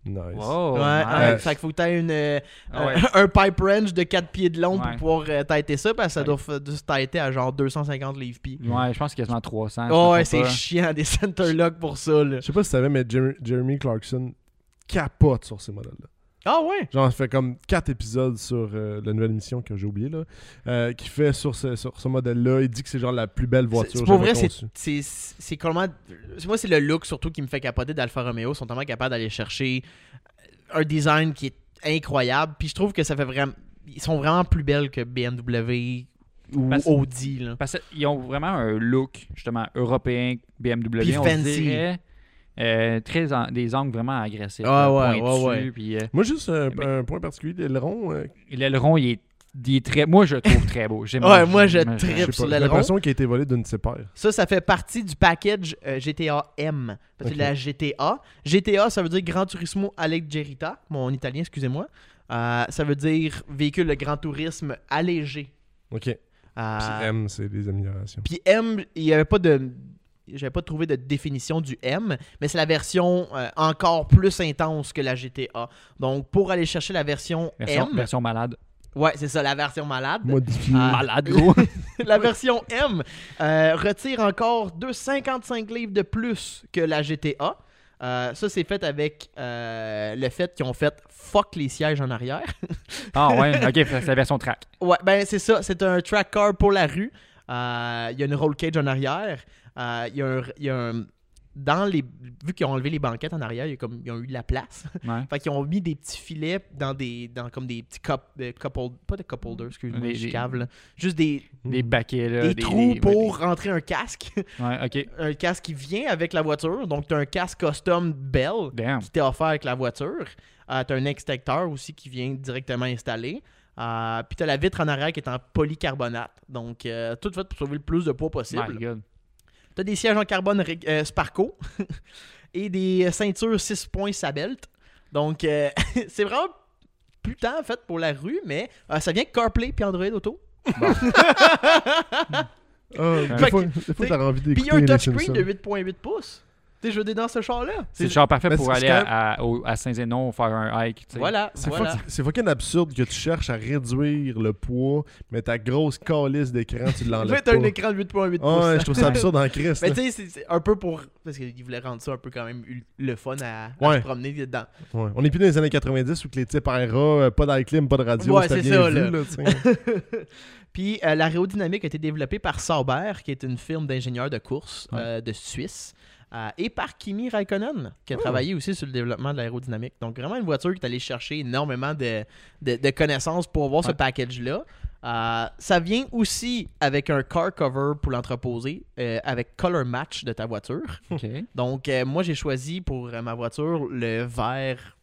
[SPEAKER 2] Nice.
[SPEAKER 1] Wow.
[SPEAKER 3] ouais,
[SPEAKER 1] nice.
[SPEAKER 3] ouais, fait qu'il faut que t'aies une, euh,
[SPEAKER 1] Ah ouais.
[SPEAKER 3] un pipe wrench de 4 pieds de long
[SPEAKER 1] Ouais.
[SPEAKER 3] pour pouvoir euh, têter ça, parce que ça
[SPEAKER 1] Ouais.
[SPEAKER 3] doit f- doit se têter à genre 250 livres pieds.
[SPEAKER 1] Ouais, je pense quasiment 300.
[SPEAKER 3] Oh ouais,
[SPEAKER 1] je me
[SPEAKER 3] c'est
[SPEAKER 1] trompe
[SPEAKER 3] chiant des center lock pour ça, là.
[SPEAKER 2] Je sais pas si tu savais, mais Jer- Jeremy Clarkson capote sur ces modèles-là.
[SPEAKER 3] Ah ouais?
[SPEAKER 2] Genre, ça fait comme quatre épisodes sur euh, la nouvelle émission que j'ai oubliée, là, euh, qui fait sur ce, sur ce modèle-là. Il dit que c'est genre la plus belle
[SPEAKER 3] C'est-
[SPEAKER 2] voiture
[SPEAKER 3] c'est Pour
[SPEAKER 2] jamais
[SPEAKER 3] vrai, c'est-
[SPEAKER 2] conçue.
[SPEAKER 3] c'est c'est comment. c'est- Moi, c'est le look surtout qui me fait capoter d'Alfa Romeo. Ils sont tellement capables d'aller chercher un design qui est incroyable. Puis je trouve que ça fait vraiment. Ils sont vraiment plus belles que BMW ou
[SPEAKER 1] Parce-
[SPEAKER 3] Audi. là.
[SPEAKER 1] pas. Parce qu'ils ont vraiment un look, justement, européen, BMW.
[SPEAKER 3] Puis
[SPEAKER 1] on
[SPEAKER 3] fancy.
[SPEAKER 1] dirait, euh, très en- des angles vraiment agressifs.
[SPEAKER 3] Ah
[SPEAKER 1] là,
[SPEAKER 3] ouais,
[SPEAKER 1] pointus,
[SPEAKER 3] ouais, ouais.
[SPEAKER 1] Puis euh,
[SPEAKER 2] Moi, juste un,
[SPEAKER 1] Mais-
[SPEAKER 2] un point particulier, l'aileron, euh,
[SPEAKER 1] l'aileron, il est des traits. Moi, je le trouve très beau. J'aime-
[SPEAKER 3] Ouais, moi, je
[SPEAKER 1] j'aime-
[SPEAKER 2] Je sais
[SPEAKER 1] j'aime-
[SPEAKER 3] tripe. sur
[SPEAKER 2] pas, J'ai
[SPEAKER 3] l'aileron.
[SPEAKER 2] l'impression qu'il a été volé d'une sépère.
[SPEAKER 3] Ça, ça fait partie du package euh, GTA M. Parce que
[SPEAKER 2] Ok.
[SPEAKER 3] la GTA. GTA, ça veut dire Gran Turismo Alleggerita. Mon italien, excusez-moi. Euh, ça veut dire véhicule de grand tourisme allégé.
[SPEAKER 2] OK.
[SPEAKER 3] Euh,
[SPEAKER 2] Puis M, c'est des améliorations.
[SPEAKER 3] Puis M, il n'y avait pas de. J'avais pas trouvé de définition du M, mais c'est la version euh, encore plus intense que la GTA. Donc, pour aller chercher la version,
[SPEAKER 1] Version,
[SPEAKER 3] M,
[SPEAKER 1] version malade.
[SPEAKER 3] ouais, c'est ça, la version malade.
[SPEAKER 2] Modifié.
[SPEAKER 3] Ah.
[SPEAKER 1] Malade, gros.
[SPEAKER 3] la version M euh, retire encore 255 livres de plus que la GTA. Euh, ça, c'est fait avec euh, le fait qu'ils ont fait fuck les sièges en arrière.
[SPEAKER 1] Ah ouais, ok, c'est la version track.
[SPEAKER 3] Ouais, ben c'est ça. C'est un track car pour la rue. Euh, Il y a une roll cage en arrière. Euh, Il y a un- il y, a un. Dans les, vu qu'ils ont enlevé les banquettes en arrière, il y a comme, ils ont eu de la place.
[SPEAKER 1] Ouais.
[SPEAKER 3] fait qu'ils ont mis des petits filets dans des dans comme des petits cup, des cup hold- pas des cup holders, excuse-moi,
[SPEAKER 1] Des-
[SPEAKER 3] je
[SPEAKER 1] des-
[SPEAKER 3] cave, là. Juste des,
[SPEAKER 1] Des baquets, là.
[SPEAKER 3] Mm. des trous
[SPEAKER 1] des-
[SPEAKER 3] pour rentrer un casque.
[SPEAKER 1] Ouais, ok.
[SPEAKER 3] un casque qui vient avec la voiture. Donc, tu as un casque custom Bell
[SPEAKER 1] Damn.
[SPEAKER 3] qui t'est offert avec la voiture. tu as un extincteur aussi qui vient directement installé. Euh, Puis tu as la vitre en arrière qui est en polycarbonate. Donc, euh, tout fait pour sauver le plus de poids
[SPEAKER 1] My
[SPEAKER 3] possible.
[SPEAKER 1] God.
[SPEAKER 3] tu as des sièges en carbone ré- euh, Sparco et des ceintures 6 points Sabelt. Donc, euh, c'est vraiment putain en fait pour la rue, mais euh, ça vient avec CarPlay puis Android Auto.
[SPEAKER 2] Ah, des
[SPEAKER 3] Fait
[SPEAKER 2] fois,
[SPEAKER 3] que,
[SPEAKER 2] des fois,
[SPEAKER 3] t'sais,
[SPEAKER 2] t'auras envie d'écouter
[SPEAKER 3] Puis il y a un
[SPEAKER 2] les
[SPEAKER 3] touchscreen
[SPEAKER 2] Simpsons.
[SPEAKER 3] de 8.8 pouces. Tu sais, je veux dire, dans ce char-là.
[SPEAKER 1] C'est le genre parfait
[SPEAKER 2] Mais
[SPEAKER 1] pour
[SPEAKER 2] c'est-
[SPEAKER 1] aller
[SPEAKER 2] c'est quand
[SPEAKER 1] à, à- au- à Saint-Zénon faire un hike. tu sais.
[SPEAKER 3] Voilà,
[SPEAKER 2] C'est
[SPEAKER 3] voilà.
[SPEAKER 2] fuck- c'est fucking absurde que tu cherches à réduire le poids, mais ta grosse calice d'écran, tu
[SPEAKER 3] Tu
[SPEAKER 2] l'enlèves
[SPEAKER 3] t'as
[SPEAKER 2] pas.
[SPEAKER 3] un écran de 8.8
[SPEAKER 2] Ah, ouais, je
[SPEAKER 3] pouces.
[SPEAKER 2] trouve ça absurde en Christ.
[SPEAKER 3] Mais
[SPEAKER 2] là.
[SPEAKER 3] tu sais, c'est- c'est un peu pour. Parce qu'ils voulaient rendre ça un peu quand même ul- le fun à, à
[SPEAKER 2] Ouais.
[SPEAKER 3] se promener dedans.
[SPEAKER 2] Ouais. On est plus dans les années 90 où que les types RA, euh, pas d'air-clim, pas de radio,
[SPEAKER 3] Ouais,
[SPEAKER 2] c'était
[SPEAKER 3] c'est
[SPEAKER 2] bien
[SPEAKER 3] ça,
[SPEAKER 2] vu,
[SPEAKER 3] là.
[SPEAKER 2] là, tu sais.
[SPEAKER 3] Puis euh, l'aérodynamique a été développée par Sauber, qui est une firme d'ingénieurs de course
[SPEAKER 1] Ouais.
[SPEAKER 3] euh, de Suisse, euh, et par Kimi
[SPEAKER 1] Oh.
[SPEAKER 3] Raikkonen, qui a travaillé aussi sur le développement de l'aérodynamique. Donc vraiment une voiture qui est allée chercher énormément de, de- de connaissances pour avoir ce
[SPEAKER 1] Ouais.
[SPEAKER 3] package-là. Euh, ça vient aussi avec un car cover pour l'entreposer, euh, avec color match de ta voiture.
[SPEAKER 1] Ok.
[SPEAKER 3] Donc, euh, moi, j'ai choisi pour euh, ma voiture le vert.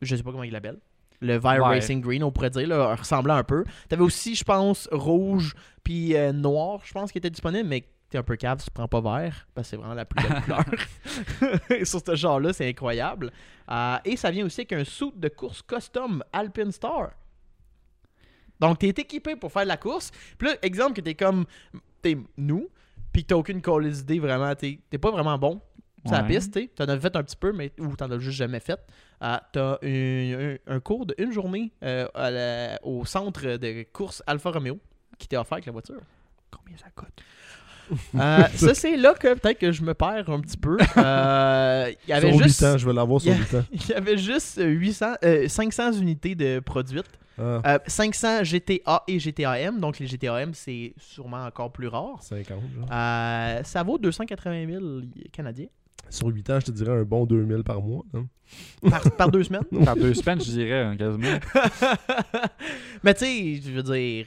[SPEAKER 3] Je sais pas comment il l'appelle. Le vert
[SPEAKER 1] Ouais.
[SPEAKER 3] Racing Green, on pourrait dire, là, ressemblant un peu. T'avais aussi, je pense, rouge puis euh, noir, je pense, qui était disponible, mais t'es un peu cave si tu prends pas vert, parce que c'est vraiment la plus belle couleur. Sur ce genre-là, c'est incroyable. Euh, et ça vient aussi avec un suit de course custom Alpine Star. Donc, t'es équipé pour faire de la course. Puis là, exemple que t'es comme, t'es nous, puis que t'as aucune call idée vraiment, t'es t'es pas vraiment bon sur la
[SPEAKER 1] Ouais.
[SPEAKER 3] piste, tu T'en as fait un petit peu, mais ou t'en as juste jamais fait. Euh, t'as un, un- un cours de une journée euh, à la- au centre de course Alfa Romeo qui t'est offert avec la voiture.
[SPEAKER 1] Combien ça coûte?
[SPEAKER 3] Euh, ça, c'est là que peut-être que je me perds un petit peu. Euh, Il y avait
[SPEAKER 2] Sur
[SPEAKER 3] juste.
[SPEAKER 2] 8 ans, je vais l'avoir sur
[SPEAKER 3] Yeah.
[SPEAKER 2] 8 ans.
[SPEAKER 3] Il y avait juste euh, 800, euh, 500 unités de produites.
[SPEAKER 2] Ah,
[SPEAKER 3] Euh, 500 GTA et GTAM. Donc, les GTAM, c'est sûrement encore plus rare.
[SPEAKER 2] 50, genre.
[SPEAKER 3] Euh, ça vaut 280 000 Canadiens
[SPEAKER 2] Sur 8 ans, je te dirais un bon 2000 par mois. hein.
[SPEAKER 3] par, par deux semaines.
[SPEAKER 1] Par deux semaines, je dirais, hein, quasiment.
[SPEAKER 3] Mais tu sais, je veux dire,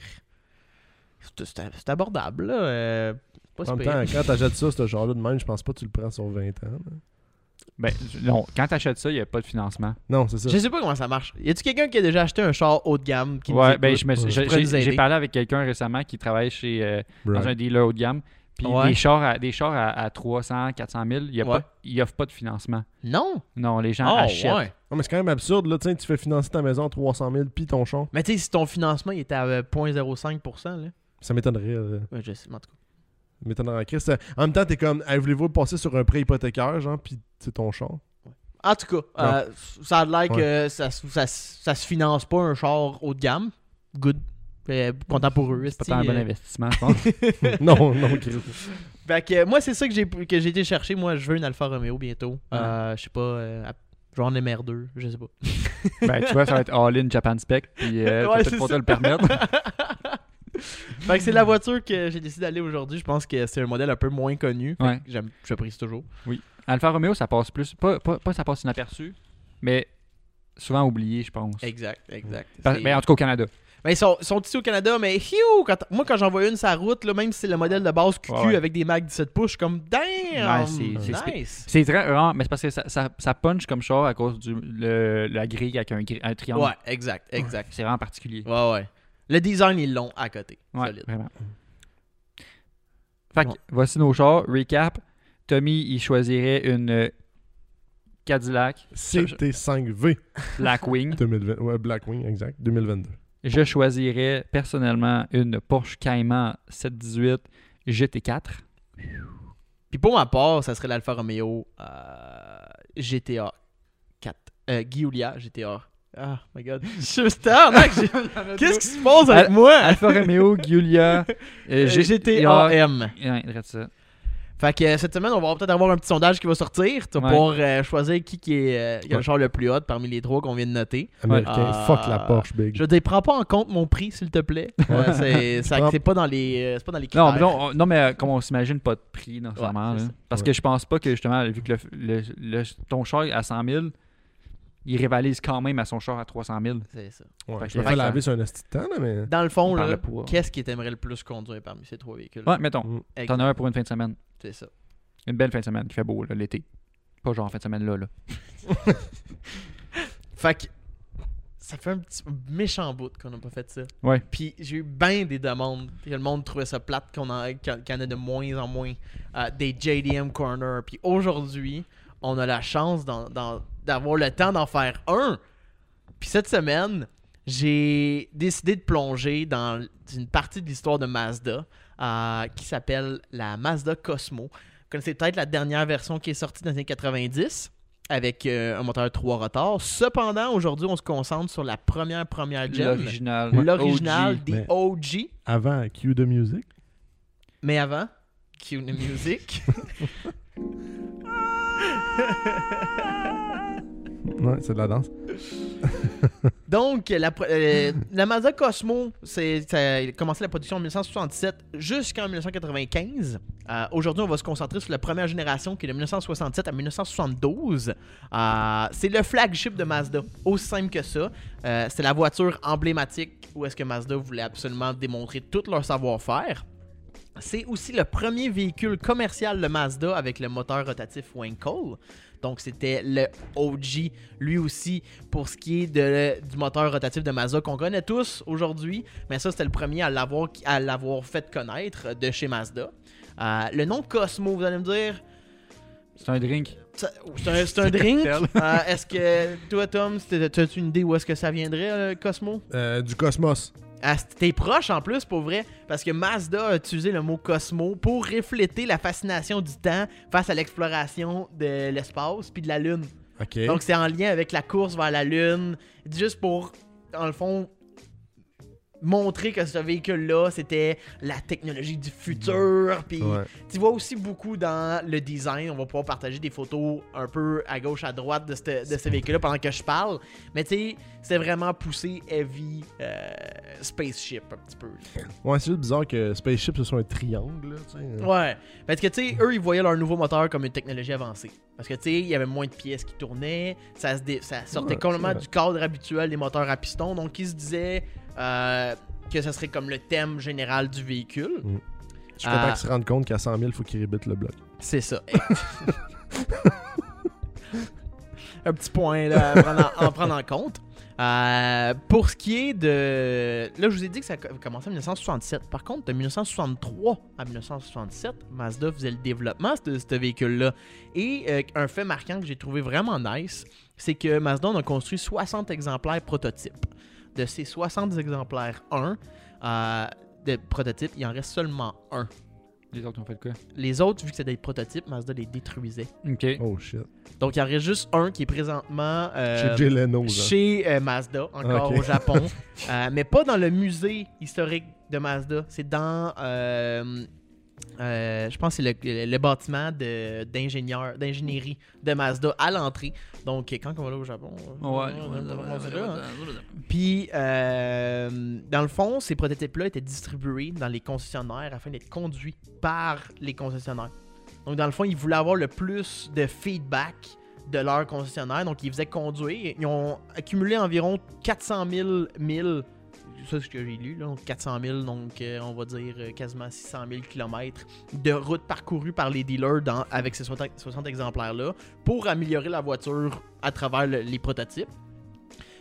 [SPEAKER 3] c'est- c'est c'est abordable. Là. euh, pas si
[SPEAKER 2] En même
[SPEAKER 3] pire.
[SPEAKER 2] temps, quand t'achètes ça, ce genre-là de même, je pense pas que tu le prends sur 20 ans. là.
[SPEAKER 1] Ben, je- non, quand t'achètes ça, il n'y a pas de financement.
[SPEAKER 2] Non, c'est ça.
[SPEAKER 3] Je sais pas comment ça marche. Y a-tu quelqu'un qui a déjà acheté un char haut de gamme qui nous
[SPEAKER 1] ouais,
[SPEAKER 3] écoute? euh,
[SPEAKER 1] ben, je me suis-
[SPEAKER 2] Ouais.
[SPEAKER 1] j'ai-
[SPEAKER 3] Pourrait nous
[SPEAKER 1] j'ai
[SPEAKER 3] aider.
[SPEAKER 1] j'ai parlé avec quelqu'un récemment qui travaille chez euh, dans un
[SPEAKER 2] Right.
[SPEAKER 1] dealer haut de gamme. Puis
[SPEAKER 3] Ouais.
[SPEAKER 1] des chars à, des chars à, à 300, 400 000, il y a
[SPEAKER 3] Ouais.
[SPEAKER 1] pas- ils offrent pas de financement.
[SPEAKER 3] Non.
[SPEAKER 1] Non, les gens
[SPEAKER 3] Oh,
[SPEAKER 1] achètent.
[SPEAKER 3] ouais.
[SPEAKER 2] Non, mais c'est quand même absurde, là. Tu sais, tu fais financer ta maison à 300 000 puis ton champ.
[SPEAKER 3] Mais tu sais, si ton financement il était à euh, 0.05%, là.
[SPEAKER 2] Ça m'étonnerait. euh,
[SPEAKER 3] Ouais, je sais, mais en tout cas.
[SPEAKER 2] m'étonnerait en Christ. Euh, En même temps, t'es comme, hey, voulez-vous passer sur un prêt hypothécaire, genre, puis c'est ton char.
[SPEAKER 3] En tout cas, euh, ça a l'air que ça, se- ça, se- ça se finance pas un char haut de gamme. Good. Euh, content pour eux.
[SPEAKER 1] C'est pas
[SPEAKER 3] esti,
[SPEAKER 1] tant un bon
[SPEAKER 3] euh.
[SPEAKER 1] investissement, je pense.
[SPEAKER 2] non, non, Christ.
[SPEAKER 3] Fait que euh, moi, c'est ça que j'ai que j'ai été chercher. Moi, je veux une Alfa Romeo bientôt. Euh, je sais pas, euh, à- genre une MR2, je sais pas.
[SPEAKER 1] ben, tu vois, ça va être all-in Japan Spec. Puis euh,
[SPEAKER 3] Ouais,
[SPEAKER 1] t'as
[SPEAKER 3] c'est
[SPEAKER 1] peut-être pour te
[SPEAKER 3] ça.
[SPEAKER 1] le permettre.
[SPEAKER 3] Fait que c'est la voiture que j'ai décidé d'aller aujourd'hui. Je pense que c'est un modèle un peu moins connu. Fait
[SPEAKER 1] Ouais.
[SPEAKER 3] que J'aime, j'apprécie toujours.
[SPEAKER 1] Alfa Romeo, ça passe plus. Pas, pas, pas ça passe inaperçu, mais souvent oublié, je pense.
[SPEAKER 3] Exact, exact.
[SPEAKER 1] Par-
[SPEAKER 3] C'est-
[SPEAKER 1] ben, en tout cas, au Canada.
[SPEAKER 3] Ben, ils sont, ils sont ici au Canada, mais hiou, quand- moi, quand j'en vois une sur la route, là, même si c'est le modèle de base QQ
[SPEAKER 1] Ouais, ouais.
[SPEAKER 3] avec des Mac 17 pouces, je suis comme damn!
[SPEAKER 1] Ouais, c'est- c'est spé-
[SPEAKER 3] nice!
[SPEAKER 1] C'est très vraiment, mais c'est parce que ça, ça, ça punch comme char à cause du le, la grille avec un, gri- un triangle.
[SPEAKER 3] Ouais, exact, exact.
[SPEAKER 1] C'est vraiment particulier.
[SPEAKER 3] Ouais, ouais. Le design, ils l'ont à côté.
[SPEAKER 1] Ouais,
[SPEAKER 3] Solide.
[SPEAKER 1] vraiment. Fait que,
[SPEAKER 3] Bon.
[SPEAKER 1] voici nos chars. Recap. Tommy, il choisirait une euh, Cadillac
[SPEAKER 2] CT5V
[SPEAKER 1] Blackwing.
[SPEAKER 2] 2020. Ouais, Blackwing, exact. 2022.
[SPEAKER 1] Je choisirais personnellement une Porsche Cayman 718 GT4.
[SPEAKER 3] Puis pour ma part, ça serait l'Alfa Romeo euh, GTA 4. Euh, Giulia GTA. Ah, my god. Je suis tabarnak, j'ai- Qu'est-ce qui se passe avec
[SPEAKER 1] Al-
[SPEAKER 3] moi?
[SPEAKER 1] Alfa Romeo, Giulia, euh, G-
[SPEAKER 3] GTAM.
[SPEAKER 1] Ouais, dirait ça.
[SPEAKER 3] Fait que euh, cette semaine, on va peut-être avoir un petit sondage qui va sortir tu vas
[SPEAKER 1] Ouais.
[SPEAKER 3] pour euh, choisir qui, qui est, euh, qui a
[SPEAKER 2] Ouais.
[SPEAKER 3] le char le plus hot parmi les trois qu'on vient de noter.
[SPEAKER 2] Américain,
[SPEAKER 3] Ah.
[SPEAKER 2] fuck la Porsche, big.
[SPEAKER 3] Je veux dire, prends pas en compte mon prix, s'il te plaît. Euh, c'est ça- c'est pas dans les euh, c'est pas dans les
[SPEAKER 1] Non,
[SPEAKER 3] critères.
[SPEAKER 1] mais non, on- non, mais euh, comme on s'imagine pas de prix nécessairement.
[SPEAKER 3] Ouais, c'est
[SPEAKER 1] là.
[SPEAKER 3] ça.
[SPEAKER 1] parce que je pense pas que justement, vu que le, le- le- ton char à 100 000, il rivalise quand même à son char à 300 000.
[SPEAKER 3] C'est ça.
[SPEAKER 2] Ouais,
[SPEAKER 1] Fait que-
[SPEAKER 2] je me
[SPEAKER 1] fait
[SPEAKER 2] fais
[SPEAKER 1] que-
[SPEAKER 2] laver sur un esti de temps, là, mais.
[SPEAKER 3] Dans le fond,
[SPEAKER 1] Par
[SPEAKER 3] là,
[SPEAKER 1] le poids.
[SPEAKER 3] qu'est-ce que t'aimerais le plus conduire parmi ces trois véhicules?
[SPEAKER 1] Ouais, mettons,
[SPEAKER 2] Mm.
[SPEAKER 3] Exact.
[SPEAKER 1] t'en as un pour une fin de semaine.
[SPEAKER 3] C'est ça.
[SPEAKER 1] Une belle fin de semaine qui fait beau, là, l'été. Pas genre fin de semaine là. là.
[SPEAKER 3] Fait que ça fait un petit méchant bout qu'on n'a pas fait ça.
[SPEAKER 1] Ouais.
[SPEAKER 3] Puis j'ai eu bien des demandes. Puis le monde trouvait ça plate qu'on en, qu'il y en a de moins en moins. euh, des JDM Corner. Puis aujourd'hui, on a la chance d'en- d'en- d'avoir le temps d'en faire un. Puis cette semaine, j'ai décidé de plonger dans une partie de l'histoire de Mazda euh, qui s'appelle la Mazda Cosmo. Vous connaissez peut-être la dernière version qui est sortie dans les années 90 avec euh, un moteur 3 rotors. Cependant, aujourd'hui, on se concentre sur la première première gen,
[SPEAKER 1] L'original.
[SPEAKER 3] l'original
[SPEAKER 1] OG.
[SPEAKER 3] des
[SPEAKER 2] mais-
[SPEAKER 3] OG.
[SPEAKER 2] Avant Q de music.
[SPEAKER 3] Mais avant, cue the music.
[SPEAKER 2] Ouais, c'est de la danse.
[SPEAKER 3] Donc, la, pro- euh, la Mazda Cosmo, c'est, ça a commencé la production en 1967 jusqu'en 1995. Euh, aujourd'hui, on va se concentrer sur la première génération qui est de 1967 à 1972. Euh, c'est le flagship de Mazda, aussi simple que ça. Euh, c'est la voiture emblématique où est-ce que Mazda voulait absolument démontrer tout leur savoir-faire. C'est aussi le premier véhicule commercial de Mazda avec le moteur rotatif Wankel. Donc, c'était le OG, lui aussi, pour ce qui est de- du moteur rotatif de Mazda qu'on connaît tous aujourd'hui. Mais ça, c'était le premier à l'avoir, à l'avoir fait connaître de chez Mazda. Euh, le nom Cosmo, vous allez me dire,
[SPEAKER 1] C'est un drink.
[SPEAKER 3] ça- c'est un, c'est un drink. Euh, est-ce que toi, Tom, c'était- tu as-tu une idée où est-ce que ça viendrait, le Cosmo?
[SPEAKER 2] Euh, du cosmos.
[SPEAKER 3] Ah, c'est- T'es proche en plus, pour vrai, parce que Mazda a utilisé le mot Cosmo pour refléter la fascination du temps face à l'exploration de l'espace puis de la Lune.
[SPEAKER 2] Ok.
[SPEAKER 3] Donc c'est en lien avec la course vers la Lune, juste pour, dans le fond, montrer que ce véhicule-là, c'était la technologie du futur. Puis
[SPEAKER 2] Ouais.
[SPEAKER 3] tu vois aussi beaucoup dans le design, on va pouvoir partager des photos un peu à gauche, à droite de ce, de ce véhicule-là pendant que je parle. Mais tu sais, c'est vraiment poussé heavy euh, spaceship un petit peu.
[SPEAKER 2] Ouais, c'est juste bizarre que Spaceship, ce soit un triangle, là, tu sais.
[SPEAKER 3] Ouais. Parce que, tu sais, eux, ils voyaient leur nouveau moteur comme une technologie avancée. Parce que, tu sais, il y avait moins de pièces qui tournaient. Ça, se dé- ça sortait
[SPEAKER 2] Ouais,
[SPEAKER 3] complètement
[SPEAKER 2] c'est vrai.
[SPEAKER 3] du cadre habituel des moteurs à piston. Donc, ils se disaient euh, que ça serait comme le thème général du véhicule.
[SPEAKER 2] Mm. Je suis content
[SPEAKER 3] Ah.
[SPEAKER 2] qu'ils se rendent compte qu'à 100 000, il faut qu'ils rébite le bloc.
[SPEAKER 3] C'est ça. Un petit point là, à prendre en, en prendre en compte. Euh, pour ce qui est de. Là, je vous ai dit que ça a co- commencé en 1967. Par contre, de 1963 à 1967, Mazda faisait le développement de ce véhicule-là. Et euh, un fait marquant que j'ai trouvé vraiment nice, c'est que Mazda en a construit 60 exemplaires prototypes. De ces 60 exemplaires 1 euh, de prototypes, il en reste seulement un.
[SPEAKER 1] Les autres ont fait le cas.
[SPEAKER 3] Les autres, vu que c'était des prototypes, Mazda les détruisait.
[SPEAKER 1] Ok.
[SPEAKER 2] Oh shit.
[SPEAKER 3] Donc, il y en reste juste un qui est présentement euh,
[SPEAKER 2] Chez Jay Leno, là.
[SPEAKER 3] chez, euh, Mazda, encore
[SPEAKER 2] Ok.
[SPEAKER 3] au Japon. Euh, mais pas dans le musée historique de Mazda. C'est dans, euh, euh, je pense, que c'est le, le bâtiment de- d'ingénieur- d'ingénierie de Mazda à l'entrée. Donc, quand on va là au Japon,
[SPEAKER 1] Ouais. ouais,
[SPEAKER 3] on
[SPEAKER 1] ouais,
[SPEAKER 3] va commencer
[SPEAKER 1] ouais,
[SPEAKER 3] là, hein.
[SPEAKER 1] ouais, ouais.
[SPEAKER 3] Puis, euh, dans le fond, ces prototypes-là étaient distribués dans les concessionnaires afin d'être conduits par les concessionnaires. Donc, dans le fond, ils voulaient avoir le plus de feedback de leurs concessionnaires. Donc, ils faisaient conduire. Ils ont accumulé environ 400 000 milles. Ça, c'est ce que j'ai lu. Là. Donc, 400 000, donc euh, on va dire euh, quasiment 600 000 kilomètres de route parcourue par les dealers dans- avec ces 60, 60 exemplaires-là pour améliorer la voiture à travers le- les prototypes.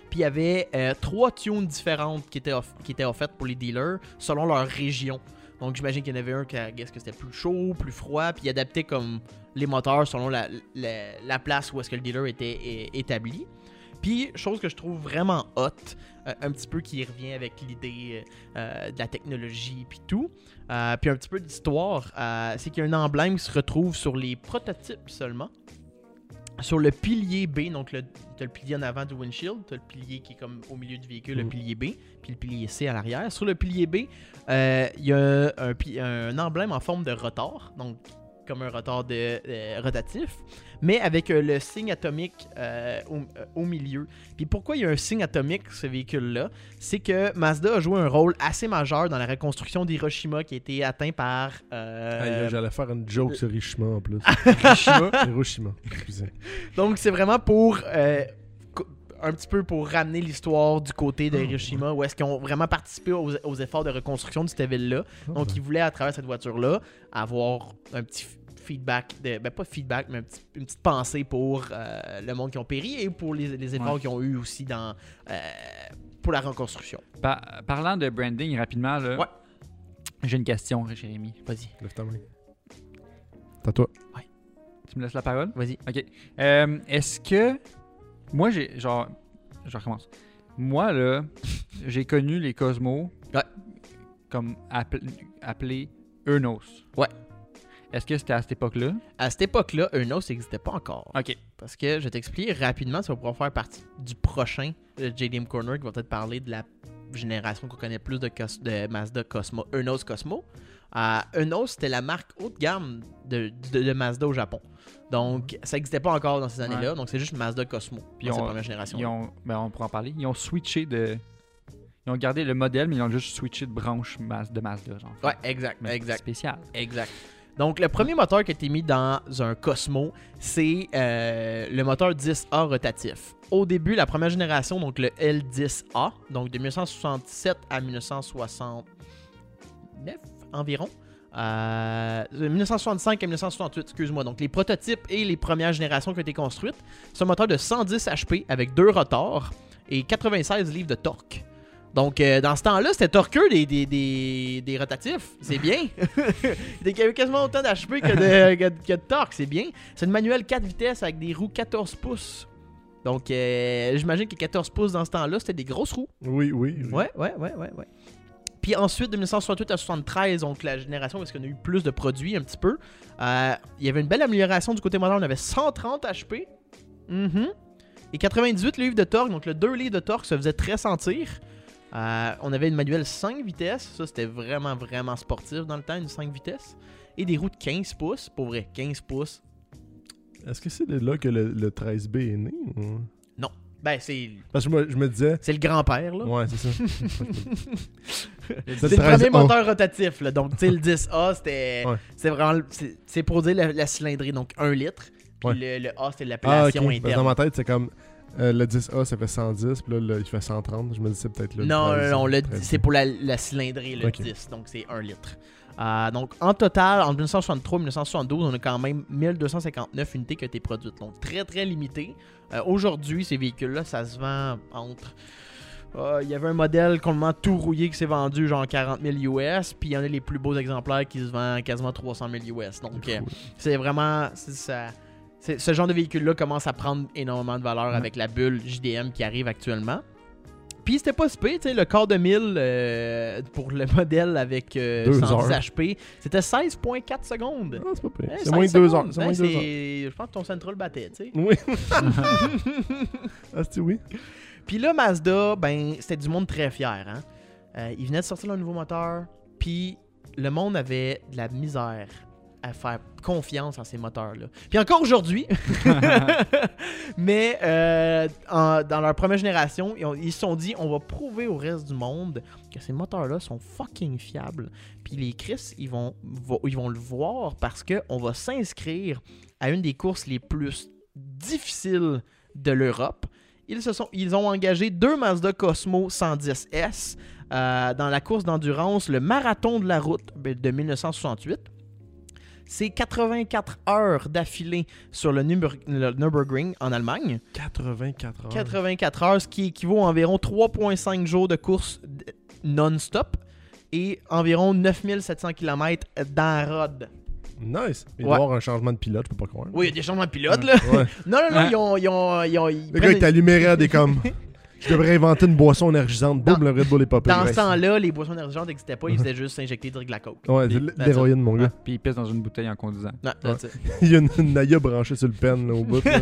[SPEAKER 3] Puis il y avait euh, trois tunes différentes qui étaient, off- qui étaient offertes pour les dealers selon leur région. Donc j'imagine qu'il y en avait un qui I guess que c'était plus chaud, plus froid, puis il adaptait comme les moteurs selon la, la- la place où est-ce que le dealer était é- établi. Puis, chose que je trouve vraiment hot, euh, un petit peu qui revient avec l'idée euh, de la technologie puis tout, euh, puis un petit peu d'histoire, euh, c'est qu'il y a un emblème qui se retrouve sur les prototypes seulement. Sur le pilier B, donc le, t'as le pilier en avant du windshield, t'as le pilier qui est comme au milieu du véhicule, le
[SPEAKER 2] Mhm.
[SPEAKER 3] pilier B, puis le pilier C à l'arrière. Sur le pilier B, euh, il y a un, pi- un emblème en forme de rotor, donc comme un rotor de, euh, rotatif, mais avec euh, le signe atomique euh, au, euh, au milieu. Puis pourquoi il y a un signe atomique, ce véhicule-là C'est que Mazda a joué un rôle assez majeur dans la reconstruction d'Hiroshima qui a été atteint par. euh,
[SPEAKER 2] Aïe, J'allais faire une joke sur Hiroshima en plus.
[SPEAKER 1] Hiroshima.
[SPEAKER 2] Hiroshima, excusez.
[SPEAKER 3] Donc, c'est vraiment pour. euh, co- un petit peu pour ramener l'histoire du côté de Hiroshima, où est-ce qu'ils ont vraiment participé aux, aux efforts de reconstruction de cette ville-là. Donc, ils voulaient, à travers cette voiture-là, avoir un petit f- feedback, de, ben pas feedback, mais un petit- une petite pensée pour euh, le monde qui ont péri et pour les, les efforts
[SPEAKER 1] Ouais.
[SPEAKER 3] qu'ils ont eu aussi dans, euh, pour la reconstruction.
[SPEAKER 1] Par- parlant de branding rapidement, là,
[SPEAKER 3] Ouais.
[SPEAKER 1] j'ai une question, Jérémy.
[SPEAKER 3] Vas-y,
[SPEAKER 2] Lève ta main. T'as toi.
[SPEAKER 1] Tu me laisses la parole?
[SPEAKER 3] vas-y.
[SPEAKER 1] Euh, Est-ce que. Moi, j'ai. Genre. Je recommence. Moi, là, j'ai connu les Cosmos
[SPEAKER 3] Ouais.
[SPEAKER 1] comme appel- appelés Eunos.
[SPEAKER 3] Ouais.
[SPEAKER 1] Est-ce que c'était à cette époque-là?
[SPEAKER 3] À cette époque-là, Eunos n'existait pas encore.
[SPEAKER 1] Ok.
[SPEAKER 3] Parce que je t'explique rapidement, ça va pouvoir faire partie du prochain euh, JDM Corner qui va peut-être parler de la génération qu'on connaît plus de, Cos- de Mazda Cosmo, Eunos Cosmo. Euh, Eunos, c'était la marque haut de gamme de, de- de Mazda au Japon. Donc, ça n'existait pas encore dans ces années-là. Donc, c'est juste Mazda Cosmo.
[SPEAKER 1] Puis
[SPEAKER 3] dans
[SPEAKER 1] on-
[SPEAKER 3] cette première génération.
[SPEAKER 1] Ils ont, ben, on pourra en parler. Ils ont switché de. Ils ont gardé le modèle, mais ils ont juste switché de branche Mas- de Mazda. Genre.
[SPEAKER 3] Ouais, exact,
[SPEAKER 1] Mais c'est
[SPEAKER 3] exact.
[SPEAKER 1] Spécial.
[SPEAKER 3] Exact. Donc, le premier moteur qui a été mis dans un Cosmo, c'est euh, le moteur 10A rotatif. Au début, la première génération, donc le L10A, donc de 1967 à 1969 environ. Euh, de 1965 à 1968, excuse-moi. Donc, les prototypes et les premières générations qui ont été construites. C'est un moteur de 110 HP avec deux rotors et 96 livres de torque. Donc, euh, dans ce temps-là, c'était torqueux des, des, des, des rotatifs. C'est bien. Il y avait quasiment autant d'HP que de, que, de- que de torque. C'est bien. C'est une manuelle 4 vitesses avec des roues 14 pouces. Donc, euh, j'imagine que 14 pouces dans ce temps-là, c'était des grosses roues.
[SPEAKER 2] Oui, oui. oui.
[SPEAKER 3] Ouais, ouais, ouais, ouais, ouais. Puis ensuite, de 1968 à 73, donc la génération où est-ce qu'on a eu plus de produits un petit peu, euh, il y avait une belle amélioration du côté moteur. On avait 130 HP Mhm. et 98 livres de torque. Donc le 2 livres de torque se faisait très sentir. Euh, on avait une manuelle 5 vitesses. Ça, c'était vraiment, vraiment sportif dans le temps, une 5 vitesses. Et des roues de 15 pouces. Pour vrai, 15 pouces.
[SPEAKER 2] Est-ce que c'est de là que le, le 13B est né ou-
[SPEAKER 3] Ben, c'est
[SPEAKER 2] Parce que moi, je me disais.
[SPEAKER 3] c'est le grand-père, là.
[SPEAKER 2] Ouais, c'est ça.
[SPEAKER 3] C'est le
[SPEAKER 2] 13A.
[SPEAKER 3] premier moteur rotatif. Là. Donc, tu sais, le 10A, c'était
[SPEAKER 2] Ouais.
[SPEAKER 3] c'est vraiment. le- c'est- C'est pour dire la, la cylindrée, donc 1 litre. Puis
[SPEAKER 2] Ouais.
[SPEAKER 3] le, le A, c'était
[SPEAKER 2] Ah, ok.
[SPEAKER 3] l'appellation
[SPEAKER 2] Parce que Dans
[SPEAKER 3] interne.
[SPEAKER 2] ma tête, c'est comme. euh, le 10A, ça fait 110, puis là, le- il fait 130. Je me disais peut-être le.
[SPEAKER 3] non, non,
[SPEAKER 2] 13,
[SPEAKER 3] non, le-
[SPEAKER 2] 13.
[SPEAKER 3] c'est pour la, la cylindrée, le
[SPEAKER 2] Ok.
[SPEAKER 3] 10. Donc, c'est 1 litre. Euh, donc, en total, entre 1963 et 1972, on a quand même 1259 unités qui ont été produites. Donc, très, très limité. Euh, Aujourd'hui, ces véhicules-là, ça se vend entre. Euh, Il y avait un modèle complètement tout rouillé qui s'est vendu genre 40 000 US, puis il y en a les plus beaux exemplaires qui se vendent quasiment 300 000 US. Donc,
[SPEAKER 2] Ah,
[SPEAKER 3] euh, c'est vraiment. c'est ça- c'est- ce genre de véhicule-là commence à prendre énormément de valeur
[SPEAKER 1] Ouais.
[SPEAKER 3] avec la bulle JDM qui arrive actuellement. Puis c'était pas si pire, tu sais, le quart de mille euh, pour le modèle avec euh,
[SPEAKER 2] Deux
[SPEAKER 3] 110
[SPEAKER 2] heures.
[SPEAKER 3] HP, c'était 16,4 secondes.
[SPEAKER 2] Ah, c'est pas pire.
[SPEAKER 3] Eh,
[SPEAKER 2] C'est
[SPEAKER 3] 16
[SPEAKER 2] moins de 2 heures.
[SPEAKER 3] secondes,
[SPEAKER 2] C'est
[SPEAKER 3] hein,
[SPEAKER 2] moins de 2 heures.
[SPEAKER 3] c'est- Je pense que ton central battait, tu sais.
[SPEAKER 2] Oui. ah, c'est oui.
[SPEAKER 3] Puis là, Mazda, ben, c'était du monde très fier. Hein? Euh, ils venaient de sortir leur nouveau moteur, puis le monde avait de la misère à faire confiance en ces moteurs-là. Puis encore aujourd'hui, mais euh, en- dans leur première génération, ils ont- ils se sont dit, on va prouver au reste du monde que ces moteurs-là sont fucking fiables. Puis les Chris, ils vont, vo- ils vont le voir parce qu'on va s'inscrire à une des courses les plus difficiles de l'Europe. Ils, se sont, ils ont engagé deux Mazda Cosmo 110S euh, dans la course d'endurance, le Marathon de la route de 1968. C'est 84 heures d'affilée sur le, Nürburg- le Nürburgring en Allemagne.
[SPEAKER 2] 84 heures.
[SPEAKER 3] 84 heures, ce qui équivaut à environ 3,5 jours de course d- non-stop et environ 9700 km dans la road.
[SPEAKER 2] Nice. Il
[SPEAKER 3] Ouais.
[SPEAKER 2] doit y avoir un changement de pilote, je peux pas croire.
[SPEAKER 3] Oui, il y a des changements de pilote, là.
[SPEAKER 2] Ouais.
[SPEAKER 3] Non, non, non,
[SPEAKER 1] Ouais.
[SPEAKER 3] ils ont. Ils ont, ils ont- ils
[SPEAKER 2] Le gars,
[SPEAKER 3] prennent
[SPEAKER 2] il t'allumerait à des comme. Je devrais inventer une boisson énergisante. Boum, le Red Bull est popé.
[SPEAKER 3] Dans ce temps-là, les boissons énergisantes n'existaient pas, ils faisaient juste s'injecter direct de la coke.
[SPEAKER 2] Ouais, c'est
[SPEAKER 3] That's
[SPEAKER 2] l'héroïne, mon gars.
[SPEAKER 1] Puis il pisse dans une bouteille en conduisant.
[SPEAKER 3] Non, that's it.
[SPEAKER 2] Il y a une, une Naya branchée sur le pen, là, au bout. là.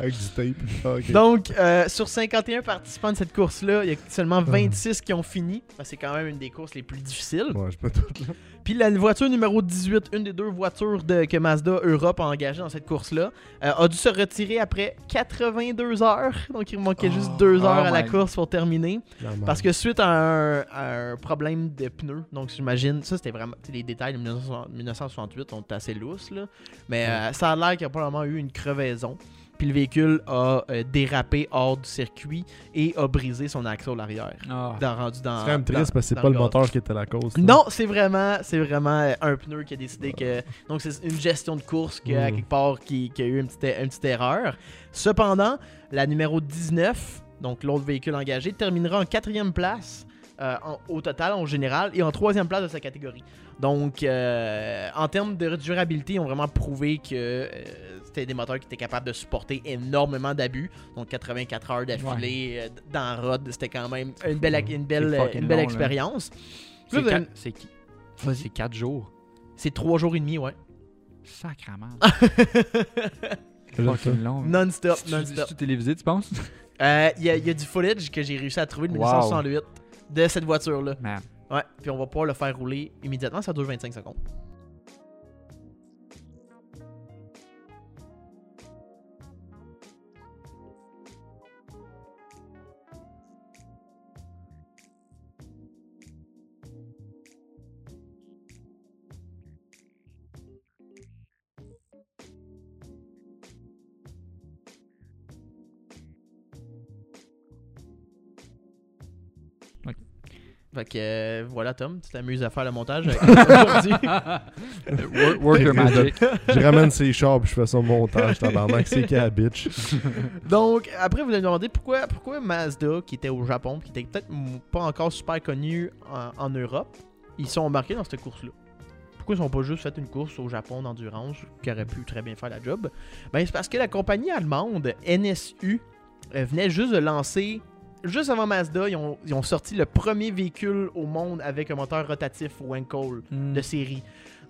[SPEAKER 2] Avec du tape. Ah, ok.
[SPEAKER 3] Donc, euh, sur 51 participants de cette course-là, il y a
[SPEAKER 1] Ah.
[SPEAKER 3] seulement 26 qui ont fini. Enfin, C'est quand même une des courses les plus difficiles.
[SPEAKER 2] Ouais, je peux tout. là.
[SPEAKER 3] Puis la voiture numéro 18, une des deux voitures de, que Mazda Europe a engagée dans cette course-là, euh, a dû se retirer après 82 heures. Donc, il manquait juste
[SPEAKER 2] Oh,
[SPEAKER 3] 2 heures
[SPEAKER 1] oh
[SPEAKER 3] à la
[SPEAKER 1] my-
[SPEAKER 3] course pour terminer.
[SPEAKER 2] La merde.
[SPEAKER 3] Parce que suite à un, à un problème de pneus, donc j'imagine, ça c'était vraiment, tu sais, les détails de 1960 1968 sont assez lousses, là, mais euh, ça a l'air qu'il y a probablement eu une crevaison. Puis le véhicule a euh, dérapé hors du circuit et a brisé son axle arrière.
[SPEAKER 1] Ah.
[SPEAKER 3] Dans, rendu dans,
[SPEAKER 2] C'est quand même
[SPEAKER 3] dans-
[SPEAKER 2] triste parce que c'est
[SPEAKER 3] dans
[SPEAKER 2] pas le
[SPEAKER 3] gaz.
[SPEAKER 2] moteur qui était la cause. ça.
[SPEAKER 3] Non, c'est vraiment, c'est vraiment euh, un pneu qui a décidé que. Donc, c'est une gestion de course que, à
[SPEAKER 1] Hmm.
[SPEAKER 2] Mm.
[SPEAKER 3] quelque part qui, qui a eu une petite, une petite erreur. Cependant, la numéro 19, donc l'autre véhicule engagé, terminera en quatrième place euh, en- au total, en général, et en troisième place de sa catégorie. Donc, euh, en termes de durabilité, ils ont vraiment prouvé que euh, c'était des moteurs qui étaient capables de supporter énormément d'abus. Donc, 84 heures d'affilée euh, d- dans la Rod, c'était quand même une belle, ac- une belle,
[SPEAKER 1] C'est fucking
[SPEAKER 3] une belle
[SPEAKER 1] long, là.
[SPEAKER 3] expérience. Là, ben,
[SPEAKER 1] C'est
[SPEAKER 3] vous avez-
[SPEAKER 1] quatre- C'est qui C'est 4 jours.
[SPEAKER 3] c'est trois jours et demi, ouais.
[SPEAKER 1] Sacrement.
[SPEAKER 2] J'aime ça.
[SPEAKER 1] Fucking long.
[SPEAKER 3] Non-stop,
[SPEAKER 1] C'est-tu-
[SPEAKER 3] non-stop.
[SPEAKER 1] C'est-tu télévisé, tu penses
[SPEAKER 3] Euh, Il y, a- il y a du footage que j'ai réussi à trouver de
[SPEAKER 1] Wow.
[SPEAKER 3] 1968 de cette voiture-là.
[SPEAKER 1] Man.
[SPEAKER 3] Ouais, puis on va pouvoir le faire rouler immédiatement, ça dure 25 secondes. Fait que euh, voilà, Tom, tu t'amuses à faire le montage avec aujourd'hui.
[SPEAKER 1] Work, work your magic.
[SPEAKER 2] Je ramène ses chars puis je fais son montage, tabarnak. C'est qu'à la bitch.
[SPEAKER 3] Donc, après, vous allez me demander pourquoi, pourquoi Mazda, qui était au Japon, qui était peut-être m- pas encore super connu en, en Europe, ils sont embarqués dans cette course-là. Pourquoi ils n'ont pas juste fait une course au Japon d'endurance qui aurait pu très bien faire la job Ben, c'est parce que la compagnie allemande NSU euh, venait juste de lancer, juste avant Mazda, ils ont, ils ont sorti le premier véhicule au monde avec un moteur rotatif Wankel
[SPEAKER 1] Mm.
[SPEAKER 3] de série.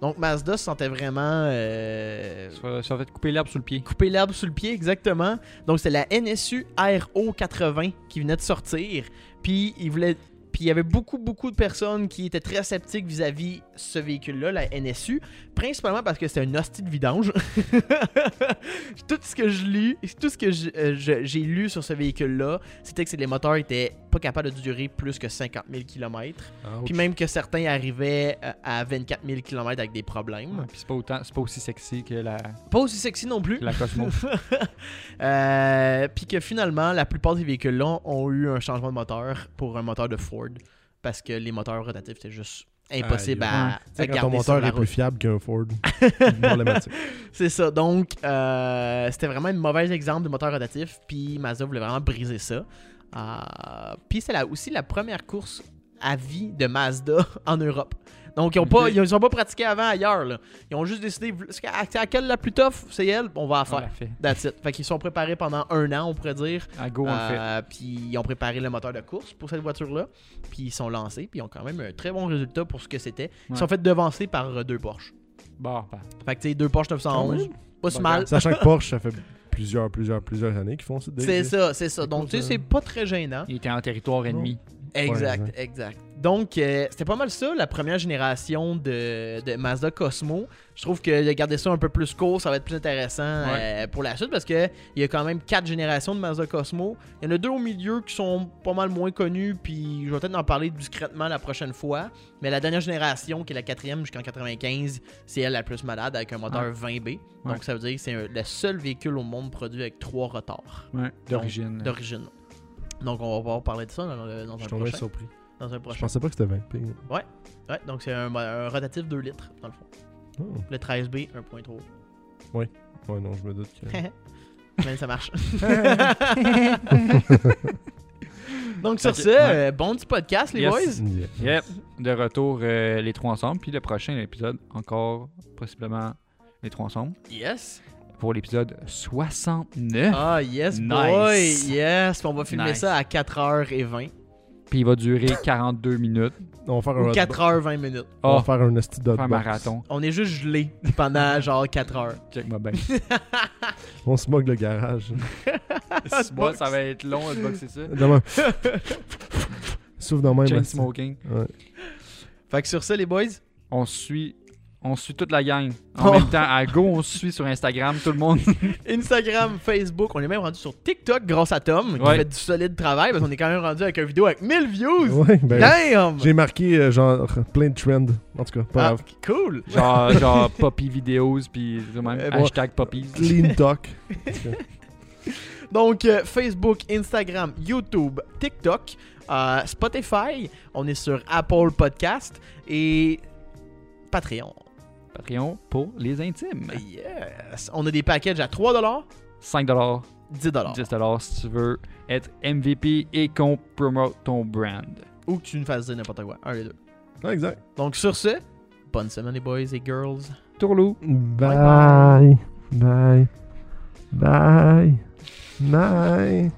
[SPEAKER 3] Donc, Mazda se sentait vraiment. euh,
[SPEAKER 1] Ça ça va te couper l'herbe sous le pied.
[SPEAKER 3] couper l'herbe sous le pied, exactement. Donc, c'est la NSU RO80 qui venait de sortir. Puis, il voulait. Puis il y avait beaucoup, beaucoup de personnes qui étaient très sceptiques vis-à-vis ce véhicule-là, la NSU, principalement parce que c'était une hostie de vidange. tout ce que je lis, tout ce que je- euh, je- j'ai lu sur ce véhicule-là, c'était que c'est- les moteurs étaient pas capables de durer plus que 50 000 km.
[SPEAKER 2] Ah,
[SPEAKER 3] Puis même que certains arrivaient euh, à 24 000 km avec des problèmes.
[SPEAKER 1] Ouais, puis c'est pas, autant- c'est pas aussi sexy que la,
[SPEAKER 3] Pas aussi sexy non plus.
[SPEAKER 1] que la Cosmo.
[SPEAKER 3] Euh, Puis que finalement, la plupart des véhicules-là ont eu un changement de moteur pour un moteur de Ford. Parce que les moteurs rotatifs, c'était juste impossible
[SPEAKER 2] Aïe,
[SPEAKER 3] à,
[SPEAKER 2] Tu sais,
[SPEAKER 3] à
[SPEAKER 2] quand ton
[SPEAKER 3] garder sur
[SPEAKER 2] moteur
[SPEAKER 3] la
[SPEAKER 2] est plus
[SPEAKER 3] route.
[SPEAKER 2] fiable qu'un Ford. Problématique.
[SPEAKER 3] C'est ça. Donc, euh, c'était vraiment un mauvais exemple de moteur rotatif. Puis Mazda voulait vraiment briser ça. Euh, Puis c'est la- aussi la première course à vie de Mazda en Europe. Donc, ils ont pas,
[SPEAKER 1] Ok.
[SPEAKER 3] ils ont- ils ont pas pratiqué avant ailleurs. là. Ils ont juste décidé, à, à quelle la plus tough, c'est elle, on va la
[SPEAKER 1] On
[SPEAKER 3] faire.
[SPEAKER 1] l'a fait.
[SPEAKER 3] That's it. Fait qu'ils sont préparés pendant un an, on pourrait dire.
[SPEAKER 1] À go, on le fait.
[SPEAKER 3] Euh, puis ils ont préparé le moteur de course pour cette voiture-là. Puis ils sont lancés. Puis ils ont quand même un très bon résultat pour ce que c'était. Ils
[SPEAKER 1] Ouais.
[SPEAKER 3] sont fait devancer par euh, deux Porsche.
[SPEAKER 1] Bon, bah.
[SPEAKER 3] Fait que tu sais, deux Porsche
[SPEAKER 2] Quand
[SPEAKER 3] 911. Pas si
[SPEAKER 1] Bon,
[SPEAKER 3] mal.
[SPEAKER 2] Sachant que Porsche, ça fait plusieurs, plusieurs, plusieurs années qu'ils font ça.
[SPEAKER 3] C'est ça, c'est ça. Donc tu sais, c'est pas très gênant.
[SPEAKER 1] Il était en territoire ennemi.
[SPEAKER 3] Exact, exact. Donc, euh, c'était pas mal ça, la première génération de, de Mazda Cosmo. Je trouve que de garder ça un peu plus court, ça va être plus intéressant euh, pour la suite parce que il y a quand même quatre générations de Mazda Cosmo. Il y en a deux au milieu qui sont pas mal moins connues, puis je vais peut-être en parler discrètement la prochaine fois. Mais la dernière génération, qui est la quatrième jusqu'en 95, c'est elle la plus malade avec un moteur 20B.
[SPEAKER 1] Ouais.
[SPEAKER 3] Donc, ça veut dire que c'est un- le seul véhicule au monde produit avec trois rotors
[SPEAKER 1] Ouais, D'origine.
[SPEAKER 3] d'origine. Donc, on va pouvoir parler de ça dans, le-
[SPEAKER 2] Je
[SPEAKER 3] dans un
[SPEAKER 2] suis tombé
[SPEAKER 3] prochain.
[SPEAKER 2] surpris.
[SPEAKER 3] Dans un
[SPEAKER 2] Je
[SPEAKER 3] prochain.
[SPEAKER 2] pensais pas que c'était 20 ping.
[SPEAKER 3] Ouais, donc c'est un, un rotatif 2 litres, dans le fond.
[SPEAKER 2] Oh.
[SPEAKER 3] Le 13B, 1.3.
[SPEAKER 2] Ouais, non, je me doute que.
[SPEAKER 3] Mais Ben, ça marche. Donc, sur
[SPEAKER 1] Ok,
[SPEAKER 3] ce,
[SPEAKER 1] ouais.
[SPEAKER 3] euh, bon petit podcast, les
[SPEAKER 1] Yes.
[SPEAKER 3] boys.
[SPEAKER 2] Yeah.
[SPEAKER 1] Yep. De retour, euh, les trois ensemble. Puis le prochain épisode, encore possiblement les trois ensemble.
[SPEAKER 3] Yes.
[SPEAKER 1] Pour l'épisode 69.
[SPEAKER 3] Ah, yes,
[SPEAKER 1] Nice.
[SPEAKER 3] boy. Yes. Puis on va filmer
[SPEAKER 1] Nice.
[SPEAKER 3] ça à 4h20.
[SPEAKER 1] Puis il va durer 42 minutes.
[SPEAKER 2] On va faire
[SPEAKER 3] Ou
[SPEAKER 2] un,
[SPEAKER 3] 4h20 minutes.
[SPEAKER 2] on va
[SPEAKER 1] Oh,
[SPEAKER 2] faire un esti
[SPEAKER 1] faire un
[SPEAKER 2] d'hotbox.
[SPEAKER 1] marathon.
[SPEAKER 3] On est juste gelé pendant genre 4 heures.
[SPEAKER 1] Check moi bien.
[SPEAKER 2] On se moque le garage.
[SPEAKER 1] Moi, ça va être long de boxer ça.
[SPEAKER 2] Demain. Sauf dans même.
[SPEAKER 1] Chain
[SPEAKER 2] esti.
[SPEAKER 1] smoking.
[SPEAKER 2] Ouais.
[SPEAKER 3] Fait que sur ça, les boys,
[SPEAKER 1] On suit. On suit toute la gang. En même temps, à go, on se suit sur Instagram, tout le monde.
[SPEAKER 3] Instagram, Facebook, on est même rendu sur TikTok grâce à Tom qui
[SPEAKER 1] Ouais.
[SPEAKER 3] fait du solide travail parce qu'on est quand même rendu avec une vidéo avec 1000 views.
[SPEAKER 2] Ouais, ben,
[SPEAKER 3] Damn!
[SPEAKER 2] J'ai marqué euh, genre plein de trends. En tout cas, pas
[SPEAKER 3] Ah,
[SPEAKER 2] grave.
[SPEAKER 3] cool!
[SPEAKER 1] Genre, genre Poppy Videos, puis tout de même,
[SPEAKER 3] Euh, bon.
[SPEAKER 1] hashtag Poppies.
[SPEAKER 2] Clean talk.
[SPEAKER 3] Donc, euh, Facebook, Instagram, YouTube, TikTok, euh, Spotify, on est sur Apple Podcast et Patreon.
[SPEAKER 1] Patreon pour les intimes.
[SPEAKER 2] Ah.
[SPEAKER 3] Yes! On a des packages à 3$,
[SPEAKER 1] 5$,
[SPEAKER 3] 10$.
[SPEAKER 1] 10$ si tu veux être MVP et qu'on promote ton brand.
[SPEAKER 3] Ou que tu nous fasses dire n'importe quoi. Un des deux.
[SPEAKER 2] Ouais, Ah, exact.
[SPEAKER 3] Donc, sur ce, bonne semaine, les boys et girls.
[SPEAKER 1] Tourlou.
[SPEAKER 2] Bye. Bye. Bye. Bye.